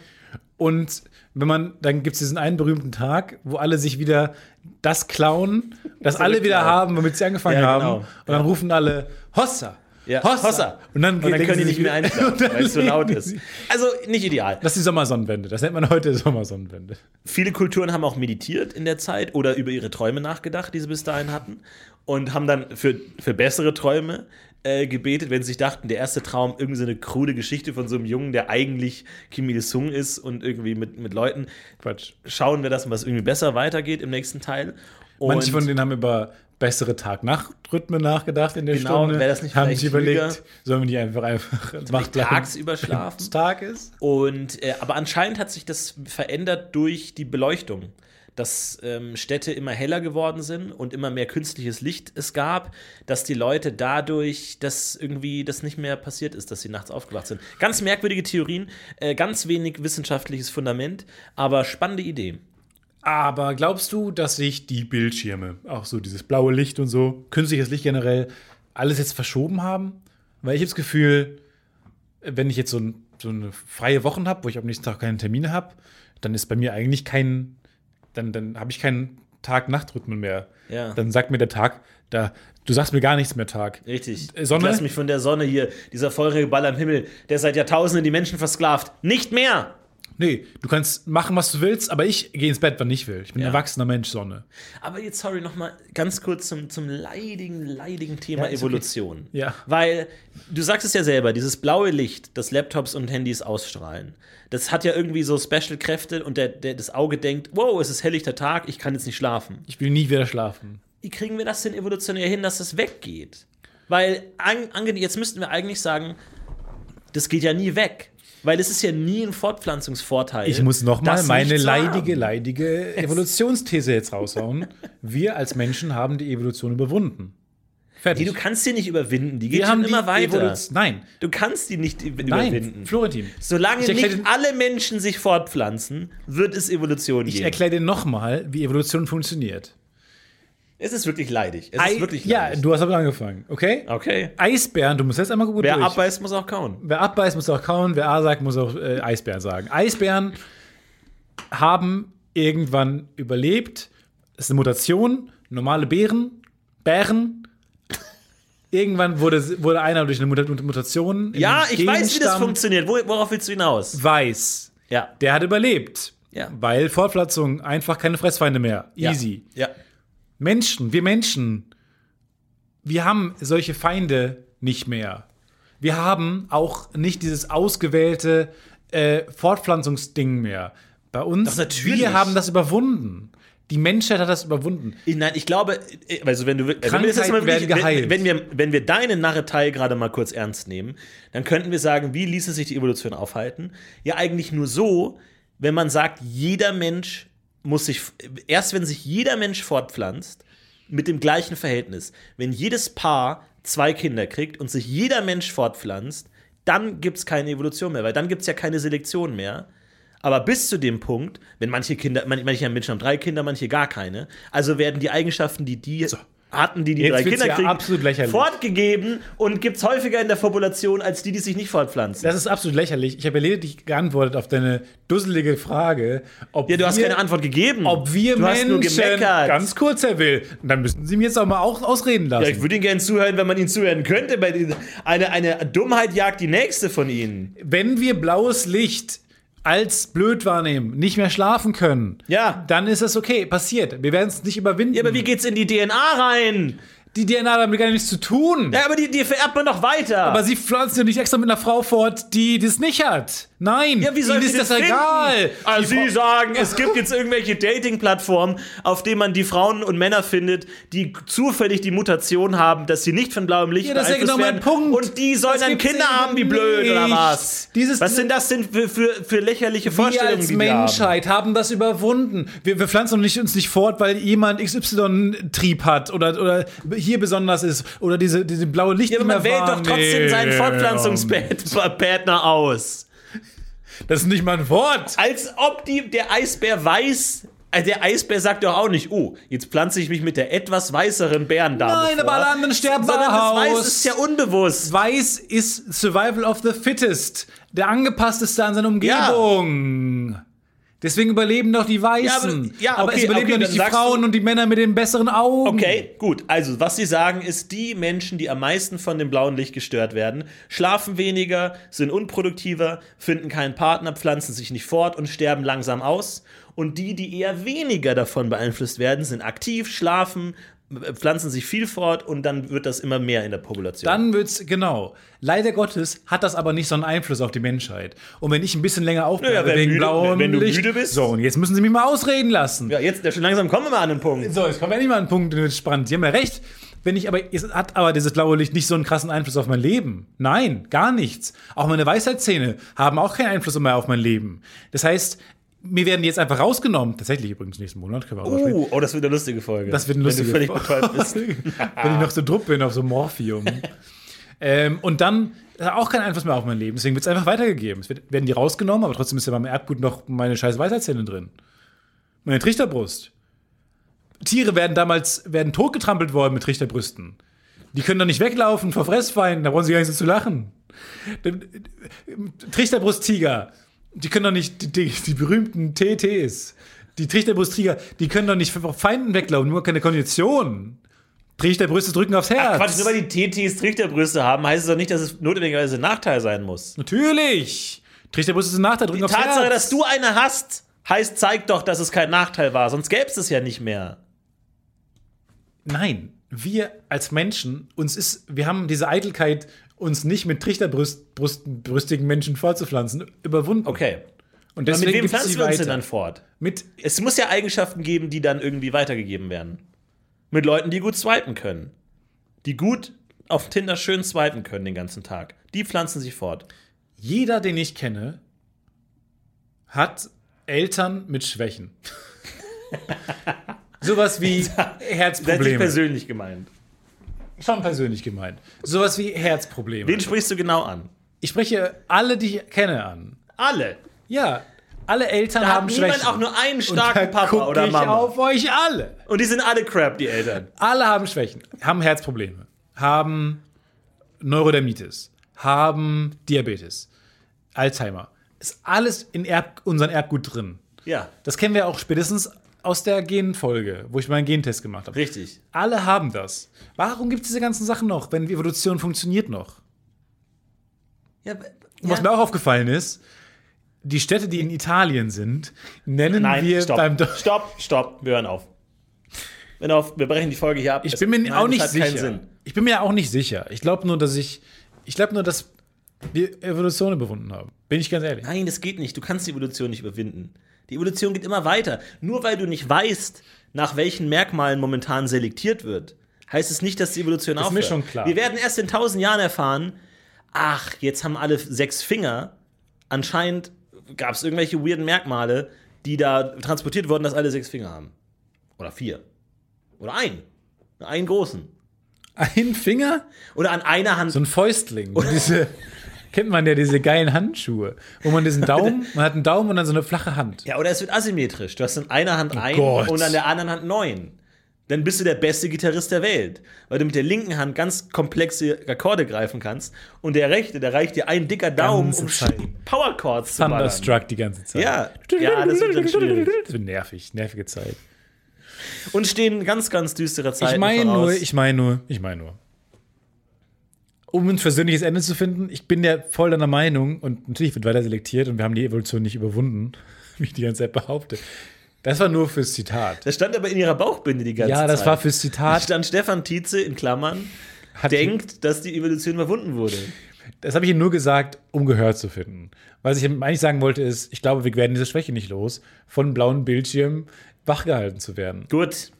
Speaker 4: Und wenn man, dann gibt es diesen einen berühmten Tag, wo alle sich wieder das klauen, das alle wieder haben, womit sie angefangen
Speaker 3: Ja,
Speaker 4: haben.
Speaker 3: genau.
Speaker 4: Und dann rufen alle Hossa!
Speaker 3: Ja,
Speaker 4: Hossa!
Speaker 3: Hossa.
Speaker 4: Und dann,
Speaker 3: Und dann
Speaker 4: legen
Speaker 3: können die
Speaker 4: sie
Speaker 3: nicht
Speaker 4: sich
Speaker 3: mehr
Speaker 4: wieder-
Speaker 3: einschlafen,
Speaker 4: und [laughs] dann
Speaker 3: weil es so laut
Speaker 4: legen
Speaker 3: ist.
Speaker 4: sie-
Speaker 3: Also nicht ideal.
Speaker 4: Das ist die Sommersonnenwende. Das nennt man heute Sommersonnenwende.
Speaker 3: Viele Kulturen haben auch meditiert in der Zeit oder über ihre Träume nachgedacht, die sie bis dahin hatten. Und haben dann für, für bessere Träume äh, gebetet, wenn sie sich dachten, der erste Traum, irgendwie so eine krude Geschichte von so einem Jungen, der eigentlich Kim Il-sung ist und irgendwie mit, mit Leuten.
Speaker 4: Quatsch.
Speaker 3: Schauen wir das, was irgendwie besser weitergeht im nächsten Teil. Und
Speaker 4: Manche von denen haben über bessere Tag-Nacht-Rhythmen nachgedacht in der
Speaker 3: Genau,
Speaker 4: Stunde.
Speaker 3: wäre das nicht
Speaker 4: haben
Speaker 3: vielleicht
Speaker 4: sich überlegt,
Speaker 3: klüger?
Speaker 4: sollen wir die einfach [laughs] einfach wach bleiben,
Speaker 3: tagsüber schlafen?
Speaker 4: wenn's [laughs] Tag ist.
Speaker 3: Und äh, aber anscheinend hat sich das verändert durch die Beleuchtung, dass ähm, Städte immer heller geworden sind und immer mehr künstliches Licht es gab, dass die Leute dadurch, dass irgendwie das nicht mehr passiert ist, dass sie nachts aufgewacht sind. Ganz merkwürdige Theorien, äh, ganz wenig wissenschaftliches Fundament, aber spannende Idee.
Speaker 4: Aber glaubst du, dass sich die Bildschirme, auch so dieses blaue Licht und so, künstliches Licht generell, alles jetzt verschoben haben? Weil ich habe das Gefühl, wenn ich jetzt so, ein, so eine freie Woche habe, wo ich am nächsten Tag keine Termine habe, dann ist bei mir eigentlich kein, dann, dann habe ich keinen Tag-Nacht-Rhythmen mehr.
Speaker 3: Ja.
Speaker 4: Dann sagt mir der Tag, da, du sagst mir gar nichts mehr Tag.
Speaker 3: Richtig.
Speaker 4: Äh, Sonne?
Speaker 3: Ich lass mich von der Sonne hier, dieser feurige Ball am Himmel, der seit Jahrtausenden die Menschen versklavt. Nicht mehr!
Speaker 4: Nee, du kannst machen, was du willst, aber ich gehe ins Bett, wann ich will. Ich bin
Speaker 3: Ja.
Speaker 4: ein erwachsener Mensch, Sonne.
Speaker 3: Aber jetzt, sorry, nochmal ganz kurz zum, zum leidigen, leidigen Thema
Speaker 4: Ja, ist okay.
Speaker 3: Evolution.
Speaker 4: Ja.
Speaker 3: Weil, du sagst es ja selber, dieses blaue Licht, das Laptops und Handys ausstrahlen, das hat ja irgendwie so Special-Kräfte und der, der, das Auge denkt, wow, es ist helllichter Tag, ich kann jetzt nicht schlafen.
Speaker 4: Ich will nie wieder schlafen.
Speaker 3: Wie kriegen wir das denn evolutionär hin, dass das weggeht? Weil, an, ange- jetzt müssten wir eigentlich sagen, das geht ja nie weg. Weil es ist ja nie ein Fortpflanzungsvorteil.
Speaker 4: Ich muss nochmal
Speaker 3: das
Speaker 4: meine
Speaker 3: nicht zu haben.
Speaker 4: leidige, leidige Evolutionsthese jetzt raushauen. Wir als Menschen haben die Evolution überwunden.
Speaker 3: Nee,
Speaker 4: Fertig.
Speaker 3: du kannst die nicht überwinden, die geht
Speaker 4: Wir haben
Speaker 3: schon immer
Speaker 4: die
Speaker 3: weiter.
Speaker 4: Evolution- Nein,
Speaker 3: Du kannst die nicht ü-
Speaker 4: nein,
Speaker 3: überwinden.
Speaker 4: Florentin.
Speaker 3: Solange
Speaker 4: Ich erklär
Speaker 3: nicht
Speaker 4: den-
Speaker 3: alle Menschen sich fortpflanzen, wird es Evolution
Speaker 4: Ich
Speaker 3: geben.
Speaker 4: erkläre dir nochmal, wie Evolution funktioniert.
Speaker 3: Es ist wirklich leidig. Es
Speaker 4: Ei-
Speaker 3: ist wirklich
Speaker 4: ja,
Speaker 3: leidig.
Speaker 4: du hast aber angefangen, okay?
Speaker 3: okay.
Speaker 4: Eisbären, du musst jetzt einmal gut
Speaker 3: Wer
Speaker 4: durch.
Speaker 3: abbeißt, muss auch kauen.
Speaker 4: Wer abbeißt, muss auch kauen. Wer A sagt, muss auch äh, Eisbären sagen. Eisbären haben irgendwann überlebt. Das ist eine Mutation. Normale Bären, Bären. Irgendwann wurde, wurde einer durch eine Muta- Mutation. in
Speaker 3: Ja,
Speaker 4: den
Speaker 3: ich weiß, wie das
Speaker 4: Genstamm
Speaker 3: funktioniert. Wo- Worauf willst du hinaus?
Speaker 4: Weiß.
Speaker 3: Ja.
Speaker 4: Der hat überlebt.
Speaker 3: Ja.
Speaker 4: Weil Fortpflanzung einfach keine Fressfeinde mehr. Easy.
Speaker 3: Ja.
Speaker 4: Menschen, wir Menschen, wir haben solche Feinde nicht mehr. Wir haben auch nicht dieses ausgewählte äh, Fortpflanzungsding mehr. Bei uns,
Speaker 3: Doch, natürlich.
Speaker 4: wir haben das überwunden. Die Menschheit hat das überwunden.
Speaker 3: Ich- Nein, ich glaube, äh, also wenn du wir- wenn wir das jetzt mal
Speaker 4: Krankheiten
Speaker 3: wirklich,
Speaker 4: werden geheilt.
Speaker 3: Wenn, wenn, wir, wenn wir deine Narretei gerade mal kurz ernst nehmen, dann könnten wir sagen, wie ließe sich die Evolution aufhalten? Ja, eigentlich nur so, wenn man sagt, jeder Mensch muss sich, erst wenn sich jeder Mensch fortpflanzt, mit dem gleichen Verhältnis. Wenn jedes Paar zwei Kinder kriegt und sich jeder Mensch fortpflanzt, dann gibt es keine Evolution mehr, weil dann gibt es ja keine Selektion mehr. Aber bis zu dem Punkt, wenn manche Kinder, man, manche Menschen haben drei Kinder, manche gar keine, also werden die Eigenschaften, die die hatten, die die
Speaker 4: Jetzt
Speaker 3: drei
Speaker 4: wird's
Speaker 3: Kinder
Speaker 4: ja
Speaker 3: kriegen,
Speaker 4: absolut lächerlich.
Speaker 3: fortgegeben und gibt es häufiger in der Population als die, die sich nicht fortpflanzen.
Speaker 4: Das ist absolut lächerlich. Ich habe ja lediglich geantwortet auf deine dusselige Frage, ob
Speaker 3: ja, du hast
Speaker 4: wir,
Speaker 3: keine Antwort gegeben.
Speaker 4: ob wir
Speaker 3: du hast
Speaker 4: Menschen,
Speaker 3: nur gemeckert.
Speaker 4: ganz kurz, Herr Will, und dann müssen Sie mir jetzt auch mal auch ausreden
Speaker 3: ja,
Speaker 4: lassen.
Speaker 3: ich würde ihn gerne zuhören, wenn man ihn zuhören könnte. Bei diesen- Eine, eine Dummheit jagt die nächste von ihnen.
Speaker 4: Wenn wir blaues Licht als blöd wahrnehmen, nicht mehr schlafen können,
Speaker 3: Ja.
Speaker 4: dann ist das okay, passiert. Wir werden es nicht überwinden.
Speaker 3: Ja, aber wie geht's in die DNA rein?
Speaker 4: Die DNA hat damit gar nichts zu tun.
Speaker 3: Ja, aber die, die vererbt man doch weiter.
Speaker 4: Aber sie pflanzt ja nicht extra mit einer Frau fort, die das nicht hat. Nein,
Speaker 3: Ja, wie soll
Speaker 4: ihnen
Speaker 3: sie
Speaker 4: ist das
Speaker 3: finden?
Speaker 4: egal.
Speaker 3: Also Sie
Speaker 4: Die Frau-
Speaker 3: sagen,
Speaker 4: [laughs]
Speaker 3: es gibt jetzt irgendwelche Dating-Plattformen, auf denen man die Frauen und Männer findet, die zufällig die Mutation haben, dass sie nicht von blauem Licht
Speaker 4: Ja, das ist ja
Speaker 3: beeinflusst
Speaker 4: genau mein
Speaker 3: werden.
Speaker 4: Punkt.
Speaker 3: Und die sollen
Speaker 4: Das
Speaker 3: dann
Speaker 4: gibt's
Speaker 3: Kinder haben, wie
Speaker 4: eben
Speaker 3: blöd oder
Speaker 4: nicht.
Speaker 3: was?
Speaker 4: Dieses-
Speaker 3: was sind das denn für, für, für lächerliche
Speaker 4: Wir
Speaker 3: Vorstellungen,
Speaker 4: als
Speaker 3: die wir haben?
Speaker 4: Menschheit haben das überwunden. Wir, wir pflanzen uns nicht, uns nicht fort, weil jemand XY-Trieb hat oder, oder hier besonders ist oder diese, diese blaue Licht.
Speaker 3: Ja, aber man
Speaker 4: die wir
Speaker 3: wählt doch trotzdem seinen
Speaker 4: wahrnehmen.
Speaker 3: Fortpflanzungspartner aus.
Speaker 4: Das ist nicht mal ein Wort.
Speaker 3: Als ob die, der Eisbär weiß. Also der Eisbär sagt doch auch nicht, oh, jetzt pflanze ich mich mit der etwas weißeren Bärendame
Speaker 4: Nein, aber
Speaker 3: vor.
Speaker 4: alle anderen sterben
Speaker 3: Sondern das
Speaker 4: aus.
Speaker 3: Weiß ist ja unbewusst.
Speaker 4: Weiß ist Survival of the Fittest. Der angepassteste an seine Umgebung. Deswegen überleben doch die Weißen.
Speaker 3: aber- ja,
Speaker 4: aber es
Speaker 3: okay,
Speaker 4: überleben
Speaker 3: okay,
Speaker 4: doch
Speaker 3: dann
Speaker 4: nicht die
Speaker 3: sagst
Speaker 4: Frauen
Speaker 3: du-
Speaker 4: und die Männer mit den besseren Augen.
Speaker 3: Okay, gut. Also, was sie sagen, ist, die Menschen, die am meisten von dem blauen Licht gestört werden, schlafen weniger, sind unproduktiver, finden keinen Partner, pflanzen sich nicht fort und sterben langsam aus. Und die, die eher weniger davon beeinflusst werden, sind aktiv, schlafen, äh, pflanzen sich viel fort und dann wird das immer mehr in der Population.
Speaker 4: Dann wird's, genau. Leider Gottes hat das aber nicht so einen Einfluss auf die Menschheit. Und wenn ich ein bisschen länger aufbleibe
Speaker 3: Naja, wenn
Speaker 4: wegen
Speaker 3: müde-
Speaker 4: blauem
Speaker 3: wenn du
Speaker 4: Licht.
Speaker 3: müde bist.
Speaker 4: So, und jetzt müssen Sie mich mal ausreden lassen.
Speaker 3: ja, jetzt schon langsam kommen wir mal an den Punkt.
Speaker 4: So, jetzt kommen wir endlich mal an einen Punkt, der wird spannend. Sie haben ja recht. Wenn ich aber, es hat aber dieses blaue Licht nicht so einen krassen Einfluss auf mein Leben. Nein, gar nichts. Auch meine Weisheitszähne haben auch keinen Einfluss mehr auf mein Leben. Das heißt, mir werden die jetzt einfach rausgenommen. Tatsächlich übrigens nächsten Monat können wir auch mal sprechen.
Speaker 3: Uh, oh, das wird eine lustige Folge.
Speaker 4: Das wird eine lustige
Speaker 3: Wenn du völlig
Speaker 4: Folge.
Speaker 3: betäubt
Speaker 4: [laughs]
Speaker 3: bist.
Speaker 4: Wenn ich noch so drupp bin auf so Morphium. ähm, und dann hat auch keinen Einfluss mehr auf mein Leben. Deswegen wird es einfach weitergegeben. Es wird, werden die rausgenommen, aber trotzdem ist ja beim Erbgut noch meine scheiß Weisheitszähne drin. Meine Trichterbrust. Tiere werden damals werden totgetrampelt worden mit Trichterbrüsten. Die können doch nicht weglaufen vor Fressfeinden, da brauchen sie gar nicht so zu lachen. Dem- dem Trichterbrusttiger, die können doch nicht, die, die, die berühmten TTs, die Trichterbrusttiger, die können doch nicht vor Feinden weglaufen, nur keine Kondition. Trichterbrüste drücken aufs Herz.
Speaker 3: Quatsch, nur weil die TTs Trichterbrüste haben, heißt es doch nicht, dass es notwendigerweise ein Nachteil sein muss.
Speaker 4: Natürlich! Trichterbrüste sind nach, da drücken
Speaker 3: Die
Speaker 4: aufs
Speaker 3: Tatsache,
Speaker 4: Herz.
Speaker 3: dass du eine hast, heißt, zeigt doch, dass es kein Nachteil war. Sonst gäbe es es ja nicht mehr.
Speaker 4: Nein, wir als Menschen, uns ist, wir haben diese Eitelkeit, uns nicht mit trichterbrüstigen Menschen fortzupflanzen, überwunden.
Speaker 3: Okay.
Speaker 4: Und
Speaker 3: Mit
Speaker 4: deswegen
Speaker 3: wem
Speaker 4: gibt's
Speaker 3: pflanzen
Speaker 4: sie
Speaker 3: wir uns
Speaker 4: weiter.
Speaker 3: denn dann fort?
Speaker 4: Mit
Speaker 3: Es muss ja Eigenschaften geben, die dann irgendwie weitergegeben werden. Mit Leuten, die gut swipen können. Die gut auf Tinder schön swipen können den ganzen Tag. Die pflanzen sich fort.
Speaker 4: jeder, den ich kenne, hat Eltern mit Schwächen.
Speaker 3: [laughs]
Speaker 4: Sowas wie
Speaker 3: Das ist
Speaker 4: Herzprobleme.
Speaker 3: persönlich gemeint.
Speaker 4: Schon persönlich gemeint. Sowas wie Herzprobleme.
Speaker 3: Wen sprichst du genau an?
Speaker 4: Ich spreche alle, die ich kenne, an.
Speaker 3: Alle.
Speaker 4: Ja, alle Eltern
Speaker 3: Da
Speaker 4: haben
Speaker 3: hat niemand
Speaker 4: Schwächen.
Speaker 3: auch nur einen
Speaker 4: Und da
Speaker 3: starken Papa
Speaker 4: guck
Speaker 3: oder
Speaker 4: ich
Speaker 3: Mama.
Speaker 4: auf euch alle.
Speaker 3: Und die sind alle crap, die Eltern.
Speaker 4: Alle haben Schwächen, haben Herzprobleme, haben Neurodermitis, haben Diabetes, Alzheimer. Ist alles in Erb unserem Erbgut drin.
Speaker 3: Ja,
Speaker 4: Das kennen wir auch spätestens aus der Genfolge, wo ich meinen Gentest gemacht habe.
Speaker 3: richtig.
Speaker 4: Alle haben das. Warum gibt es diese ganzen Sachen noch, wenn die Evolution funktioniert noch?
Speaker 3: Ja,
Speaker 4: Und was mir auch aufgefallen ist, die Städte, die in Italien sind, nennen
Speaker 3: Nein,
Speaker 4: wir
Speaker 3: stopp.
Speaker 4: beim
Speaker 3: stopp, stopp, wir hören auf. Wir, hören auf, wir brechen die Folge hier ab.
Speaker 4: Ich
Speaker 3: Es-
Speaker 4: bin mir
Speaker 3: nein,
Speaker 4: auch
Speaker 3: das
Speaker 4: nicht
Speaker 3: hat
Speaker 4: sicher.
Speaker 3: Keinen Sinn.
Speaker 4: Ich bin mir auch nicht sicher. Ich glaube nur, dass ich. Ich glaube nur, dass wir Evolution überwunden haben. Bin ich ganz ehrlich.
Speaker 3: Nein, das geht nicht. Du kannst die Evolution nicht überwinden. Die Evolution geht immer weiter. Nur weil du nicht weißt, nach welchen Merkmalen momentan selektiert wird, heißt es nicht, dass die Evolution
Speaker 4: ist
Speaker 3: aufhört.
Speaker 4: mir schon klar.
Speaker 3: Wir werden erst in tausend Jahren erfahren, ach, jetzt haben alle sechs Finger. Anscheinend gab es irgendwelche weirden Merkmale, die da transportiert wurden, dass alle sechs Finger haben. Oder vier. Oder ein. Einen großen.
Speaker 4: Ein Finger?
Speaker 3: Oder an einer Hand.
Speaker 4: So ein Fäustling.
Speaker 3: [laughs]
Speaker 4: Und diese, kennt man ja diese geilen Handschuhe, wo man diesen Daumen, man hat einen Daumen und dann so eine flache Hand.
Speaker 3: ja, oder es wird asymmetrisch. Du hast an einer Hand einen
Speaker 4: Oh Gott.
Speaker 3: und an der anderen Hand neun. Dann bist du der beste Gitarrist der Welt, weil du mit der linken Hand ganz komplexe Akkorde greifen kannst und der rechte, da reicht dir ein dicker Daumen,
Speaker 4: Ganze
Speaker 3: um
Speaker 4: Zeit.
Speaker 3: Power Chords zu ballern.
Speaker 4: Thunderstruck die ganze Zeit.
Speaker 3: Ja. Ja, das wird dann schwierig.
Speaker 4: Das wird nervig, nervige Zeit.
Speaker 3: Und stehen ganz, ganz düstere Zeiten
Speaker 4: Ich meine
Speaker 3: voraus.
Speaker 4: nur, ich meine nur, ich meine nur. Um ein persönliches Ende zu finden, ich bin ja voll deiner Meinung und natürlich wird weiter selektiert und wir haben die Evolution nicht überwunden, [laughs] wie ich die ganze Zeit behaupte. Das war nur fürs Zitat.
Speaker 3: das stand aber in ihrer Bauchbinde die ganze Zeit.
Speaker 4: Ja, das war fürs Zitat.
Speaker 3: stand Stefan Tietze in Klammern,
Speaker 4: Hat-
Speaker 3: denkt, dass die Evolution überwunden wurde.
Speaker 4: Das habe ich Ihnen nur gesagt, um gehört zu finden. Was ich eigentlich sagen wollte, ist, ich glaube, wir werden diese Schwäche nicht los, von blauen Bildschirmen wachgehalten zu werden.
Speaker 3: Gut.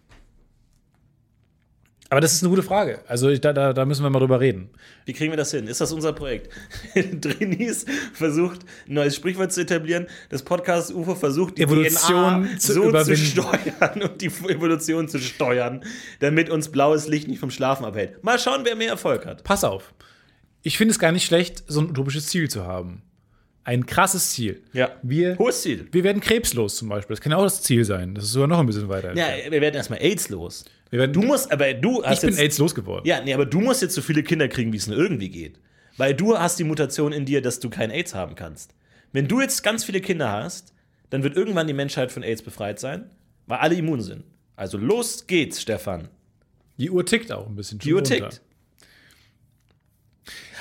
Speaker 4: Aber das ist eine gute Frage. Also ich, da, da, da müssen wir mal drüber reden.
Speaker 3: Wie kriegen wir das hin? Ist das unser Projekt? [laughs] Drinis versucht, ein neues Sprichwort zu etablieren. Das Podcast UFO versucht, die
Speaker 4: Evolution
Speaker 3: DNA
Speaker 4: zu
Speaker 3: so
Speaker 4: überwinden.
Speaker 3: zu steuern und die Evolution zu steuern, damit uns blaues Licht nicht vom Schlafen abhält. Mal schauen, wer mehr Erfolg hat.
Speaker 4: Pass auf. Ich finde es gar nicht schlecht, so ein utopisches Ziel zu haben. Ein krasses Ziel.
Speaker 3: Ja.
Speaker 4: Wir,
Speaker 3: Hohes Ziel.
Speaker 4: wir werden krebslos zum Beispiel. Das kann ja auch das Ziel sein. Das ist sogar noch ein bisschen weiter.
Speaker 3: Ja,
Speaker 4: entfernt.
Speaker 3: wir werden erstmal AIDS los.
Speaker 4: wir werden,
Speaker 3: Du musst, aber du
Speaker 4: ich
Speaker 3: hast
Speaker 4: bin
Speaker 3: jetzt,
Speaker 4: AIDS losgeworden.
Speaker 3: Ja, nee, aber du musst jetzt so viele Kinder kriegen, wie es nur irgendwie geht. Weil du hast die Mutation in dir, dass du kein AIDS haben kannst. Wenn du jetzt ganz viele Kinder hast, dann wird irgendwann die Menschheit von AIDS befreit sein, weil alle immun sind. Also los geht's, Stefan.
Speaker 4: Die Uhr tickt auch ein bisschen.
Speaker 3: Die Uhr tickt.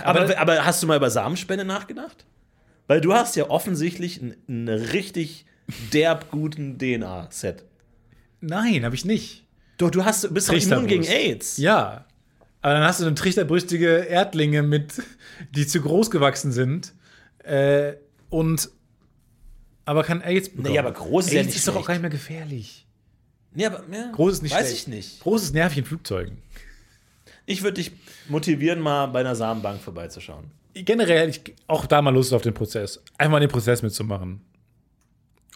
Speaker 3: Aber, aber,
Speaker 4: Aber-
Speaker 3: hast du mal über Samenspende nachgedacht? Weil du hast ja offensichtlich einen, einen richtig derb guten DNA-Set.
Speaker 4: Nein, habe ich nicht.
Speaker 3: Doch, du hast, bist doch immun gegen
Speaker 4: Trichterbrust.
Speaker 3: AIDS.
Speaker 4: Ja. Aber dann hast du dann trichterbrüstige Erdlinge mit, die zu groß gewachsen sind. Äh, und aber kann AIDS bekommen.
Speaker 3: Naja, aber groß ist ja
Speaker 4: AIDS
Speaker 3: nicht
Speaker 4: ist doch auch
Speaker 3: schlecht.
Speaker 4: gar nicht mehr gefährlich.
Speaker 3: Nee, aber, ja,
Speaker 4: Groß ist nicht
Speaker 3: Weiß ich
Speaker 4: schlecht.
Speaker 3: nicht.
Speaker 4: Groß ist nervig in Flugzeugen.
Speaker 3: Ich würde dich motivieren, mal bei einer Samenbank vorbeizuschauen.
Speaker 4: Generell, ich, auch da mal Lust auf den Prozess. Einfach mal den Prozess mitzumachen.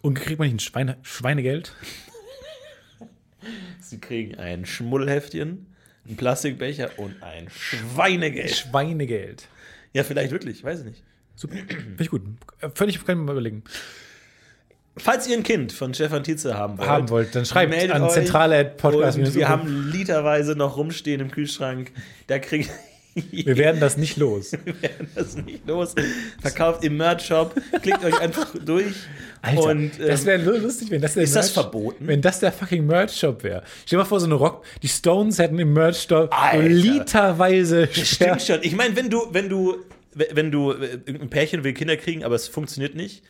Speaker 4: Und kriegt man nicht ein Schweine, Schweinegeld?
Speaker 3: Sie kriegen ein Schmuddelheftchen, einen Plastikbecher und ein Schweinegeld.
Speaker 4: Schweinegeld.
Speaker 3: Ja, vielleicht wirklich, weiß ich nicht.
Speaker 4: Super. Finde ich gut. Äh, Völlig kann ich mir mal überlegen.
Speaker 3: Falls ihr ein Kind von Stefan Tietze haben wollt,
Speaker 4: Haben wollt, dann schreibt
Speaker 3: meldet
Speaker 4: an
Speaker 3: euch.
Speaker 4: zentrale@podcast-
Speaker 3: Und Wir haben literweise noch rumstehen im Kühlschrank. Da [laughs] kriegt
Speaker 4: Wir werden das nicht los.
Speaker 3: das nicht los. Verkauft im Merch-Shop. Klickt euch einfach durch.
Speaker 4: Alter,
Speaker 3: und, ähm,
Speaker 4: das wäre lustig, wenn das der
Speaker 3: ist das verboten?
Speaker 4: Wenn das der fucking Merch-Shop wäre. Stell dir mal vor, so eine Rock, die Stones hätten im Merch-Shop so
Speaker 3: Alter.
Speaker 4: literweise
Speaker 3: Stimmt schon. Ich meine, wenn du, wenn du, wenn du äh, irgendein Pärchen will Kinder kriegen, aber es funktioniert nicht,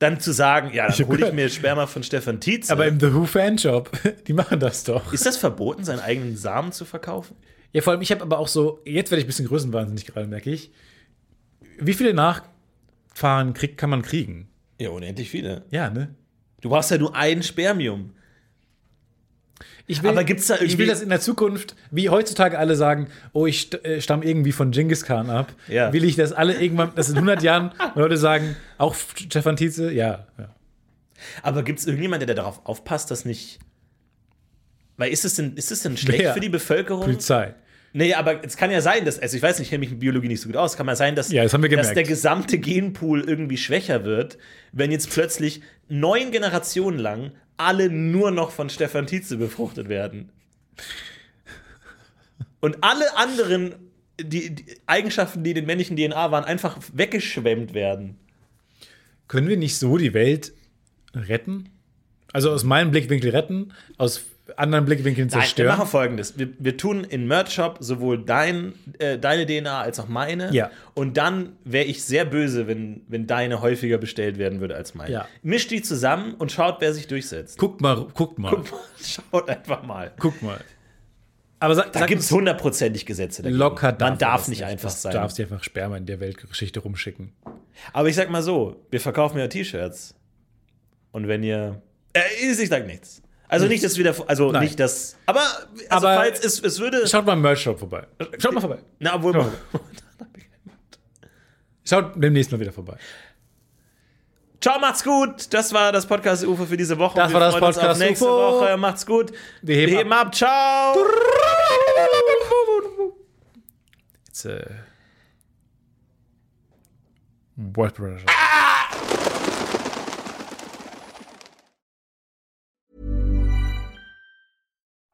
Speaker 3: dann zu sagen, ja,
Speaker 4: Ich
Speaker 3: dann
Speaker 4: hab
Speaker 3: hole ich
Speaker 4: gehört.
Speaker 3: mir Sperma von Stefan Tietze.
Speaker 4: [laughs] Aber im The Who Fan-Shop, [laughs] die machen das doch.
Speaker 3: ist das verboten, seinen eigenen Samen zu verkaufen?
Speaker 4: Ja, vor allem, ich habe aber auch so, jetzt werde ich ein bisschen größenwahnsinnig gerade, merke ich. Wie viele Nachfahren krieg, kann man kriegen?
Speaker 3: Ja, unendlich viele.
Speaker 4: Ja, ne?
Speaker 3: Du brauchst ja nur ein Spermium.
Speaker 4: Ich will,
Speaker 3: Aber gibt's da
Speaker 4: Ich
Speaker 3: irgendwie-
Speaker 4: will, dass in der Zukunft, wie heutzutage alle sagen, oh, ich st äh, stamm irgendwie von Genghis Khan ab,
Speaker 3: Ja.
Speaker 4: will ich, dass alle irgendwann, dass in 100 [laughs] Jahren Leute sagen, auch Stefan Tietze, ja, ja.
Speaker 3: Aber gibt es irgendjemanden, der darauf aufpasst, dass nicht. Weil ist es denn, ist es denn schlecht
Speaker 4: Wer?
Speaker 3: für die Bevölkerung?
Speaker 4: Polizei.
Speaker 3: Nee, aber es kann ja sein, dass, also ich weiß nicht, ich kenne mich in Biologie nicht so gut aus, kann mal sein, dass,
Speaker 4: Ja, das haben wir
Speaker 3: dass
Speaker 4: gemerkt.
Speaker 3: der gesamte Genpool irgendwie schwächer wird, wenn jetzt plötzlich neun Generationen lang alle nur noch von Stefan Tietze befruchtet werden. Und alle anderen die, die Eigenschaften, die in den männlichen DNA waren, einfach weggeschwemmt werden.
Speaker 4: Können wir nicht so die Welt retten? Also aus meinem Blickwinkel retten, aus anderen Blickwinkeln
Speaker 3: Nein, wir
Speaker 4: zerstören.
Speaker 3: machen folgendes. Wir, wir tun in Merch Shop sowohl dein, äh, deine DNA als auch meine.
Speaker 4: Ja.
Speaker 3: Und dann wäre ich sehr böse, wenn, wenn deine häufiger bestellt werden würde als meine.
Speaker 4: Ja.
Speaker 3: Mischt die zusammen und schaut, wer sich
Speaker 4: [laughs]
Speaker 3: durchsetzt.
Speaker 4: guckt mal, guckt mal, guckt,
Speaker 3: schaut einfach mal.
Speaker 4: mal. Aber sag,
Speaker 3: Da
Speaker 4: sag
Speaker 3: gibt es
Speaker 4: uns-
Speaker 3: hundertprozentig Gesetze dagegen.
Speaker 4: locker
Speaker 3: Man darf
Speaker 4: das
Speaker 3: nicht einfach
Speaker 4: das
Speaker 3: sein.
Speaker 4: Du darfst nicht einfach Sperma in der Weltgeschichte rumschicken.
Speaker 3: Aber ich sag mal so, wir verkaufen ja T-Shirts. Und wenn ihr äh, ich sag nichts. Also nicht, dass wir da, also
Speaker 4: Nein.
Speaker 3: nicht, dass aber also
Speaker 4: Aber-
Speaker 3: falls es, es würde
Speaker 4: Schaut mal im Merch-Shop vorbei. Schaut mal vorbei.
Speaker 3: na, obwohl
Speaker 4: Ja. Schaut demnächst mal wieder vorbei.
Speaker 3: Ciao, macht's gut. Das war das Podcast UFO für diese Woche.
Speaker 4: Das war das
Speaker 3: freuen uns auf
Speaker 4: Podcast
Speaker 3: nächste
Speaker 4: UFO.
Speaker 3: Woche. Macht's gut.
Speaker 4: Wir heben
Speaker 3: ab. Ciao.
Speaker 4: It's äh, a. What pressure?